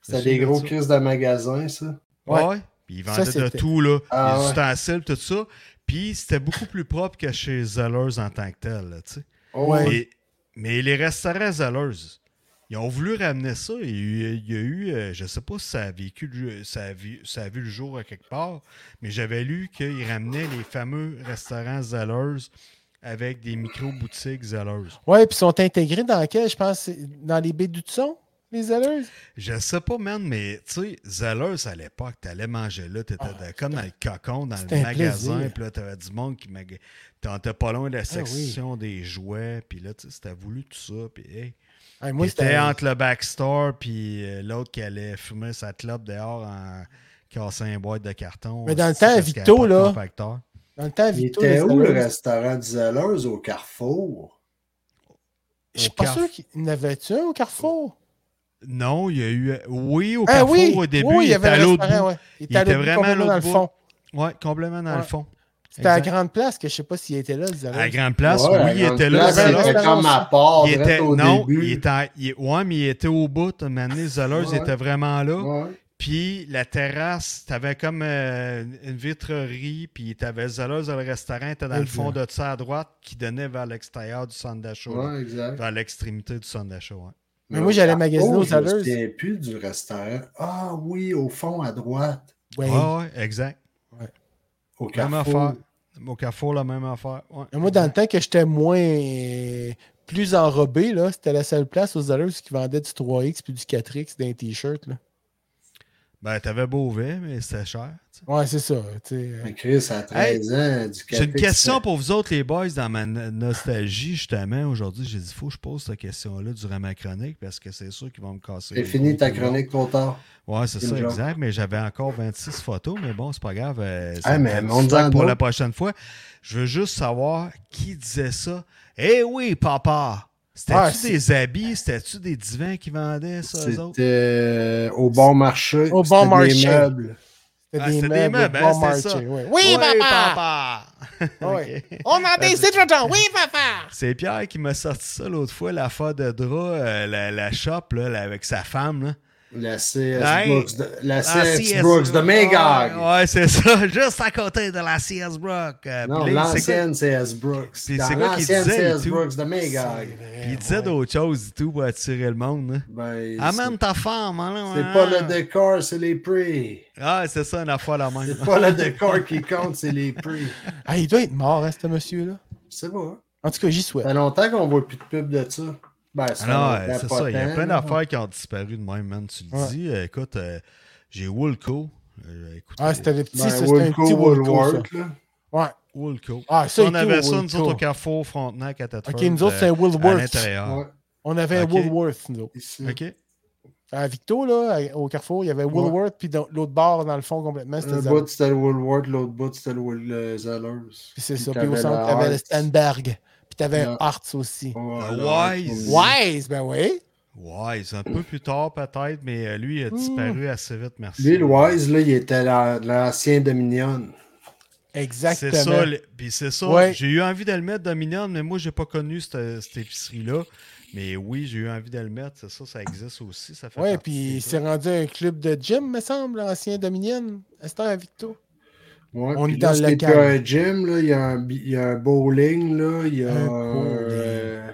D: C'était des gros
C: Ouais.
D: crises de magasins, ça.
B: Ouais.
C: Ouais. Puis ils
B: Ça,
C: vendaient de
B: c'était-
C: tout, là.
D: Ah,
C: les
D: ouais.
C: ustensiles, tout ça. Puis c'était beaucoup plus propre que chez Zellers en tant que tel, là, tu sais.
D: Oh,
B: Ouais.
D: ouais.
C: Mais, mais les restaurants Zellers, ils ont voulu ramener ça. et Il y a eu, euh, je sais pas si ça a, vécu, le- ça, a vu, ça a vu le jour à quelque part, mais j'avais lu qu'ils ramenaient les fameux restaurants Zellers avec des micro-boutiques Zellers.
B: Ouais, puis ils sont intégrés dans quel, je pense, c'est dans les baies du son, les Zellers?
C: Je sais pas, man, mais tu sais, Zellers à l'époque, t'allais manger là, t'étais dans- comme dans le cocon, dans
B: Ah, c'était
C: le
B: un
C: magasin,
B: plaisir. Ah
C: puis là, t'avais du monde qui maga- T'en étais pas loin de la section des jouets, puis là, tu sais, c'était voulu tout ça, puis hey.
B: Ah,
C: Moi,
B: moi,
C: était entre le backstore puis euh, l'autre qui allait fumer sa clope dehors en cassant une boîte de carton.
B: Mais dans le
C: C'est
B: temps,
C: parce qu'il y avait
B: Vito,
C: pas de
B: là,
C: compacteur.
B: Dans le temps,
D: Il
B: Vito,
D: était
B: les
D: où le
B: Zelleuses,
D: restaurant du Zelleuse au Carrefour?
B: Je suis
C: Au
B: pas
C: Carre-
B: sûr qu'il y en avait-tu un au Carrefour.
C: Non, il y a eu. euh, Oui, au
B: Ah
C: Carrefour,
B: oui,
C: au début,
B: oui,
C: il, était
B: un
C: à l'autre
B: restaurant,
C: bout.
B: ouais. Il
C: Il
B: était à l'autre
C: était
B: bout,
C: vraiment à
B: complètement dans le
C: l'autre
B: fond.
C: Ouais, complètement dans le
B: Ouais.
C: fond.
B: C'était à
C: Exact.
B: Grande Place, que je sais pas s'il était là, le Zelleuse.
C: À la grande place,
D: Ouais,
C: oui, il
D: la grande
C: était là.
D: place,
B: Zelleuse.
D: C'était comme à part,
C: Il
D: direct
C: était,
D: au
C: non,
D: début.
C: il était, en- il- ouais, mais il était au bout. Un moment donné, Zellers
D: Ouais.
C: était vraiment là.
D: Ouais.
C: Puis la terrasse, t'avais comme euh, une vitrerie, puis t'avais Zellers, le restaurant était dans le fond de ça à droite, qui donnait vers l'extérieur du centre d'achat. là.
D: Ouais, exact.
C: Vers l'extrémité du centre d'achat, ouais.
B: Mais moi, j'allais magasiner aux
D: Oh, Je me
B: Zelleuses.
D: souviens plus du restaurant. Ah oui, au fond à droite,
B: Ouais.
C: Ouais, ouais, exact.
D: au
C: Même
D: Carrefour.
C: affaire. Au Carrefour, la même affaire. Ouais.
B: Mais Moi, dans le temps que j'étais moins. euh, plus enrobé, là, c'était la seule place aux Zelleuses qui vendait du 3X puis du 4X d'un t-shirt. là.
C: Ben, t'avais Beauvais, mais c'était cher. tu sais.
B: Ouais, c'est ça. tu sais, euh.
C: Ah,
D: Mais Chris, à 13 ans, du
C: J'ai une
D: Café
C: question pour vous autres, les boys, dans ma no- nostalgie, justement. Aujourd'hui, j'ai dit, faut que je pose cette question-là durant ma chronique parce que c'est sûr qu'ils vont me casser.
D: T'as
C: les
D: fini
C: couilles
D: ta
C: tout le long.
D: chronique trop tard.
C: Ouais, c'est
D: C'est
C: ça,
D: une joke.
C: exact. Mais j'avais encore 26 photos, mais bon, c'est pas grave. euh,
D: Ah,
C: ça me
D: mais
C: fait du
D: montre-en
C: stock pour
D: d'autres.
C: la prochaine fois. Je veux juste savoir qui disait ça. Eh oui, papa!
B: Ah,
C: C'était-tu
B: c'est-
C: des habits? C'était-tu des divans qui vendaient, ça,
D: [laughs]
C: eux autres?
D: C'était euh, au bon marché.
B: Au bon
D: c'était des
B: marché.
D: meubles.
B: C'était
C: Ah, c'était des
B: meubles,
C: meubles,
B: bon
C: hein, c'est
B: marché,
C: ça.
B: ouais.
C: Oui,
B: Oui, papa!
C: papa! [laughs]
B: Ouais.
C: Ok.
B: On a des détergents! Oui, papa!
C: C'est Pierre qui m'a sorti ça l'autre fois, la fois de drap, euh, la, la shop, là, là, avec sa femme. Là.
D: La CS
C: Hey.
D: Brooks de, la
C: Ah,
D: CS
C: CS
D: Brooks de Magog.
C: Ah, Ouais, ouais, c'est [laughs] ça, juste à côté de la CS Brock. Euh,
D: Non,
C: puis là, il- c'est quoi-
D: l'ancienne CS Brooks.
C: Puis c'est
D: Dans
C: quoi qu'il
D: l'ancienne
C: disait,
D: CS
C: tout?
D: Brooks de Magog.
C: puis il disait d'autres choses et tout pour attirer le monde. Hein.
D: Ben,
C: Amène
D: c'est
C: ta femme. hein, là,
D: c'est
C: hein.
D: pas le décor, c'est les prix.
C: Ah, c'est ça, une affaire la même.
D: C'est pas le décor qui compte, c'est les prix.
B: Ah, il doit être mort, hein, ce monsieur-là.
D: C'est bon. hein?
B: En tout cas, j'y souhaite.
D: Ça fait longtemps qu'on voit plus de pub de ça. Ben, ça
C: Ah
D: fait
C: non,
D: longtemps,
C: c'est
D: pas
C: ça. Il y a
D: tant,
C: plein
D: là.
C: d'affaires qui ont disparu de même, man. Tu le
B: Ouais.
C: dis. Euh, Écoute, euh, j'ai Woolco. Euh, écoute,
B: Ah, c'était le petit,
D: Ben,
B: ça, c'était un
D: Woolco,
B: petit Woolco, ça.
D: Woolworth, là.
B: Ouais.
C: euh, Woolco.
B: Ah, ça,
C: on
B: il
C: avait
B: était
C: ça,
B: au
C: nous autres, au
B: Woolco.
C: Carrefour, Frontenac, à Tatford.
B: Ok, nous autres, c'est un
C: À
B: Woolworth.
C: l'intérieur.
D: Ouais,
B: On avait un
C: Ok.
B: Woolworth, nous autres.
D: ici.
C: OK.
B: À Victo, là, à- au Carrefour, il y avait Woolworth, puis dans- l'autre bar dans le fond complètement, c'était
D: Un
B: Zara.
D: bout, c'était le Woolworth, l'autre bout, c'était le Wool- le Zellers.
B: Puis c'est ça.
D: t'avais
B: Puis au centre,
D: le
B: t'avais le
D: Hartz.
B: Stanberg. Puis t'avais un
D: Ouais.
B: Hartz aussi.
C: Ah,
D: le
C: ouais.
D: Hartz, oui.
B: Wise, ben oui.
C: Ouais, c'est un peu plus tard, peut-être, mais euh, lui, il a disparu assez vite, merci.
D: Lui, le Wise, là, il était la- l'ancien Dominion.
B: Exactement.
C: C'est ça. le- Puis c'est ça.
B: Ouais.
C: J'ai eu envie de le mettre Dominion, mais moi, j'ai pas connu cette, cette épicerie-là. Mais oui, j'ai eu envie de le mettre. C'est ça, ça existe aussi. Ça fait
B: Ouais,
C: partie
B: puis
C: des
B: il s'est
C: trucs.
B: rendu un club de gym, me semble, ancien Dominion. À cette heure, à Victo.
D: Ouais,
B: On
D: puis
B: est
D: là,
B: dans le
D: c'est
B: local.
D: plus un gym, là, il y a un, bi- il y a un bowling, là, il y a
B: Un
D: un,
B: bowling.
D: euh,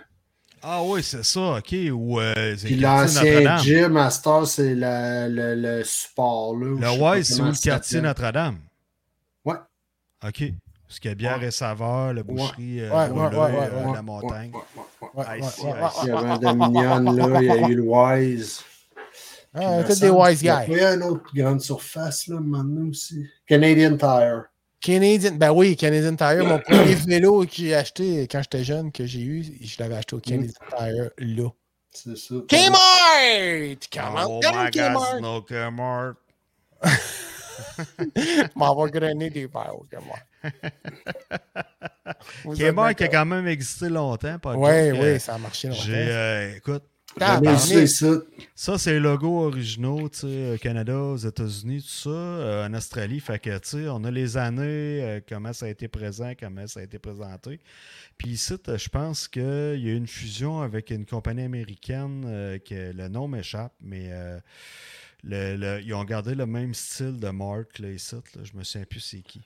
C: Ah oui, c'est ça, ok. Ou euh, c'est
D: puis
C: quartier
D: l'ancien
C: Notre-Dame.
D: gym, à cette heure, c'est la- le, le support, là. ou je sais
C: Le
D: pas
C: Wise, c'est où
D: comment
C: le
D: ça
C: quartier
D: s'appelle.
C: Notre-Dame?
D: Ouais.
C: OK. Parce qu'il y a bière et saveur, la boucherie, euh,
B: Ouais, ouais,
C: Beaulay,
B: ouais, ouais,
C: euh,
B: ouais,
C: la montagne.
D: Ouais, ouais, ouais,
B: Ouais,
D: ouais.
C: Ah,
B: ouais,
C: ici,
B: ouais,
C: ah,
B: ouais,
C: ici.
D: Il y
B: ouais,
D: avait un
B: ouais.
D: Dominion, là, il y a eu le Wise.
B: Ah,
D: Il me
B: tous des
D: semble
B: wise
D: qu'il y a
B: guys.
D: pas eu une autre grande surface, là, maintenant aussi. Canadian Tire.
B: Canadian, ben oui, Canadian Tire, mon premier vélo que j'ai acheté quand j'étais jeune, que j'ai eu, je l'avais acheté au Canadian Tire, là.
D: C'est ça.
B: Kmart! Comment?
C: Oh
B: Comment
C: my
B: Kmart?
C: God, no Kmart.
B: M'en va grainer des verres au Kmart. Vous êtes
C: Kmart qui a
B: d'accord?
C: quand même existé longtemps. pas
B: Ouais,
C: plus,
B: ouais,
C: euh,
B: ça a marché
C: J'ai,
B: longtemps. Ah, ben,
C: euh, écoute,
D: Venez
B: Tabarnak.
D: ici, ici.
C: ça, c'est les logos originaux, tu sais, euh, Canada, aux États-Unis, tout ça, euh, en Australie. Fait que, tu sais, on a les années, euh, comment ça a été présent, comment ça a été présenté. Puis ici, t- je pense qu'il y a eu une fusion avec une compagnie américaine euh, que le nom m'échappe, mais euh, le- le- ils ont gardé le même style de marque, là, ici. Là, je me souviens plus c'est qui.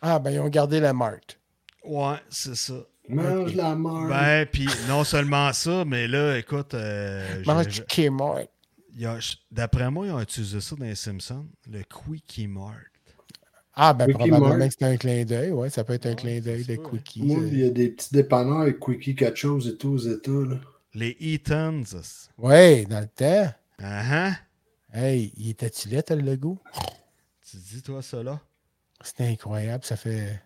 B: Ah, ben ils ont gardé la marque.
C: Ouais, c'est ça.
D: Mange la merde.
C: Ben, puis non seulement ça, mais là, écoute, euh, j'ai-
B: Marque Kmart.
C: Ils ont- D'après moi, ils ont utilisé ça dans les Simpsons, le Quickie Mart.
B: Ah, ben
D: Quickie
B: probablement
D: Mart.
B: que c'est un clin d'œil, ouais, ça peut être un
C: Ah,
B: clin d'œil de cookies.
D: Moi, il
B: euh.
D: y a des petits dépanneurs avec Quickie quelque chose et tout aux États. Là.
C: Les Eatons.
B: Ouais, dans le temps.
C: Ah ah.
B: Hey, il était-tu là, t'as le logo?
C: Tu dis, toi, ça là?
B: C'était incroyable, ça fait.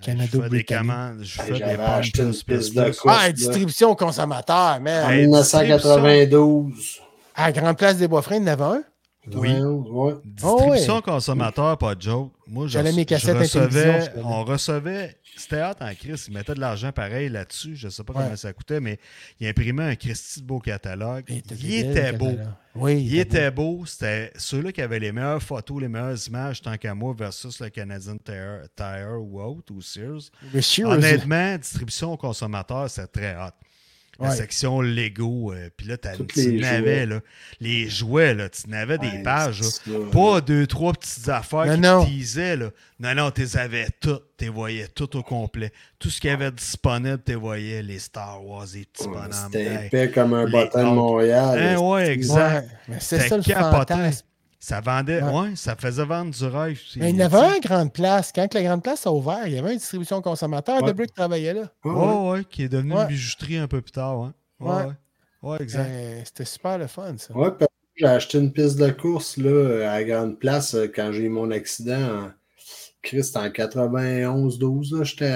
C: je fais des
B: Canado-Britannique.
C: commandes, je fais des
D: j'avais
C: pommes
D: acheté une
C: plus, plus,
D: piste de
C: plus.
D: course.
B: Ah, distribution consommateur,
D: En
B: man.
C: Hey,
D: 1992.
B: À la Grande Place des Bois-Frères, il y en avait un.
C: Oui.
D: Ouais.
C: Distribution
B: Oh ouais.
C: consommateur, pas de joke. Moi, je,
B: J'avais mes
C: je
B: cassettes
C: recevais,
B: Intellivision, je connais.
C: on recevait, c'était hâte en Christ, ils mettaient de l'argent pareil là-dessus, je sais pas
B: Ouais.
C: comment ça coûtait, mais ils imprimaient un Christy de beau catalogue.
B: Il
C: Il était beau.
B: Oui,
C: Il était beau, c'était ceux-là qui avaient les meilleures photos, les meilleures images, tant qu'à moi, versus le Canadian Tire, Tire ou autre, ou Sears.
B: Le Shears,
C: Honnêtement, distribution aux consommateurs, c'est très hot. La
B: Ouais.
C: section Lego, euh, puis là, t'as-
D: Toutes
C: tu
D: les
C: n'avais là, les jouets, là, tu n'avais des
D: Ouais,
C: pages. là.
D: c'est ça, là.
C: Pas deux, trois petites affaires
B: Non,
C: qui
B: non.
C: te disaient. Là. Non, non, tu les avais toutes. Tu les voyais toutes au complet. Tout ce qu'il y avait disponible, tu les voyais. Les Star Wars, les petits
D: Ouais,
C: bonhommes.
D: C'était
C: Hey.
D: épais comme un
C: Les
D: bottin de
C: autres.
D: Montréal.
C: Hein, ouais, exact.
B: Ouais, mais c'est
C: C'était
B: ça le
C: capoté.
B: fantasme.
C: Ça vendait,
B: Ouais.
C: ouais, ça faisait vendre du rêve.
B: Mais il y en avait un grande place. Quand la grande place a ouvert, il y avait une distribution consommateur.
D: Ouais.
B: De Brick travaillait là.
D: Ouais, ouais.
C: Ouais, ouais, qui est devenu
B: Ouais.
C: une bijouterie un peu plus tard. Hein. Ouais,
B: Ouais.
C: ouais. Ouais, exact.
B: Euh, C'était super le fun, ça.
D: Ouais, parce que j'ai acheté une piste de course là, à Grande Place euh, quand j'ai eu mon accident. en- Christ, en 91-12, là, j'étais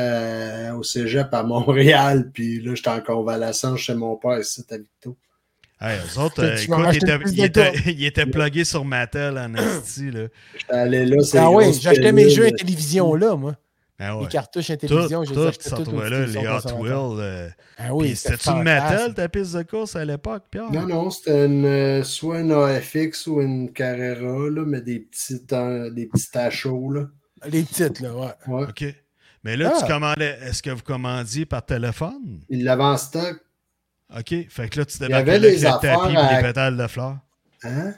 D: à- au cégep à Montréal, [laughs] puis là, j'étais en convalescence chez mon père ici à Victo.
C: Hey, eux autres,
B: Tu
C: euh,
B: vas
C: écoute, ils
B: racheter
C: étaient,
B: plus de
C: ils [laughs] étaient- ils étaient plugués sur Mattel
B: [coughs]
C: en esti, là.
D: J'étais allé là, c'est
B: Ah oui,
D: grosse
B: j'achetais mes
D: pénule,
B: jeux à
D: là.
B: télévision là, moi.
C: Ah euh, ouais.
B: Les cartouches à
C: Tout,
B: télévision, je les
C: tout,
B: achetais
C: ça
B: toutes aux
C: là, les
B: distributions
C: Hot
B: consommateurs.
C: Wheels. euh,
B: Ah
C: puis
B: oui,
C: C'était-tu une
B: fantastique.
C: Mattel, ta piste de course à l'époque, Pierre?
D: Non, non, c'était une, euh, soit une AFX ou une Carrera, là, mais des petits, ta- des petits tachos. Là.
B: Les titres, là, ouais.
D: Ouais.
C: OK. Mais là, tu
B: Ah.
C: commandais, est-ce que vous commandiez par téléphone?
D: Ils l'avaient en stock.
C: OK. Fait que là, tu
D: y avait
C: débarquais là avec
D: des
C: le tapis et
D: affaires à-
C: les pétales de fleurs. [laughs]
D: Hein?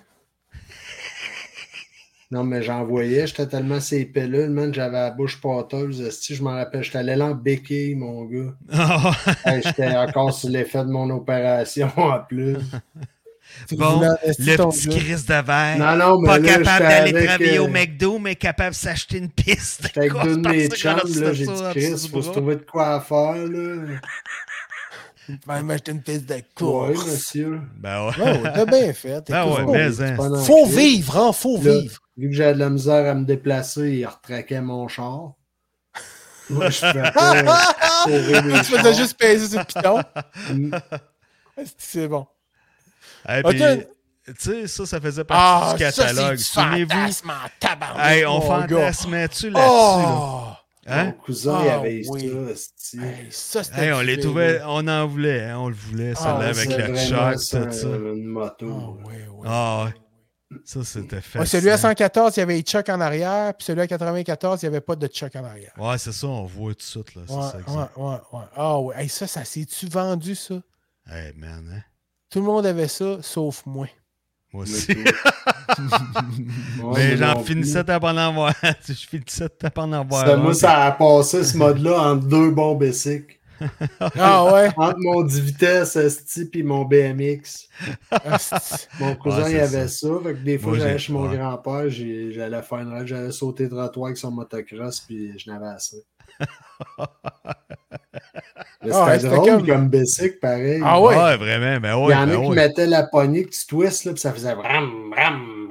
D: Non, mais j'en voyais, j'étais tellement ces pellules, man, j'avais la bouche pâteuse. Si je m'en rappelle, j'étais allé là en béquille, mon gars. Hey, j'étais encore sur l'effet de mon opération en plus.
B: Tu
C: [laughs] Bon,
B: voulais investir
C: le
B: ton
C: petit
B: jeu.
C: Chris de verre.
D: Non, non, mais
C: pas
D: là,
C: capable
D: j'étais
C: d'aller
D: avec,
C: travailler au
D: euh,
C: McDo, mais capable de s'acheter une piste.
D: J'étais avec
C: [laughs] Quoi,
D: deux de
C: parce
D: mes
C: que
D: chums, là,
C: c'était
D: j'ai dit,
C: ça,
D: Chris, faut se
C: absolument.
D: trouver de quoi à faire, là.
B: Ben, m'acheter une piste de
D: Oui,
B: course.
D: monsieur.
C: Ben ouais.
B: Ouais, ouais, t'as bien fait.
C: Ben
B: Écoute,
C: ouais,
B: faut-
C: mais hein,
D: Pendant
B: Faut
D: que-
B: vivre, hein, faut [laughs]
D: Là,
B: vivre.
D: vu que j'avais de la misère à me déplacer, il retraquait mon
B: [laughs]
D: char. Moi, je pouvais pas courir mes
B: Ah, tu faisais
D: chars.
B: juste peser sur le piton. Ah,
D: Mm.
B: C'est bon.
C: Hey,
B: Ok.
C: puis, Tu sais, ça, ça faisait partie
D: Ah,
B: Ah,
C: du catalogue. Souvenez-vous.
B: en tabarnak,
C: Hey, on
B: mon gars.
C: fantasmait-tu là-dessus? là?
B: Oh!
D: Mon
C: Hein?
D: cousin, il
B: Ah,
D: avait eu
B: oui.
D: ça, esti.
B: Oh, Hey, ça, c'était
C: Hey, on les
B: du
C: trouvait,
B: vélo.
C: on en voulait, hein, on le voulait,
B: Ah,
C: celle-là avec
D: C'est
C: le
D: vraiment
C: choc,
D: ça, euh,
C: tout ça.
D: Une moto.
B: Ah, ouais, ouais.
C: Ah ouais. Ça, c'était fait.
B: Ouais, celui à 114, il y avait les chocs en arrière, puis celui à 94, il n'y avait pas de choc en arrière.
C: Ouais, c'est ça, on voit tout de suite, là. c'est
B: Ouais,
C: ça,
B: ouais,
C: exact.
B: ouais, ouais. Ah ouais. Hey, ça, ça s'est-tu vendu, ça?
C: Hey, man, hein?
B: Tout le monde avait ça, sauf moi.
D: Une
C: Moi
D: [laughs]
C: aussi.
D: moto. Ouais,
C: [laughs]
D: moi
C: Mais j'en
D: non
C: finissais
D: plus.
C: t'as pas en voir. [laughs] Je finissais t'as pas en voir.
D: Ça,
C: un.
D: moi, ça a passé ce mode-là entre deux bons basics.
B: Ah ouais?
D: Entre mon 10 vitesses, esti, puis mon BMX.
B: Ah
C: [laughs]
B: Asti.
D: Mon cousin,
C: Ouais,
D: il
C: Ah, c'est
D: avait
C: ça.
D: ça. Fait que des fois,
C: Moi,
D: j'allais
C: j'ai-
D: chez mon
C: ouais.
D: grand-père, j'ai- j'allais faire une ride, j'allais sauter de trottoir avec son motocross, puis je n'avais assez.
C: [laughs]
D: Mais
B: Ah, ouais,
D: c'était
B: c'était
D: drôle
B: comme-
D: comme... basic, pareil.
B: Ah ouais?
C: Ouais, vraiment, mais
D: Il y
C: ouais.
D: en
C: ben
D: a qui
C: ouais.
D: mettaient la poignée que tu twists, là, puis ça faisait ram, ram,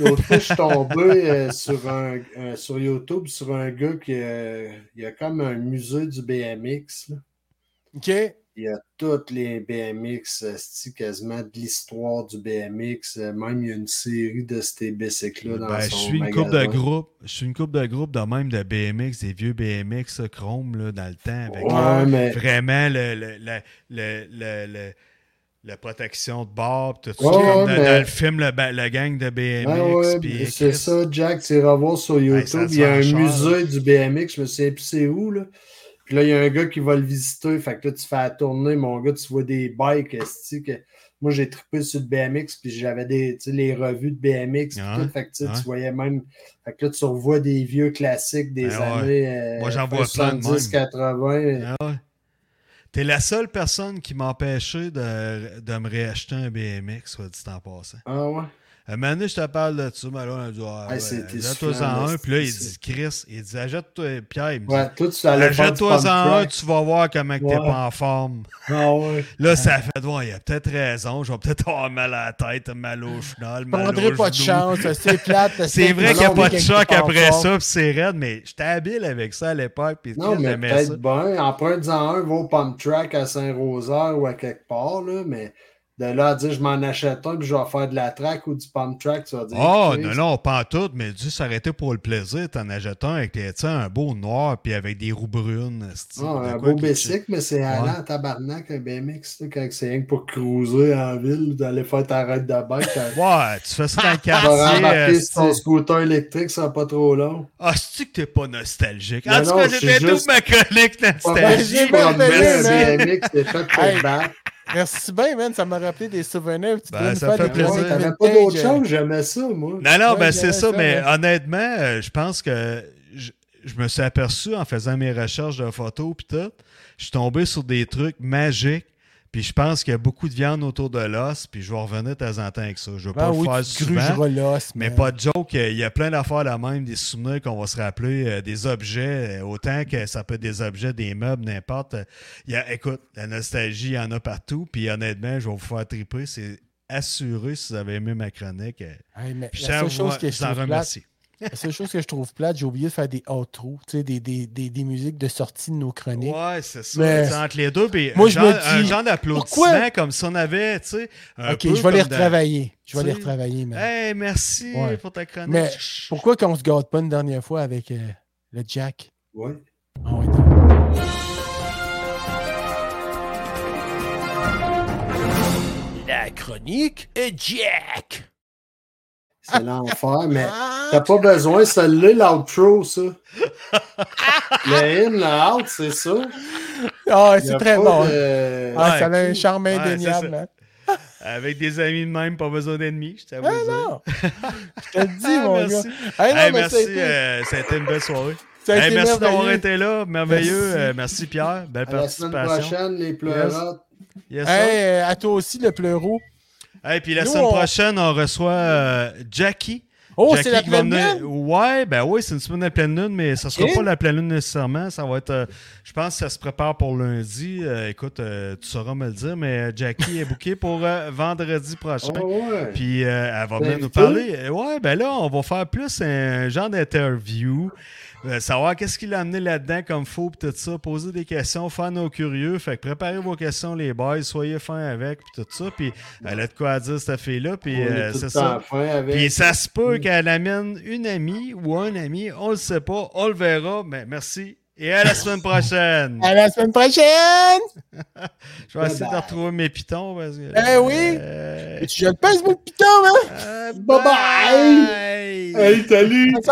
D: L'autre fois, je suis tombé euh, sur, un, un- sur YouTube sur un gars qui euh, il y a comme un musée du BMX. là.
B: OK.
D: Il y a tous les BMX, esti, quasiment de l'histoire du BMX. euh, Même il y a une série de ces bicycles-là dans
C: Ben, je
D: son
C: suis une coupe
D: magasin.
C: de groupe. Je suis une coupe de groupe de même de BMX, des vieux BMX euh, Chrome, là, dans le temps. Avec
D: Ouais,
C: là,
D: mais-
C: Vraiment, le, le- le- le- le- le- la protection de barbe, tout ça.
D: Ouais,
C: comme dans,
D: ouais,
C: dans
D: mais-
C: le film, le, ba- le gang de BMX.
D: Ah ouais,
C: puis-
D: c'est ça, Jack. Tu iras voir sur
C: ça
D: YouTube.
C: se
D: il y a un
C: vend cher,
D: musée du BMX. Je me souviens plus c'est où. Là. Puis là, il y a un gars qui va le visiter. Fait que là, tu fais la tournée. Mon gars, tu vois des bikes. esti, que- Moi, j'ai trippé sur le BMX. Puis j'avais des, tu sais, les revues de BMX. puis
C: Ouais,
D: tout. fait que, tu sais,
C: ouais.
D: tu voyais même. Fait que là, tu revois des vieux classiques des
C: Ben ouais.
D: années. euh,
C: Moi, j'en vois plein de
D: 70, 80.
C: Ah ouais. T'es la seule personne qui m'empêchait de, de me réacheter un BMX, soit dit en passant.
D: Ah ouais.
C: Un moment donné, je te parle de ça, mais là, on a dit, ah,
D: Hey,
C: ouais,
D: c'était
C: achète-toi-en
D: soufflant,
C: un.
D: là,
C: Puis là, il
D: c'est-
C: dit, Chris, il dit, achète-toi, Pierre, il me
D: Ouais,
C: dit,
D: toi, tu allais faire du
C: achète-toi-en un,
D: pump
C: tu vas voir comment que t'es
D: Ouais.
C: pas en forme.
D: track. Ah ouais.
C: Là, ça a fait, ouais, il a peut-être raison, je vais peut-être avoir mal à la tête, mal au chenal,
B: Je
C: mal
B: prendrai
C: au
B: pas de
C: genou.
B: chance, c'est plate.
C: C'est vrai
D: Non,
C: qu'il n'y a
D: mais
C: pas de
B: quelqu'un
C: choc
B: qui part
C: après
B: fort.
C: ça, puis c'est raide, mais j'étais habile avec ça à l'époque, puis
D: Non,
C: Chris,
D: mais
C: j'aimais ça.
D: peut-être bien. Emprunte-en un, va au pump track à Saint-Rosaire ou à quelque part, là, mais de là à dire je m'en achète un puis je vais faire de la track ou du pump track, tu vas dire.
C: Oh,
D: Chris, ah,
C: non, non, pas en tout, mais dû s'arrêter pour le plaisir, t'en achètes un avec les, tu sais, un beau noir, puis avec des roues brunes. c'est-tu,
D: Ah,
C: de
D: un
C: quoi
D: beau
C: que-
D: bicycle, mais c'est allant, tabarnak, un BMX, là, quand c'est rien que pour cruiser en ville, d'aller faire ta ride de bike. t'as- [laughs]
C: Ouais, tu fais ça dans le
D: Tu vas
C: quartier.
D: rembarquer
C: euh,
D: sur ton
C: c'est-
D: scooter électrique, ça va pas trop long.
C: Ah, c'est-tu que t'es pas nostalgique?
D: Non,
C: En tout
D: non,
C: cas,
D: je
C: j'ai
D: suis
C: bientôt
D: juste-
C: ma chronique
D: Ouais,
C: nostalgie.
B: j'ai
D: je
B: pas
D: comprends,
B: revenu,
D: un
B: man.
D: BMX, c'est fait
B: Hey.
D: pour battre.
B: Merci bien, man. Ça m'a rappelé des souvenirs. Tu
C: Ben,
B: pourrais nous
C: ça
B: faire
C: fait
B: des
C: plaisir.
B: chroniques
D: Ouais, T'avais pas
B: vintage,
D: d'autre
B: euh,
D: chose, j'aimais ça,
B: [laughs]
D: moi.
C: Non, non,
B: Ouais,
C: ben c'est
B: j'avais
C: ça,
B: ça,
C: mais
B: ouais.
C: honnêtement, euh, je pense que je, je me suis aperçu en faisant mes recherches de photos puis tout, je suis tombé sur des trucs magiques. Puis je pense qu'il y a beaucoup de viande autour de l'os, puis je vais revenir de temps en temps avec ça. Je vais
B: Ah
C: pas
B: oui,
C: le faire
B: tu gruges
C: souvent,
B: l'os,
C: mais
B: man.
C: pas de joke, euh, il y a plein d'affaires là même, des souvenirs qu'on va se rappeler, euh, des objets, euh, autant que ça peut être des objets, des meubles, n'importe. Euh, il y a- écoute, la nostalgie, il y en a partout, puis honnêtement, je vais vous faire triper, c'est assuré si vous avez aimé ma chronique. euh,
B: Hey, mais
C: puis
B: la
C: ça,
B: seule chose
C: moi,
B: que
C: je
B: je
C: vous en
B: trouve plate,
C: remercie.
B: la seule chose que je trouve plate, j'ai oublié de faire des outros, tu sais, des, des, des, des musiques de sortie de nos chroniques.
C: Ouais, c'est ça.
B: Mais-
C: C'est entre les deux. Puis
B: Moi,
C: un
B: je me
C: genre- un
B: dis,
C: genre d'applaudissement
B: pourquoi-
C: comme si on avait, tu sais. un
B: ok, je
C: peu
B: vais les
C: comme dans-
B: retravailler. Je vais
C: tu
B: les
C: sais,
B: retravailler, man.
C: Hey, merci
B: Ouais.
C: pour ta chronique.
B: Mais pourquoi qu'on se garde pas une dernière fois avec euh, le Jack?
D: Ouais.
B: Ah ouais, donc.
F: La chronique est Jack.
D: C'est l'enfer, mais t'as pas besoin, celle-là, l'outro, ça. Le in, le out, c'est ça.
B: Ah,
D: Y
B: c'est
D: a
B: très
D: pas
B: bon.
D: de-
B: Ah,
C: Ouais.
B: ça a un charme
C: Ouais,
B: indéniable, hein.
C: c'est ça.
B: man.
C: Avec des amis de même, pas besoin d'ennemis, je t'avoue.
B: Ah
C: de dire.
B: non!
C: [laughs]
B: Je te le dis,
C: Ah,
B: mon
C: merci.
B: gars. Hey, non, mais ça
C: Hey,
B: a
C: merci,
B: été-
C: euh, ça a été une belle soirée.
B: [laughs] ça a
C: Hey,
B: été
C: merci d'avoir
B: merveilleux.
C: été là, merveilleux.
B: Merci.
C: Euh, merci Pierre, belle
D: À la semaine
C: participation.
D: prochaine, les pleurotes.
C: Yes, sir.
B: Hey, euh, à toi aussi, le pleureau.
C: Hey, puis la
B: nous,
C: semaine
B: on-
C: prochaine, on reçoit euh, Jackie.
B: Oh,
C: Jackie
B: c'est la
C: qui va
B: pleine
C: venir-
B: lune?
C: Ouais, ben oui, c'est une semaine de pleine lune, mais ça sera
B: Ok.
C: pas la pleine lune nécessairement. Ça va être, euh, je pense que ça se prépare pour lundi. Euh, écoute, euh, tu sauras me le dire, mais euh, Jackie est bookée pour euh, vendredi prochain.
D: Ah ouais.
C: Puis euh, elle va venir
D: Ben,
C: nous
D: tout.
C: parler. Euh, Ouais, ben là, on va faire plus un genre d'interview, euh, savoir qu'est-ce qu'il a amené là-dedans comme faux, puis tout ça, poser des questions, faire nos curieux. Fait que préparez vos questions, les boys, soyez fins avec, puis tout ça. Puis euh, elle a de quoi à dire, cette fille-là, puis
D: On est
C: euh,
D: tout
C: c'est
D: le
C: ça.
D: temps fin avec.
C: Puis ça se peut qu'elle amène une amie ou un ami, on le sait pas, on le verra, mais merci. Et à la
B: [laughs]
C: semaine prochaine!
B: À la semaine
C: [laughs]
B: prochaine!
C: Je vais essayer de retrouver mes pitons parce que.
B: Eh oui.
C: Euh,
B: Et tu jettes pas ce bout de piton, hein?
C: euh,
B: Bye bye.
C: bye.
D: Hey, salut!